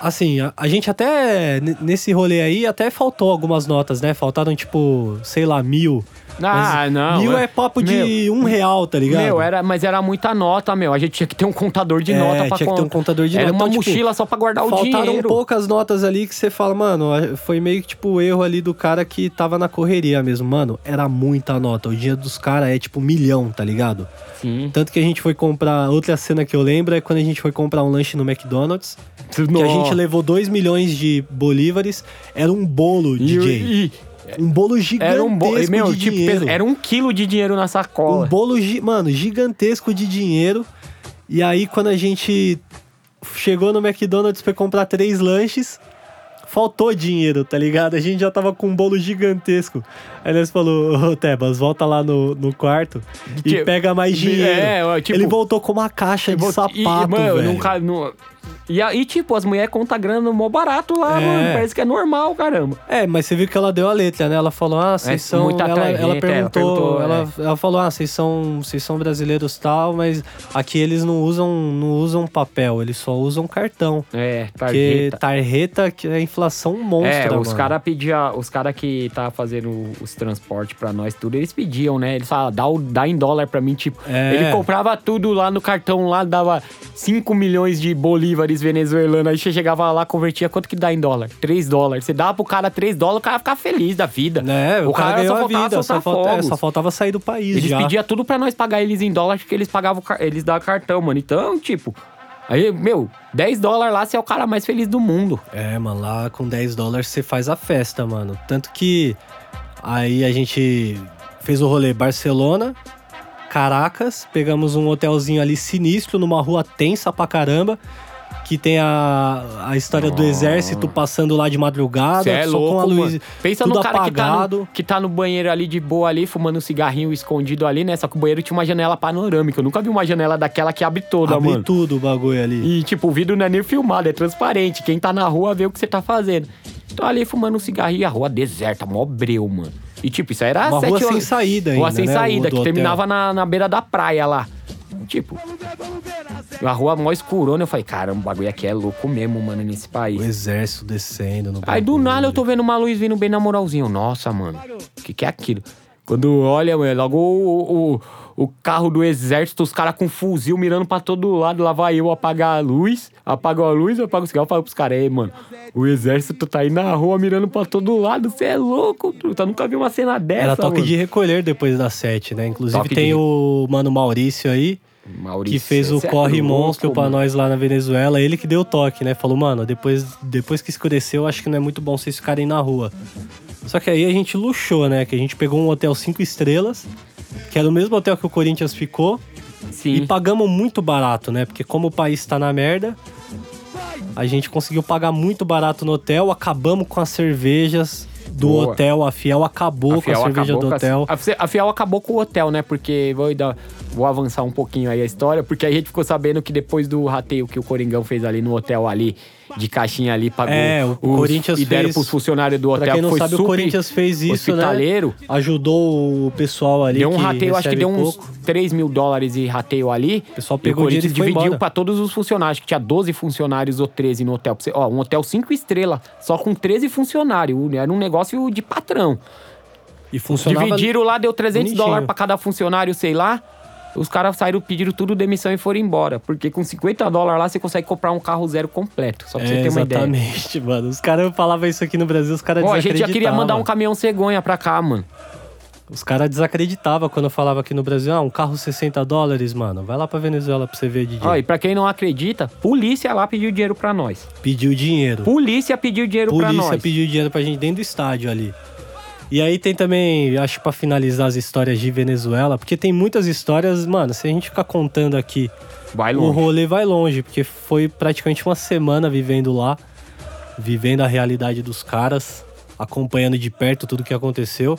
Speaker 2: assim, a, a gente até, n- nesse rolê aí, até faltou algumas notas, né? Faltaram, tipo, sei lá, mil
Speaker 3: Ah, não,
Speaker 2: Mil
Speaker 3: é-
Speaker 2: é papo de um real, tá ligado?
Speaker 3: Meu, era, mas era muita nota, meu. A gente tinha que ter um contador de
Speaker 2: É,
Speaker 3: nota pra
Speaker 2: tinha que ter um contador de
Speaker 3: Era
Speaker 2: nota.
Speaker 3: uma
Speaker 2: Então, tipo,
Speaker 3: mochila só pra guardar o
Speaker 2: Faltaram um
Speaker 3: dinheiro.
Speaker 2: poucas notas ali que você fala, mano, a- foi meio que tipo o erro ali do cara que tava na correria mesmo. Mano, era muita nota. O dinheiro dos caras é tipo milhão, tá ligado?
Speaker 3: Sim.
Speaker 2: Tanto que a gente foi comprar. Outra cena que eu lembro é quando a gente foi comprar um lanche no McDonald's. Que a gente levou 2 milhões de bolívares. Era um bolo,
Speaker 3: E-
Speaker 2: DJ.
Speaker 3: e-
Speaker 2: um bolo gigantesco
Speaker 3: era um bolo. Meu,
Speaker 2: de
Speaker 3: tipo,
Speaker 2: dinheiro.
Speaker 3: pes- era um quilo de dinheiro na sacola.
Speaker 2: Um bolo, gi- mano, gigantesco de dinheiro. E aí, quando a gente chegou no McDonald's pra comprar três lanches, faltou dinheiro, tá ligado? A gente já tava com um bolo gigantesco. Aí nós falou, ô Tebas, volta lá no, no quarto e
Speaker 3: Tipo,
Speaker 2: pega mais dinheiro.
Speaker 3: é, ó, tipo-
Speaker 2: Ele voltou com uma caixa de sapato,
Speaker 3: E, mano,
Speaker 2: velho.
Speaker 3: não ca- não- E aí, tipo, as mulheres contam grana mó barato lá,
Speaker 2: É.
Speaker 3: mano. Parece que é normal, caramba.
Speaker 2: É, mas você viu que ela deu a letra, né? Ela falou, ah, vocês
Speaker 3: É,
Speaker 2: são.
Speaker 3: muita
Speaker 2: Ela,
Speaker 3: atragenta,
Speaker 2: ela
Speaker 3: ela
Speaker 2: perguntou,
Speaker 3: perguntou,
Speaker 2: ela, ela falou, ah, vocês são, vocês são brasileiros tal, mas aqui eles não usam, não usam papel, eles só usam cartão.
Speaker 3: É,
Speaker 2: Porque
Speaker 3: tarjeta.
Speaker 2: tarjeta que é inflação monstra,
Speaker 3: É, os
Speaker 2: mano.
Speaker 3: caras pediam, os caras que tá fazendo os transportes pra nós, tudo, eles pediam, né? Eles falavam, dá, o- dá em dólar pra mim, tipo.
Speaker 2: É.
Speaker 3: Ele comprava tudo lá no cartão, lá dava 5 milhões de bolívares venezuelanos. Aí você chegava lá, convertia, quanto que dá em dólar? 3 dólares. Você dava pro cara 3 dólares, o cara ficava feliz da vida.
Speaker 2: Né? O, cara, ganhou a
Speaker 3: faltava
Speaker 2: vida, só,
Speaker 3: soltar
Speaker 2: falta- é,
Speaker 3: fogos.
Speaker 2: só faltava sair do país
Speaker 3: Eles
Speaker 2: já.
Speaker 3: pediam tudo pra nós pagar eles em dólar, porque eles pagavam, car- eles davam cartão, mano. Então, tipo, aí, meu, 10 dólares lá, você é o cara mais feliz do mundo.
Speaker 2: É, mano, lá com 10 dólares você faz a festa, mano. Tanto que aí a gente fez o rolê Barcelona, Caracas, pegamos um hotelzinho ali sinistro, numa rua tensa pra caramba, que tem a, a história do exército passando lá de madrugada,
Speaker 3: Você é
Speaker 2: só com a
Speaker 3: louco,
Speaker 2: luz
Speaker 3: mano. Pensa
Speaker 2: tudo
Speaker 3: no cara que tá
Speaker 2: apagado.
Speaker 3: no, que tá no banheiro ali de boa ali, fumando um cigarrinho escondido ali, né? Só que o banheiro tinha uma janela panorâmica. Eu nunca vi uma janela daquela que abre toda,
Speaker 2: Abre
Speaker 3: mano.
Speaker 2: tudo o bagulho ali.
Speaker 3: E, tipo, o vidro não é nem filmado, é transparente. Quem tá na rua vê o que você tá fazendo. Tô ali fumando um cigarrinho e a rua deserta, mó breu, mano. E, tipo, isso aí era
Speaker 2: Uma
Speaker 3: sete
Speaker 2: rua sem
Speaker 3: horas-
Speaker 2: saída
Speaker 3: Rua
Speaker 2: ainda,
Speaker 3: sem
Speaker 2: né? O
Speaker 3: saída,
Speaker 2: do
Speaker 3: que
Speaker 2: hotel.
Speaker 3: terminava na, na beira da praia lá. Tipo, a rua mó escurona. Eu falei, caramba, o bagulho aqui é louco mesmo, mano, nesse país.
Speaker 2: O exército descendo no
Speaker 3: Aí do
Speaker 2: bagulho.
Speaker 3: nada eu tô vendo uma luz vindo bem na moralzinha. Eu, Nossa, mano, o que, que é aquilo? Quando olha, mano, logo o, o, o carro do exército, os caras com fuzil mirando pra todo lado. Lá vai eu apagar a luz, apago a luz, apago o cigarro. Falo pros caras, ei, mano, o exército tá aí na rua mirando pra todo lado. Você é louco, truta. Nunca vi uma cena dessa.
Speaker 2: Era toque
Speaker 3: mano.
Speaker 2: de recolher depois das 7, né? Inclusive
Speaker 3: Toque
Speaker 2: tem
Speaker 3: de-
Speaker 2: o mano Maurício aí.
Speaker 3: Maurício,
Speaker 2: que fez o
Speaker 3: cê é
Speaker 2: corre
Speaker 3: louco,
Speaker 2: monstro pra
Speaker 3: mano.
Speaker 2: nós lá na Venezuela, ele que deu o toque, né? Falou, mano, depois, depois que escureceu, acho que não é muito bom vocês ficarem na rua. Só que aí a gente luxou, né? Que a gente pegou um hotel cinco estrelas, que era o mesmo hotel que o Corinthians ficou, e
Speaker 3: Sim.
Speaker 2: pagamos muito barato, né? Porque como o país tá na merda, a gente conseguiu pagar muito barato no hotel, acabamos com as cervejas do
Speaker 3: Boa.
Speaker 2: hotel, a Fiel acabou com a cerveja
Speaker 3: acabou
Speaker 2: do
Speaker 3: com a-
Speaker 2: hotel.
Speaker 3: A, Fiel- a Fiel acabou com o hotel, né? Porque vou, dar- vou avançar um pouquinho aí a história, porque a gente ficou sabendo que depois do rateio que o Coringão fez ali no hotel ali, de caixinha ali, pagou
Speaker 2: É, o
Speaker 3: os-
Speaker 2: Corinthians
Speaker 3: e deram
Speaker 2: fez-
Speaker 3: pros funcionários do hotel.
Speaker 2: Pra quem não
Speaker 3: foi
Speaker 2: sabe, o
Speaker 3: super
Speaker 2: Corinthians fez isso,
Speaker 3: hospitaleiro.
Speaker 2: né? Ajudou o pessoal ali.
Speaker 3: Deu um
Speaker 2: que
Speaker 3: rateio, acho que
Speaker 2: recebe
Speaker 3: deu uns
Speaker 2: pouco.
Speaker 3: 3 mil dólares de rateio ali.
Speaker 2: O pessoal
Speaker 3: E
Speaker 2: pegou o dinheiro
Speaker 3: Corinthians
Speaker 2: e foi embora.
Speaker 3: dividiu pra todos os funcionários. Acho que tinha 12 funcionários ou 13 no hotel. Pra você- Ó, um hotel 5 estrelas, só com 13 funcionários. Era um negócio de patrão.
Speaker 2: E funcionava.
Speaker 3: Dividiram lá, deu 300
Speaker 2: bonitinho.
Speaker 3: dólares pra cada funcionário, sei lá. Os caras saíram, pediram tudo demissão e foram embora. Porque com 50 dólares lá, você consegue comprar um carro zero completo. Só pra você
Speaker 2: É,
Speaker 3: ter uma ideia.
Speaker 2: exatamente, [laughs] mano. Os caras falavam isso aqui no Brasil, os caras
Speaker 3: Ó, a gente
Speaker 2: desacreditavam.
Speaker 3: já queria mandar um caminhão cegonha pra cá, mano.
Speaker 2: Os caras desacreditavam quando eu falava aqui no Brasil, ah, um carro 60 dólares, mano. Vai lá pra Venezuela pra você ver, DJ.
Speaker 3: Ó, e pra quem não acredita, polícia lá pediu dinheiro pra nós.
Speaker 2: Pediu dinheiro.
Speaker 3: Polícia pediu dinheiro pra
Speaker 2: Polícia
Speaker 3: nós.
Speaker 2: pediu dinheiro pra gente dentro do estádio ali. E aí tem também, acho que pra finalizar as histórias de Venezuela, porque tem muitas histórias, mano, se a gente ficar contando aqui
Speaker 3: Vai
Speaker 2: O
Speaker 3: longe.
Speaker 2: rolê vai longe, porque foi praticamente uma semana vivendo lá, vivendo a realidade dos caras, acompanhando de perto tudo que aconteceu.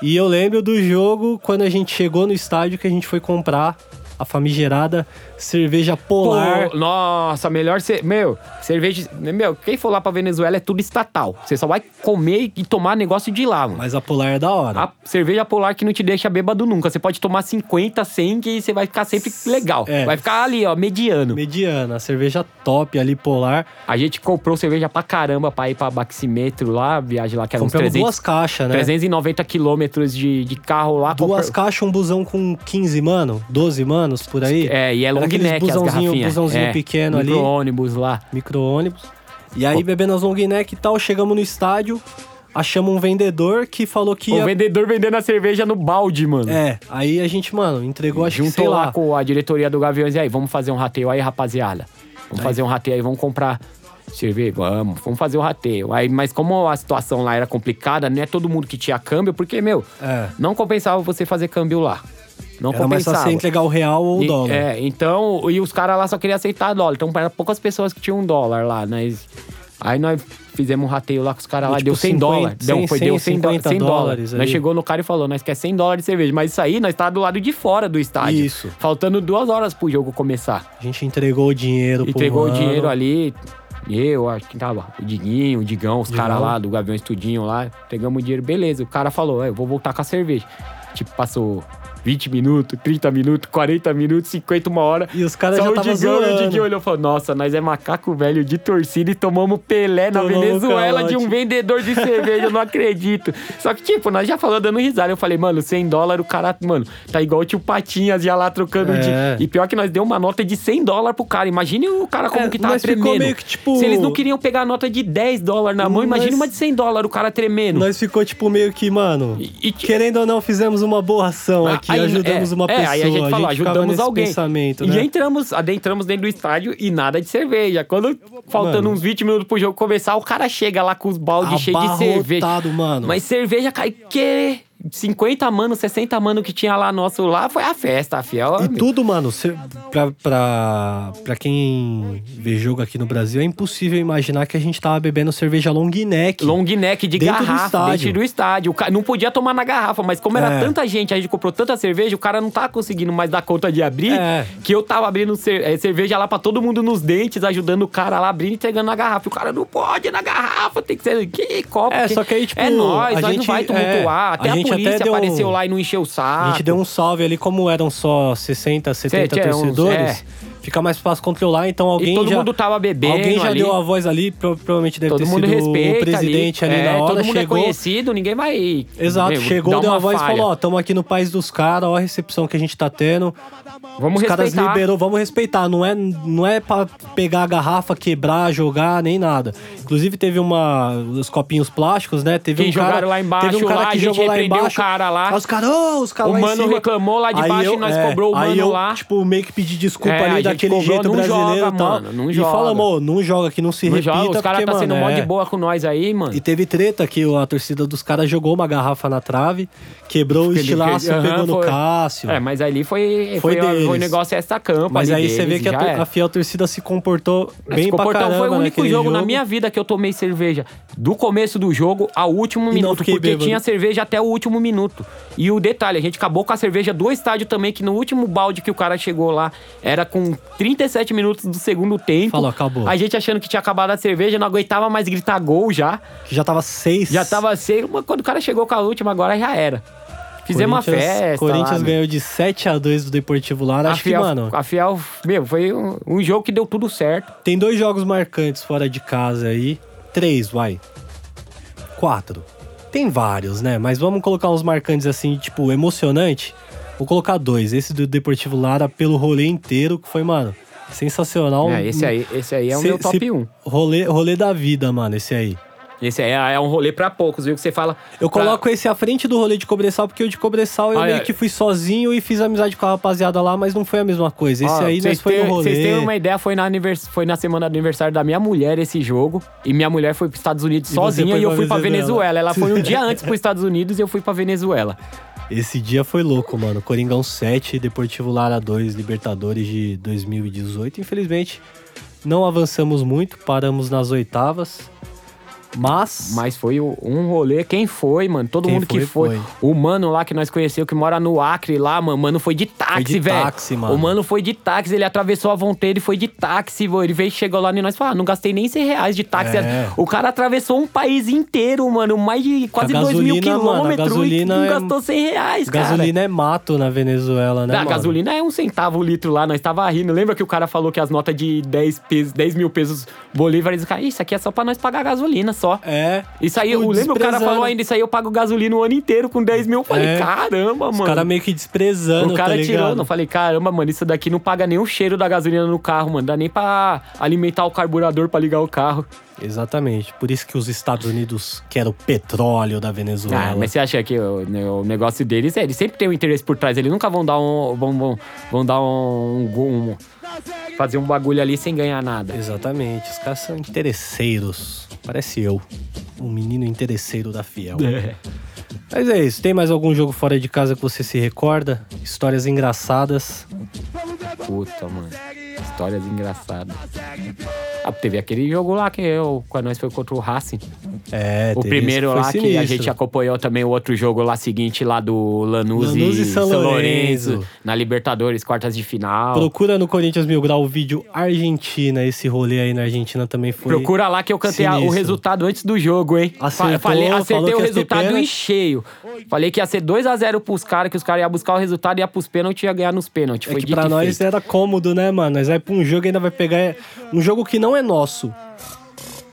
Speaker 2: E eu lembro do jogo quando a gente chegou no estádio que a gente foi comprar a famigerada cerveja
Speaker 3: Pô,
Speaker 2: polar.
Speaker 3: nossa, melhor ser. Meu, cerveja. Meu, quem for lá pra Venezuela é tudo estatal. Você só vai comer e tomar negócio de lá, mano.
Speaker 2: Mas a polar é da hora.
Speaker 3: A cerveja polar que não te deixa bêbado nunca. Você pode tomar 50, 100 que você vai ficar sempre legal.
Speaker 2: É.
Speaker 3: Vai ficar ali, ó, mediano.
Speaker 2: Mediana, a cerveja top ali, polar.
Speaker 3: A gente comprou cerveja pra caramba pra ir pra Baximetro lá, a viagem lá que era É, uns
Speaker 2: Compramos
Speaker 3: 300,
Speaker 2: duas caixas, né?
Speaker 3: 390 quilômetros de, de carro lá.
Speaker 2: Duas
Speaker 3: compra-
Speaker 2: caixas, um busão com 15 mano, 12 manos, por aí.
Speaker 3: É, e é long
Speaker 2: Era aqueles
Speaker 3: neck as
Speaker 2: busãozinho-
Speaker 3: garrafinhas.
Speaker 2: busãozinho
Speaker 3: é,
Speaker 2: pequeno ali.
Speaker 3: micro ônibus lá.
Speaker 2: micro-ônibus. E aí, bebendo as long neck e tal, chegamos no estádio, achamos um vendedor que falou que
Speaker 3: O
Speaker 2: ia...
Speaker 3: vendedor vendendo a cerveja no balde, mano.
Speaker 2: É, aí a gente, mano, entregou, acho que,
Speaker 3: Juntou
Speaker 2: sei
Speaker 3: lá,
Speaker 2: lá,
Speaker 3: com a diretoria do Gaviões. E aí, vamos fazer um rateio aí, rapaziada. Vamos fazer um rateio aí, vamos comprar cerveja. Vamos, vamos fazer um rateio. Aí, mas como a situação lá era complicada, não é todo mundo que tinha câmbio, porque, meu,
Speaker 2: É.
Speaker 3: não compensava você fazer câmbio lá. Não
Speaker 2: era mais
Speaker 3: compensava.
Speaker 2: fácil você entregar o real ou o
Speaker 3: E-
Speaker 2: dólar.
Speaker 3: É, então, e os caras lá só queriam aceitar dólar. Então, eram poucas pessoas que tinham um dólar lá, né? Aí nós fizemos um rateio lá com os caras lá,
Speaker 2: Tipo,
Speaker 3: deu 100
Speaker 2: 50,
Speaker 3: dólares. Deu, foi,
Speaker 2: 100,
Speaker 3: deu 100, dó-
Speaker 2: 50
Speaker 3: 100
Speaker 2: dólares
Speaker 3: dólares.
Speaker 2: ali.
Speaker 3: Nós chegou no cara e falou, nós quer 100 dólares de cerveja. Mas isso aí, nós tá do lado de fora do estádio.
Speaker 2: Isso.
Speaker 3: Faltando duas horas pro jogo começar.
Speaker 2: A gente entregou o dinheiro um pro
Speaker 3: Entregou o
Speaker 2: mano.
Speaker 3: dinheiro ali, eu, acho que tava o Diguinho, o Digão, os caras lá do Gavião Estudinho lá. Pegamos o dinheiro, beleza. O cara falou, é, eu vou voltar com a cerveja. Tipo, passou... 20 minutos, 30 minutos, 40 minutos, 50, uma hora.
Speaker 2: E os caras
Speaker 3: Só
Speaker 2: já
Speaker 3: o
Speaker 2: estavam
Speaker 3: Digão, e o Digão
Speaker 2: zoando.
Speaker 3: olhou e falou: Nossa, nós é macaco velho de torcida e tomamos Pelé na
Speaker 2: Tomamos
Speaker 3: Venezuela de um
Speaker 2: calote."
Speaker 3: vendedor de cerveja, eu não acredito. Só que, tipo, nós já falamos dando risada. Eu falei, mano, 100 dólares, o cara, mano, tá igual o tio Patinhas já lá trocando
Speaker 2: É.
Speaker 3: de. E pior que nós deu uma nota de 100 dólares pro cara. Imagine o cara como
Speaker 2: É,
Speaker 3: que tava
Speaker 2: nós ficou
Speaker 3: tremendo.
Speaker 2: meio que, tipo-
Speaker 3: Se eles não queriam pegar a nota de 10 dólares na mão, imagine
Speaker 2: Nós-
Speaker 3: uma de 100 dólares, o cara tremendo.
Speaker 2: Nós ficou, tipo, meio que, mano...
Speaker 3: E- e que-
Speaker 2: Querendo ou não, fizemos uma boa ação aqui,
Speaker 3: Aí,
Speaker 2: ajudamos
Speaker 3: é,
Speaker 2: uma pessoa.
Speaker 3: É, aí a gente falou,
Speaker 2: ficava
Speaker 3: ajudamos
Speaker 2: nesse
Speaker 3: alguém.
Speaker 2: pensamento,
Speaker 3: E
Speaker 2: né?
Speaker 3: entramos, adentramos dentro do estádio e nada de cerveja. Quando faltando
Speaker 2: Mano.
Speaker 3: uns 20 minutos pro jogo começar, o cara chega lá com os baldes cheios de cerveja.
Speaker 2: Abarrotado, mano.
Speaker 3: Mas cerveja cai que 50 mano, 60 mano que tinha lá nosso lá, foi a festa, fiel.
Speaker 2: E tudo, mano, cê, pra, pra, pra quem vê jogo aqui no Brasil, é impossível imaginar que a gente tava bebendo cerveja long neck.
Speaker 3: Long neck de
Speaker 2: Dentro do
Speaker 3: garrafa,
Speaker 2: estádio.
Speaker 3: dentro do estádio. O ca- Não podia tomar na garrafa, mas como
Speaker 2: É.
Speaker 3: era tanta gente, a gente comprou tanta cerveja, o cara não tá conseguindo mais dar conta de abrir,
Speaker 2: É.
Speaker 3: que eu tava abrindo cer- eh, cerveja lá pra todo mundo nos dentes, ajudando o cara lá, abrindo e entregando na garrafa. E o cara não pode na garrafa, tem que ser... Que copo?
Speaker 2: É,
Speaker 3: que-
Speaker 2: só que aí, tipo,
Speaker 3: É nóis,
Speaker 2: a
Speaker 3: nós
Speaker 2: gente-
Speaker 3: não vai tumultuar.
Speaker 2: é,
Speaker 3: até
Speaker 2: a gente
Speaker 3: a,
Speaker 2: até
Speaker 3: polícia
Speaker 2: deu um-
Speaker 3: apareceu lá e não encheu o saco.
Speaker 2: A gente deu um salve ali, como eram só 60, 70
Speaker 3: Sete, é, uns-
Speaker 2: torcedores, fica mais fácil controlar, então alguém
Speaker 3: E todo
Speaker 2: já...
Speaker 3: mundo tava bebendo
Speaker 2: Alguém já
Speaker 3: ali.
Speaker 2: deu a voz ali, pro- provavelmente deve
Speaker 3: Todo
Speaker 2: um ter
Speaker 3: mundo
Speaker 2: sido
Speaker 3: respeita
Speaker 2: o presidente ali, na
Speaker 3: É,
Speaker 2: hora,
Speaker 3: todo mundo é
Speaker 2: chegou...
Speaker 3: conhecido, ninguém vai...
Speaker 2: Exato,
Speaker 3: meu,
Speaker 2: chegou,
Speaker 3: dar
Speaker 2: deu a
Speaker 3: uma
Speaker 2: voz e
Speaker 3: falha.
Speaker 2: falou, ó, tamo aqui no país dos caras, ó a recepção que a gente tá tendo.
Speaker 3: Vamos
Speaker 2: Os caras
Speaker 3: respeitar.
Speaker 2: liberou, vamos respeitar, não é, não é pra pegar a garrafa, quebrar, jogar, nem nada. Inclusive teve uma, os copinhos plásticos, né, teve
Speaker 3: Que
Speaker 2: um cara...
Speaker 3: jogaram lá embaixo,
Speaker 2: teve um cara
Speaker 3: lá, a
Speaker 2: que
Speaker 3: gente
Speaker 2: jogou lá
Speaker 3: repreendeu o
Speaker 2: embaixo. assim,
Speaker 3: cara lá.
Speaker 2: Aí Os caras, ô, os caras
Speaker 3: O
Speaker 2: lá em
Speaker 3: mano
Speaker 2: cima.
Speaker 3: reclamou lá de
Speaker 2: Aí é,
Speaker 3: baixo e nós cobrou o
Speaker 2: aí
Speaker 3: mano
Speaker 2: eu,
Speaker 3: lá.
Speaker 2: tipo, meio que pedi desculpa
Speaker 3: É, a
Speaker 2: ali
Speaker 3: gente
Speaker 2: daquele
Speaker 3: cobrou,
Speaker 2: jeito
Speaker 3: não
Speaker 2: brasileiro
Speaker 3: joga,
Speaker 2: e tal.
Speaker 3: mano, não
Speaker 2: e
Speaker 3: joga.
Speaker 2: falamos, ô, não joga que não se
Speaker 3: Não
Speaker 2: repita,
Speaker 3: joga, os caras
Speaker 2: porque,
Speaker 3: tá sendo
Speaker 2: mano,
Speaker 3: mó de
Speaker 2: é.
Speaker 3: boa com nós aí, mano.
Speaker 2: E teve treta que a torcida dos caras jogou uma garrafa na trave, quebrou o
Speaker 3: Aquele-
Speaker 2: estilaço,
Speaker 3: aham,
Speaker 2: pegou no
Speaker 3: foi-
Speaker 2: Cássio.
Speaker 3: É, mas ali foi
Speaker 2: Foi
Speaker 3: foi, foi,
Speaker 2: deles.
Speaker 3: um negócio essa campa.
Speaker 2: Mas aí você vê que a,
Speaker 3: já é.
Speaker 2: tor-
Speaker 3: era.
Speaker 2: a fiel torcida se comportou bem
Speaker 3: Esse
Speaker 2: pra
Speaker 3: comportão
Speaker 2: caramba né,
Speaker 3: foi o único
Speaker 2: naquele
Speaker 3: jogo, na minha vida que eu tomei cerveja. Do começo do jogo ao último
Speaker 2: não
Speaker 3: minuto.
Speaker 2: fiquei
Speaker 3: Porque
Speaker 2: bêbado.
Speaker 3: tinha cerveja até o último minuto. E o detalhe, a gente acabou com a cerveja do estádio também, que no último balde que o cara chegou lá, era com 37 minutos do segundo tempo.
Speaker 2: Falou, acabou.
Speaker 3: A gente achando que tinha acabado a cerveja, não aguentava mais gritar gol já.
Speaker 2: Que já tava seis.
Speaker 3: Já tava assim, mas quando o cara chegou com a última, agora já era. Fizemos uma
Speaker 2: Corinthians-
Speaker 3: festa.
Speaker 2: Corinthians
Speaker 3: lá, né?
Speaker 2: ganhou de 7 a 2 do Deportivo Lara.
Speaker 3: A
Speaker 2: Acho que,
Speaker 3: Fiel,
Speaker 2: mano,
Speaker 3: a Fiel, meu, foi um, um jogo que deu tudo certo.
Speaker 2: tem dois jogos marcantes fora de casa aí. Três, vai. Quatro. Tem vários, né? Mas vamos colocar uns marcantes assim, tipo, emocionante. Vou colocar dois. Esse do Deportivo Lara pelo rolê inteiro, que foi, mano, sensacional.
Speaker 3: É, esse aí, esse aí é o
Speaker 2: Se-
Speaker 3: meu top
Speaker 2: se-
Speaker 3: 1.
Speaker 2: Rolê, rolê da vida, mano, esse aí.
Speaker 3: Esse aí é, é um rolê pra poucos, viu? Que você fala.
Speaker 2: Eu coloco esse à frente do rolê de Cobressal, porque o de Cobressal eu
Speaker 3: Olha-
Speaker 2: meio que fui sozinho e fiz amizade com a rapaziada lá, mas não foi a mesma coisa. Esse
Speaker 3: Ó,
Speaker 2: aí
Speaker 3: Ah, vocês
Speaker 2: nós foi
Speaker 3: têm-
Speaker 2: no rolê.
Speaker 3: Vocês têm uma ideia, foi na, anivers... foi na semana do aniversário da minha mulher esse jogo. E minha mulher foi pros Estados Unidos
Speaker 2: E você
Speaker 3: sozinha
Speaker 2: foi
Speaker 3: e eu
Speaker 2: pra
Speaker 3: fui pra
Speaker 2: Venezuela.
Speaker 3: Venezuela. Ela foi
Speaker 2: [laughs]
Speaker 3: um dia antes pros Estados Unidos e eu fui pra Venezuela.
Speaker 2: Esse dia foi louco, mano. Coringão 7, Deportivo Lara 2, Libertadores de 2018. Infelizmente, não avançamos muito, paramos nas oitavas. Mas.
Speaker 3: Mas foi o- um rolê. Quem foi, mano? Todo
Speaker 2: Quem
Speaker 3: mundo que
Speaker 2: foi,
Speaker 3: foi. O mano lá que nós conheceu, que mora no Acre lá, mano. Mano foi de táxi,
Speaker 2: de
Speaker 3: velho.
Speaker 2: táxi, mano.
Speaker 3: O mano foi de táxi. Ele atravessou a vonteira e foi de táxi, vô. Ele veio, chegou lá e nós falamos, ah, não gastei nem 100 reais de táxi.
Speaker 2: É.
Speaker 3: O cara atravessou um país inteiro, mano. Mais de quase
Speaker 2: A
Speaker 3: 2 mil
Speaker 2: gasolina, mano, a
Speaker 3: quilômetros.
Speaker 2: gasolina
Speaker 3: e não
Speaker 2: é-
Speaker 3: gastou 100 reais, cara.
Speaker 2: gasolina é mato na Venezuela, né?
Speaker 3: Ah, A
Speaker 2: mano?
Speaker 3: gasolina é um centavo o litro lá, nós tava rindo. Lembra que o cara falou que as notas de 10, pesos, 10 mil pesos bolívares, o cara, isso aqui é só pra nós pagar a gasolina só.
Speaker 2: É.
Speaker 3: Isso aí, eu
Speaker 2: Tipo,
Speaker 3: lembro o cara
Speaker 2: desprezando.
Speaker 3: falou ainda, isso aí eu pago gasolina o ano inteiro com 10 mil. Eu falei,
Speaker 2: É.
Speaker 3: caramba,
Speaker 2: Os
Speaker 3: mano.
Speaker 2: caras meio que desprezando,
Speaker 3: o cara
Speaker 2: tá
Speaker 3: tirou,
Speaker 2: ligado?
Speaker 3: não falei, caramba, mano, isso daqui não paga nem o cheiro da gasolina no carro, mano. Dá nem pra alimentar o carburador pra ligar o carro.
Speaker 2: Exatamente. Por isso que os Estados Unidos querem o petróleo da Venezuela.
Speaker 3: Ah, mas você acha que o, né, o negócio deles é, eles sempre tem um interesse por trás, eles nunca vão dar um. vão, vão, vão dar um, um- fazer um bagulho ali sem ganhar nada.
Speaker 2: Exatamente. Os caras são interesseiros. Parece eu. Um menino interesseiro da Fiel.
Speaker 3: É.
Speaker 2: Mas é isso. Tem mais algum jogo fora de casa que você se recorda? Histórias engraçadas.
Speaker 3: Puta, mano. Histórias engraçadas. Ah, teve aquele jogo lá que eu, quando nós foi contra o Racing.
Speaker 2: É,
Speaker 3: o
Speaker 2: teve isso
Speaker 3: primeiro
Speaker 2: foi
Speaker 3: lá que a
Speaker 2: sinistro.
Speaker 3: gente acompanhou também o outro jogo lá seguinte, lá do Lanús,
Speaker 2: Lanús
Speaker 3: e São Lourenço.
Speaker 2: Lourenço.
Speaker 3: Na Libertadores, quartas de final.
Speaker 2: Procura no Corinthians Mil Grau o vídeo Argentina. Esse rolê aí na Argentina também foi.
Speaker 3: Procura lá que eu cantei a- o
Speaker 2: sinistro.
Speaker 3: resultado antes do jogo, hein? Fa-
Speaker 2: Acertou,
Speaker 3: falei,
Speaker 2: falou
Speaker 3: acertei
Speaker 2: que
Speaker 3: o
Speaker 2: ia ser
Speaker 3: resultado
Speaker 2: pênalti.
Speaker 3: em cheio. Falei que ia ser 2x0 pros caras, que os caras iam buscar o resultado, ia pros pênaltis e ia ganhar nos pênaltis.
Speaker 2: É
Speaker 3: Foi
Speaker 2: que
Speaker 3: dito
Speaker 2: pra
Speaker 3: e
Speaker 2: nós
Speaker 3: feito.
Speaker 2: era cômodo, né, mano? Nós vai pra um jogo e ainda vai pegar um jogo que não é nosso.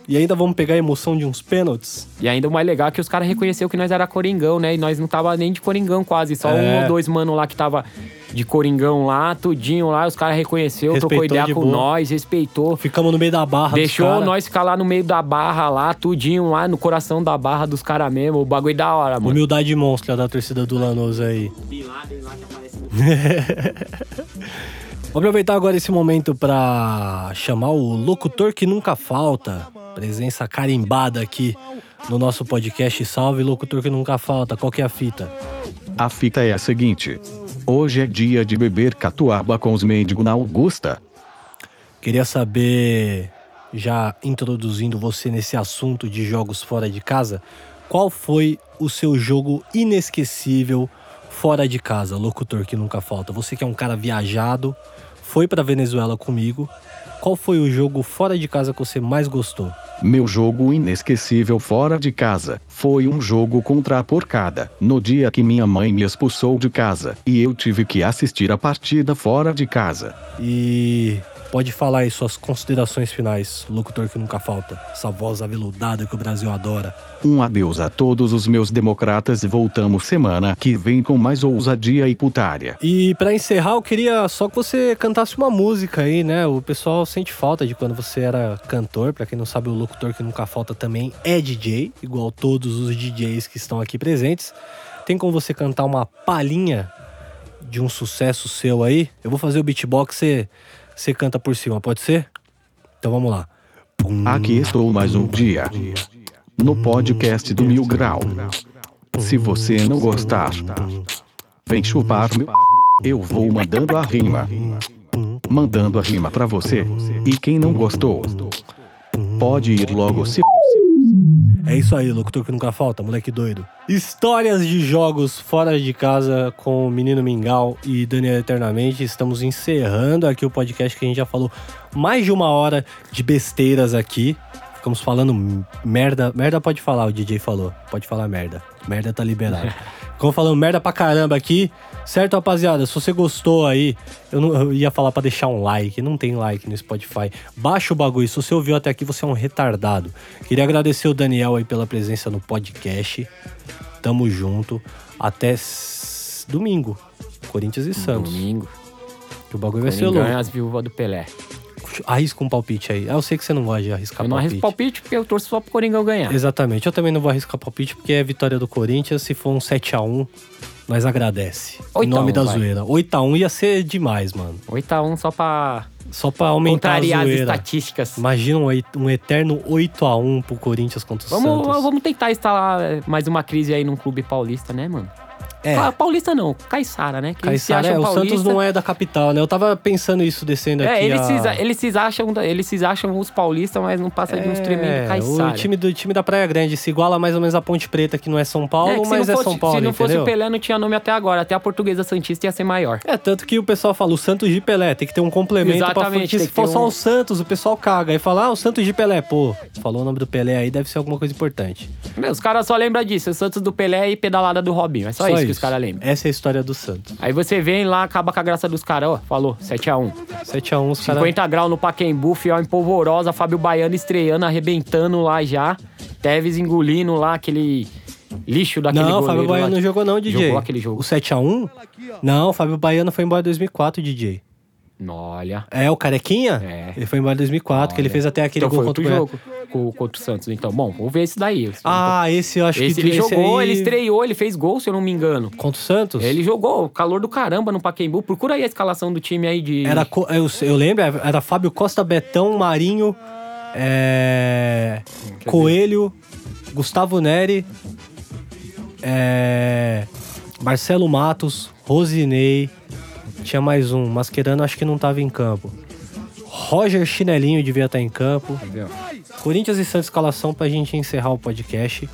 Speaker 2: E ainda vamos pegar a emoção de uns pênaltis.
Speaker 3: E ainda o mais legal é que os caras reconheceu que nós era Coringão, né? E nós não tava nem de Coringão quase. Só um
Speaker 2: É.
Speaker 3: ou dois mano lá que tava de Coringão lá, tudinho lá. Os caras reconheceu,
Speaker 2: Respeitou
Speaker 3: trocou ideia
Speaker 2: de
Speaker 3: com
Speaker 2: boa.
Speaker 3: nós, respeitou.
Speaker 2: Ficamos no meio da barra dos
Speaker 3: Deixou
Speaker 2: cara.
Speaker 3: nós ficar lá no meio da barra lá, tudinho lá, no coração da barra dos caras mesmo. O bagulho da hora, mano.
Speaker 2: Humildade monstra da torcida do Lanús aí. [laughs] Vou aproveitar agora esse momento pra chamar o locutor que nunca falta. Presença carimbada aqui no nosso podcast. Salve, locutor que nunca falta. Qual que é a fita?
Speaker 1: A fita é a seguinte. Hoje é dia de beber catuaba com os mendigos na Augusta.
Speaker 2: Queria saber, já introduzindo você nesse assunto de jogos fora de casa, qual foi o seu jogo inesquecível fora de casa, locutor que nunca falta? Você que é um cara viajado, foi pra Venezuela comigo. Qual foi o jogo fora de casa que você mais gostou?
Speaker 1: Meu jogo inesquecível fora de casa foi um jogo contra a porcada, no dia que minha mãe me expulsou de casa e eu tive que assistir a partida fora de casa.
Speaker 2: E pode falar aí suas considerações finais, locutor que nunca falta. Essa voz aveludada que o Brasil adora.
Speaker 1: Um adeus a todos os meus democratas e voltamos semana que vem com mais ousadia e putária.
Speaker 2: E pra encerrar, eu queria só que você cantasse uma música aí, né? O pessoal sente falta de quando você era cantor. Pra quem não sabe, o locutor que nunca falta também é DJ, igual todos os DJs que estão aqui presentes. Tem como você cantar uma palhinha de um sucesso seu aí? Eu vou fazer o beatbox, você, você canta por cima, pode ser? Então vamos lá. Pum,
Speaker 1: Aqui estou mais um dia no podcast do Mil Grau. Se você não gostar, vem chupar meu. Eu vou mandando a rima, mandando a rima pra você. E quem não gostou, pode ir logo se.
Speaker 2: É isso aí, locutor que nunca falta, moleque doido. Histórias de jogos fora de casa com o Menino Mingau e Daniel Eternamente. Estamos encerrando aqui o podcast que a gente já falou mais de uma hora de besteiras aqui. Ficamos falando m- merda. Merda pode falar, o DJ falou. Pode falar merda. Merda tá liberado. Ficamos falando merda pra caramba aqui. Certo, rapaziada? Se você gostou aí, eu, não- eu ia falar pra deixar um like. Não tem like no Spotify. Baixa o bagulho. Se você ouviu até aqui, você é um retardado. Queria agradecer o Daniel aí pela presença no podcast. Tamo junto. Até s- domingo. Corinthians e Santos.
Speaker 3: Domingo.
Speaker 2: Que o bagulho vai ser
Speaker 3: Coringão é
Speaker 2: louco.
Speaker 3: as viúvas do Pelé.
Speaker 2: Arrisca um palpite aí. Ah, eu sei que você não gosta de arriscar
Speaker 3: Eu não arrisco palpite porque eu torço só pro Coringão ganhar.
Speaker 2: Exatamente. Eu também não vou arriscar palpite porque é vitória do Corinthians. Se for um 7x1, nós agradece. em
Speaker 3: Oito a
Speaker 2: nome
Speaker 3: um,
Speaker 2: da
Speaker 3: vai.
Speaker 2: zoeira. 8x1 ia ser demais, mano.
Speaker 3: 8x1 só pra
Speaker 2: Só pra aumentar a
Speaker 3: contrariar as
Speaker 2: zoeira.
Speaker 3: estatísticas.
Speaker 2: Imagina um, oit- um eterno 8x1 pro Corinthians contra o
Speaker 3: Vamos,
Speaker 2: Santos.
Speaker 3: vamos tentar instalar mais uma crise aí num clube paulista, né, mano?
Speaker 2: É.
Speaker 3: Ah, paulista não, Caissara, né? Que eles se
Speaker 2: Caiçara,
Speaker 3: acham
Speaker 2: é, o
Speaker 3: paulista.
Speaker 2: Santos não é da capital, né? Eu tava pensando isso descendo aqui.
Speaker 3: É, eles,
Speaker 2: a-
Speaker 3: se, eles, se acham, da- eles se acham os paulistas, mas não passa de uns tremendos
Speaker 2: É, o
Speaker 3: Caissara.
Speaker 2: time do time da Praia Grande se iguala mais ou menos à Ponte Preta, que não é São Paulo,
Speaker 3: É, que
Speaker 2: mas
Speaker 3: se não
Speaker 2: é
Speaker 3: fosse-
Speaker 2: São Paulo,
Speaker 3: Se não fosse
Speaker 2: entendeu?
Speaker 3: o Pelé, não tinha nome até agora. Até a portuguesa Santista ia ser maior.
Speaker 2: É, tanto que o pessoal fala o Santos de Pelé, tem que ter um complemento pra
Speaker 3: Exatamente,
Speaker 2: porque
Speaker 3: tem
Speaker 2: se
Speaker 3: que
Speaker 2: for
Speaker 3: ter
Speaker 2: só
Speaker 3: um-
Speaker 2: o Santos, o pessoal caga. Aí fala, ah, o Santos de Pelé, pô, falou o nome do Pelé aí, deve ser alguma coisa importante.
Speaker 3: Meu, os caras só lembram disso. O Santos do Pelé e pedalada do Robinho. É só, isso, que os caras lembram.
Speaker 2: Essa é a história do Santos.
Speaker 3: Aí você vem lá, acaba com a graça dos caras. Ó, falou, 7x1.
Speaker 2: Tá 7x1, os caras...
Speaker 3: 50 graus no Paquembu, Fiel em polvorosa, Fábio Baiano estreando, arrebentando lá já. Teves engolindo lá aquele lixo daquele
Speaker 2: Não,
Speaker 3: goleiro
Speaker 2: Fábio
Speaker 3: lá.
Speaker 2: Baiano não jogou não, DJ.
Speaker 3: Jogou aquele
Speaker 2: O
Speaker 3: jogo.
Speaker 2: 7x1? Não, Fábio Baiano foi embora em 2004, DJ.
Speaker 3: Olha.
Speaker 2: É, o Carequinha?
Speaker 3: É.
Speaker 2: Ele foi embora em 2004, que ele fez até aquele
Speaker 3: então
Speaker 2: gol contra
Speaker 3: foi outro
Speaker 2: o Goiás.
Speaker 3: jogo com, contra o Santos. Então, bom, vou ver esse daí. Esse
Speaker 2: Ah, esse eu acho
Speaker 3: esse
Speaker 2: que
Speaker 3: ele jogou,
Speaker 2: aí-
Speaker 3: ele estreou, ele fez gol, se eu não me engano.
Speaker 2: Contra o Santos?
Speaker 3: Ele jogou, calor do caramba no Paquembu. Procura aí a escalação do time aí de.
Speaker 2: Era, co- eu, eu lembro, era Fábio Costa, Betão, Marinho, é, Coelho, Gustavo Neri, é, Marcelo Matos, Rosinei, tinha mais um, Mascherano acho que não tava em campo. Roger Chinelinho devia estar em campo.
Speaker 3: Entendeu?
Speaker 2: Corinthians e Santos escalação pra gente encerrar o podcast.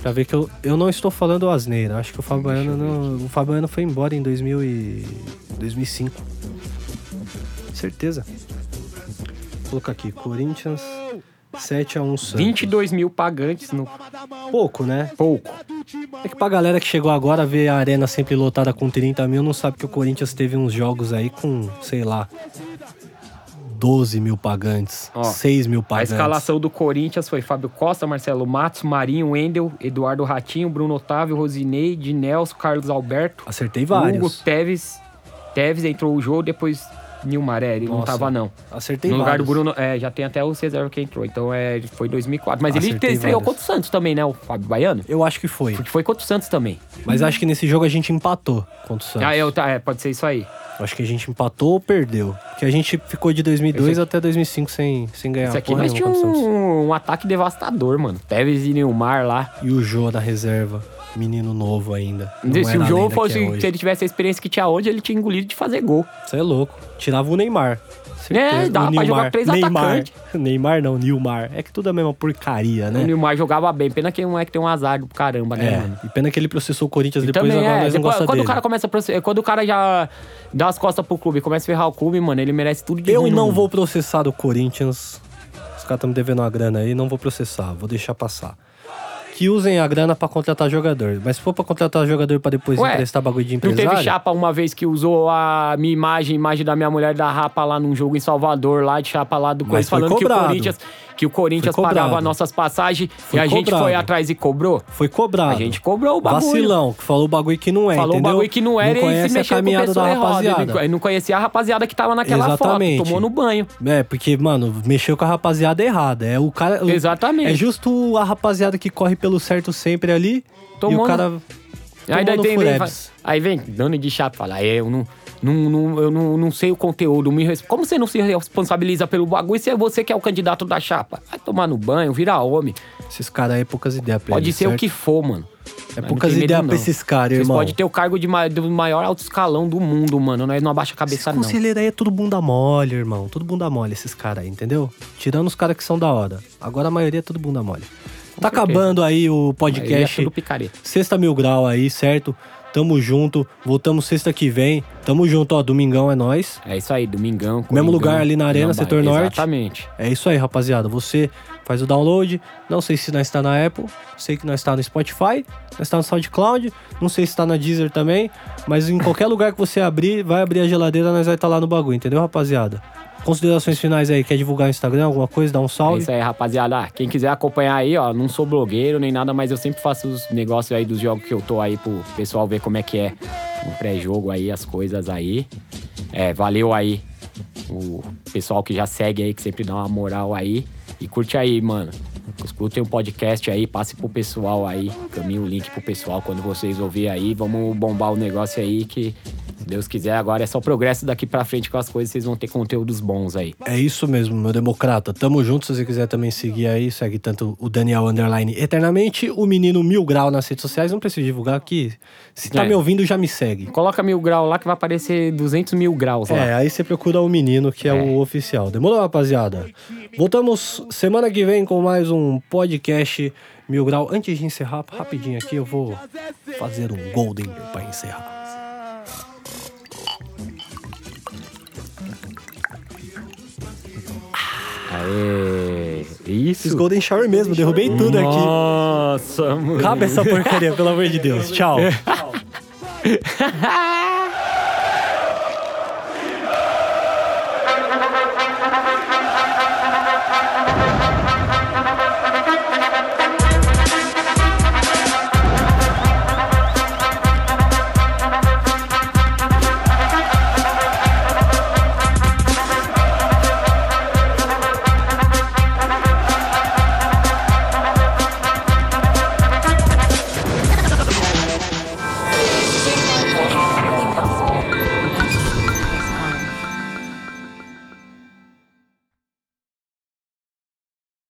Speaker 2: Pra ver que eu, eu não estou falando asneira. Acho que o Fabiano não, o Fabiano foi embora em 2000 e 2005. Certeza. Vou colocar aqui Corinthians 7 a 1 Santos.
Speaker 3: 22 mil pagantes no
Speaker 2: pouco, né?
Speaker 3: pouco.
Speaker 2: É que pra galera que chegou agora ver a arena sempre lotada com 30 mil, não sabe que o Corinthians teve uns jogos aí com, sei lá, 12 mil pagantes,
Speaker 3: Ó,
Speaker 2: 6 mil
Speaker 3: A
Speaker 2: pagantes.
Speaker 3: escalação do Corinthians foi Fábio Costa, Marcelo Matos, Marinho, Wendel, Eduardo Ratinho, Bruno Otávio, Rosinei, de Nelson, Carlos Alberto,
Speaker 2: Acertei vários.
Speaker 3: Hugo Teves. Teves entrou o jogo, depois Nilmaré, ele não
Speaker 2: Nossa,
Speaker 3: tava não.
Speaker 2: Acertei
Speaker 3: no lugar
Speaker 2: vários.
Speaker 3: do Bruno, é, já tem até o Cesar que entrou, então é, foi 2004. Mas ele
Speaker 2: Acertei
Speaker 3: estreou
Speaker 2: vários.
Speaker 3: contra o Santos também, né, o Fábio Baiano?
Speaker 2: Eu acho que foi.
Speaker 3: Porque foi contra o Santos também.
Speaker 2: Mas acho que nesse jogo a gente empatou contra o Santos.
Speaker 3: Ah, eu, tá, é, pode ser isso aí.
Speaker 2: Acho que a gente empatou ou perdeu. Porque a gente ficou de 2002 até 2005 sem, sem ganhar
Speaker 3: Isso aqui,
Speaker 2: É porra
Speaker 3: mas tinha
Speaker 2: nenhuma contra o Santos.
Speaker 3: um, um ataque devastador, mano. Tevez e Neymar lá.
Speaker 2: E o Jô da reserva, menino novo ainda. Não
Speaker 3: Se
Speaker 2: era
Speaker 3: o
Speaker 2: a
Speaker 3: jogo
Speaker 2: lenda que
Speaker 3: fosse,
Speaker 2: é hoje.
Speaker 3: se ele tivesse a experiência que tinha hoje, ele tinha engolido de fazer gol.
Speaker 2: Você é louco. Tirava o Neymar.
Speaker 3: É, dava
Speaker 2: O
Speaker 3: pra jogar três
Speaker 2: Neymar.
Speaker 3: atacantes.
Speaker 2: [laughs] Neymar não, Nilmar. É que tudo é a mesma porcaria,
Speaker 3: O
Speaker 2: né?
Speaker 3: Neymar jogava bem. Pena que não é que tem um azar do caramba, né, mano?
Speaker 2: É, e pena que ele processou o Corinthians depois,
Speaker 3: Também
Speaker 2: agora
Speaker 3: é.
Speaker 2: nós não
Speaker 3: Depois-
Speaker 2: gosta
Speaker 3: quando
Speaker 2: dele.
Speaker 3: o cara começa a process- Quando o cara já dá as costas pro clube, começa a ferrar o clube, mano, ele merece tudo de
Speaker 2: Eu
Speaker 3: ruim no
Speaker 2: não
Speaker 3: mundo.
Speaker 2: vou processar o Corinthians. Os caras estão me devendo uma grana aí, não vou processar, vou deixar passar. Que usem a grana pra contratar jogador. Mas se for pra contratar jogador pra depois
Speaker 3: Ué,
Speaker 2: emprestar bagulho de
Speaker 3: Não
Speaker 2: empresário...
Speaker 3: teve chapa uma vez que usou a minha imagem, a imagem da minha mulher da Rapa lá num jogo em Salvador, lá de chapa lá do Corinthians,
Speaker 2: foi
Speaker 3: falando que o
Speaker 2: cobrado.
Speaker 3: Corinthians, que o Corinthians
Speaker 2: Foi cobrado.
Speaker 3: pagava nossas passagens e a gente
Speaker 2: cobrado.
Speaker 3: foi atrás e cobrou.
Speaker 2: Foi cobrado.
Speaker 3: A gente cobrou o bagulho.
Speaker 2: Vacilão, que falou o bagulho que não é,
Speaker 3: Falou
Speaker 2: entendeu?
Speaker 3: um bagulho que não era
Speaker 2: não
Speaker 3: e se
Speaker 2: conhece a
Speaker 3: mexeu com
Speaker 2: caminhada da
Speaker 3: pessoa errada.
Speaker 2: rapaziada.
Speaker 3: Ele não conhecia a rapaziada que tava naquela
Speaker 2: Exatamente.
Speaker 3: foto, tomou no banho.
Speaker 2: É, porque, mano, mexeu com a rapaziada errada. É o cara. o-
Speaker 3: Exatamente.
Speaker 2: É justo a rapaziada que corre pelo certo sempre ali. e
Speaker 3: Tomou
Speaker 2: o
Speaker 3: no-
Speaker 2: cara.
Speaker 3: Aí daí
Speaker 2: tomou no
Speaker 3: vem, vem,
Speaker 2: Furebs.
Speaker 3: fa- aí vem dando de chato, fala, é, eu não, não, não- eu não, não sei o conteúdo, me res- como você não se responsabiliza pelo bagulho se é você que é o candidato da chapa? Vai tomar no banho, vira homem,
Speaker 2: Esses caras aí é poucas ideias pra
Speaker 3: pode
Speaker 2: eles,
Speaker 3: ser o
Speaker 2: certo?
Speaker 3: que for, mano.
Speaker 2: É
Speaker 3: Mas
Speaker 2: poucas
Speaker 3: não tem medo,
Speaker 2: ideias pra
Speaker 3: não.
Speaker 2: esses caras,
Speaker 3: Vocês
Speaker 2: irmão.
Speaker 3: podem ter o cargo de, ma- do maior alto escalão do mundo, mano, nós não abaixa a
Speaker 2: Esses
Speaker 3: cabeça não.
Speaker 2: conselheiros aí é tudo bunda mole, irmão. Tudo bunda mole esses caras aí, entendeu? Tirando os caras que são da hora. Agora a maioria é tudo bunda mole. Tá
Speaker 3: certeza.
Speaker 2: acabando aí o
Speaker 3: Aí é
Speaker 2: podcast.
Speaker 3: tudo picareta.
Speaker 2: Sexta Mil Grau aí, certo? Tamo junto. Voltamos sexta que vem. Tamo junto, ó. Domingão é nós.
Speaker 3: É isso aí, domingão.
Speaker 2: Mesmo
Speaker 3: Coringão,
Speaker 2: lugar ali na Arena, setor
Speaker 3: exatamente.
Speaker 2: norte.
Speaker 3: Exatamente.
Speaker 2: É isso aí, rapaziada. Você faz o download. Não sei se nós está na Apple, sei que nós está no Spotify, nós está no SoundCloud, não sei se está na Deezer também, mas em qualquer lugar que você abrir, vai abrir a geladeira, nós vai estar lá no bagulho, entendeu, rapaziada? Considerações finais aí, quer divulgar o Instagram, alguma coisa, dá um
Speaker 3: É
Speaker 2: salve.
Speaker 3: isso aí, rapaziada. Ah, Quem quiser acompanhar aí, ó, não sou blogueiro nem nada, mas eu sempre faço os negócios aí dos jogos que eu tô aí pro pessoal ver como é que é o pré-jogo aí, as coisas aí. É, valeu aí o pessoal que já segue aí, que sempre dá uma moral aí. E curte aí, mano. Escutem o podcast aí, passe pro pessoal aí. Caminho o link pro pessoal quando vocês ouvir aí. Vamos bombar o negócio aí que Se Deus quiser, agora é só progresso daqui pra frente com as coisas, vocês vão ter conteúdos bons aí.
Speaker 2: É isso mesmo, meu democrata. Tamo junto. Se você quiser também seguir aí, segue tanto o Daniel Underline eternamente, o menino Mil Grau nas redes sociais. Não preciso divulgar aqui. Se tá
Speaker 3: É.
Speaker 2: me ouvindo, já me segue.
Speaker 3: Coloca mil grau lá que vai aparecer 200 mil graus lá.
Speaker 2: É, aí você procura o menino que é, o oficial. Demorou, rapaziada? Voltamos semana que vem com mais um podcast Mil Grau. Antes de encerrar, rapidinho aqui, eu vou fazer um Golden pra encerrar.
Speaker 3: Aê, isso.
Speaker 2: Fiz Golden Shower mesmo, derrubei tudo aqui.
Speaker 3: Nossa, mano.
Speaker 2: Acaba essa porcaria, pelo amor de Deus. Tchau.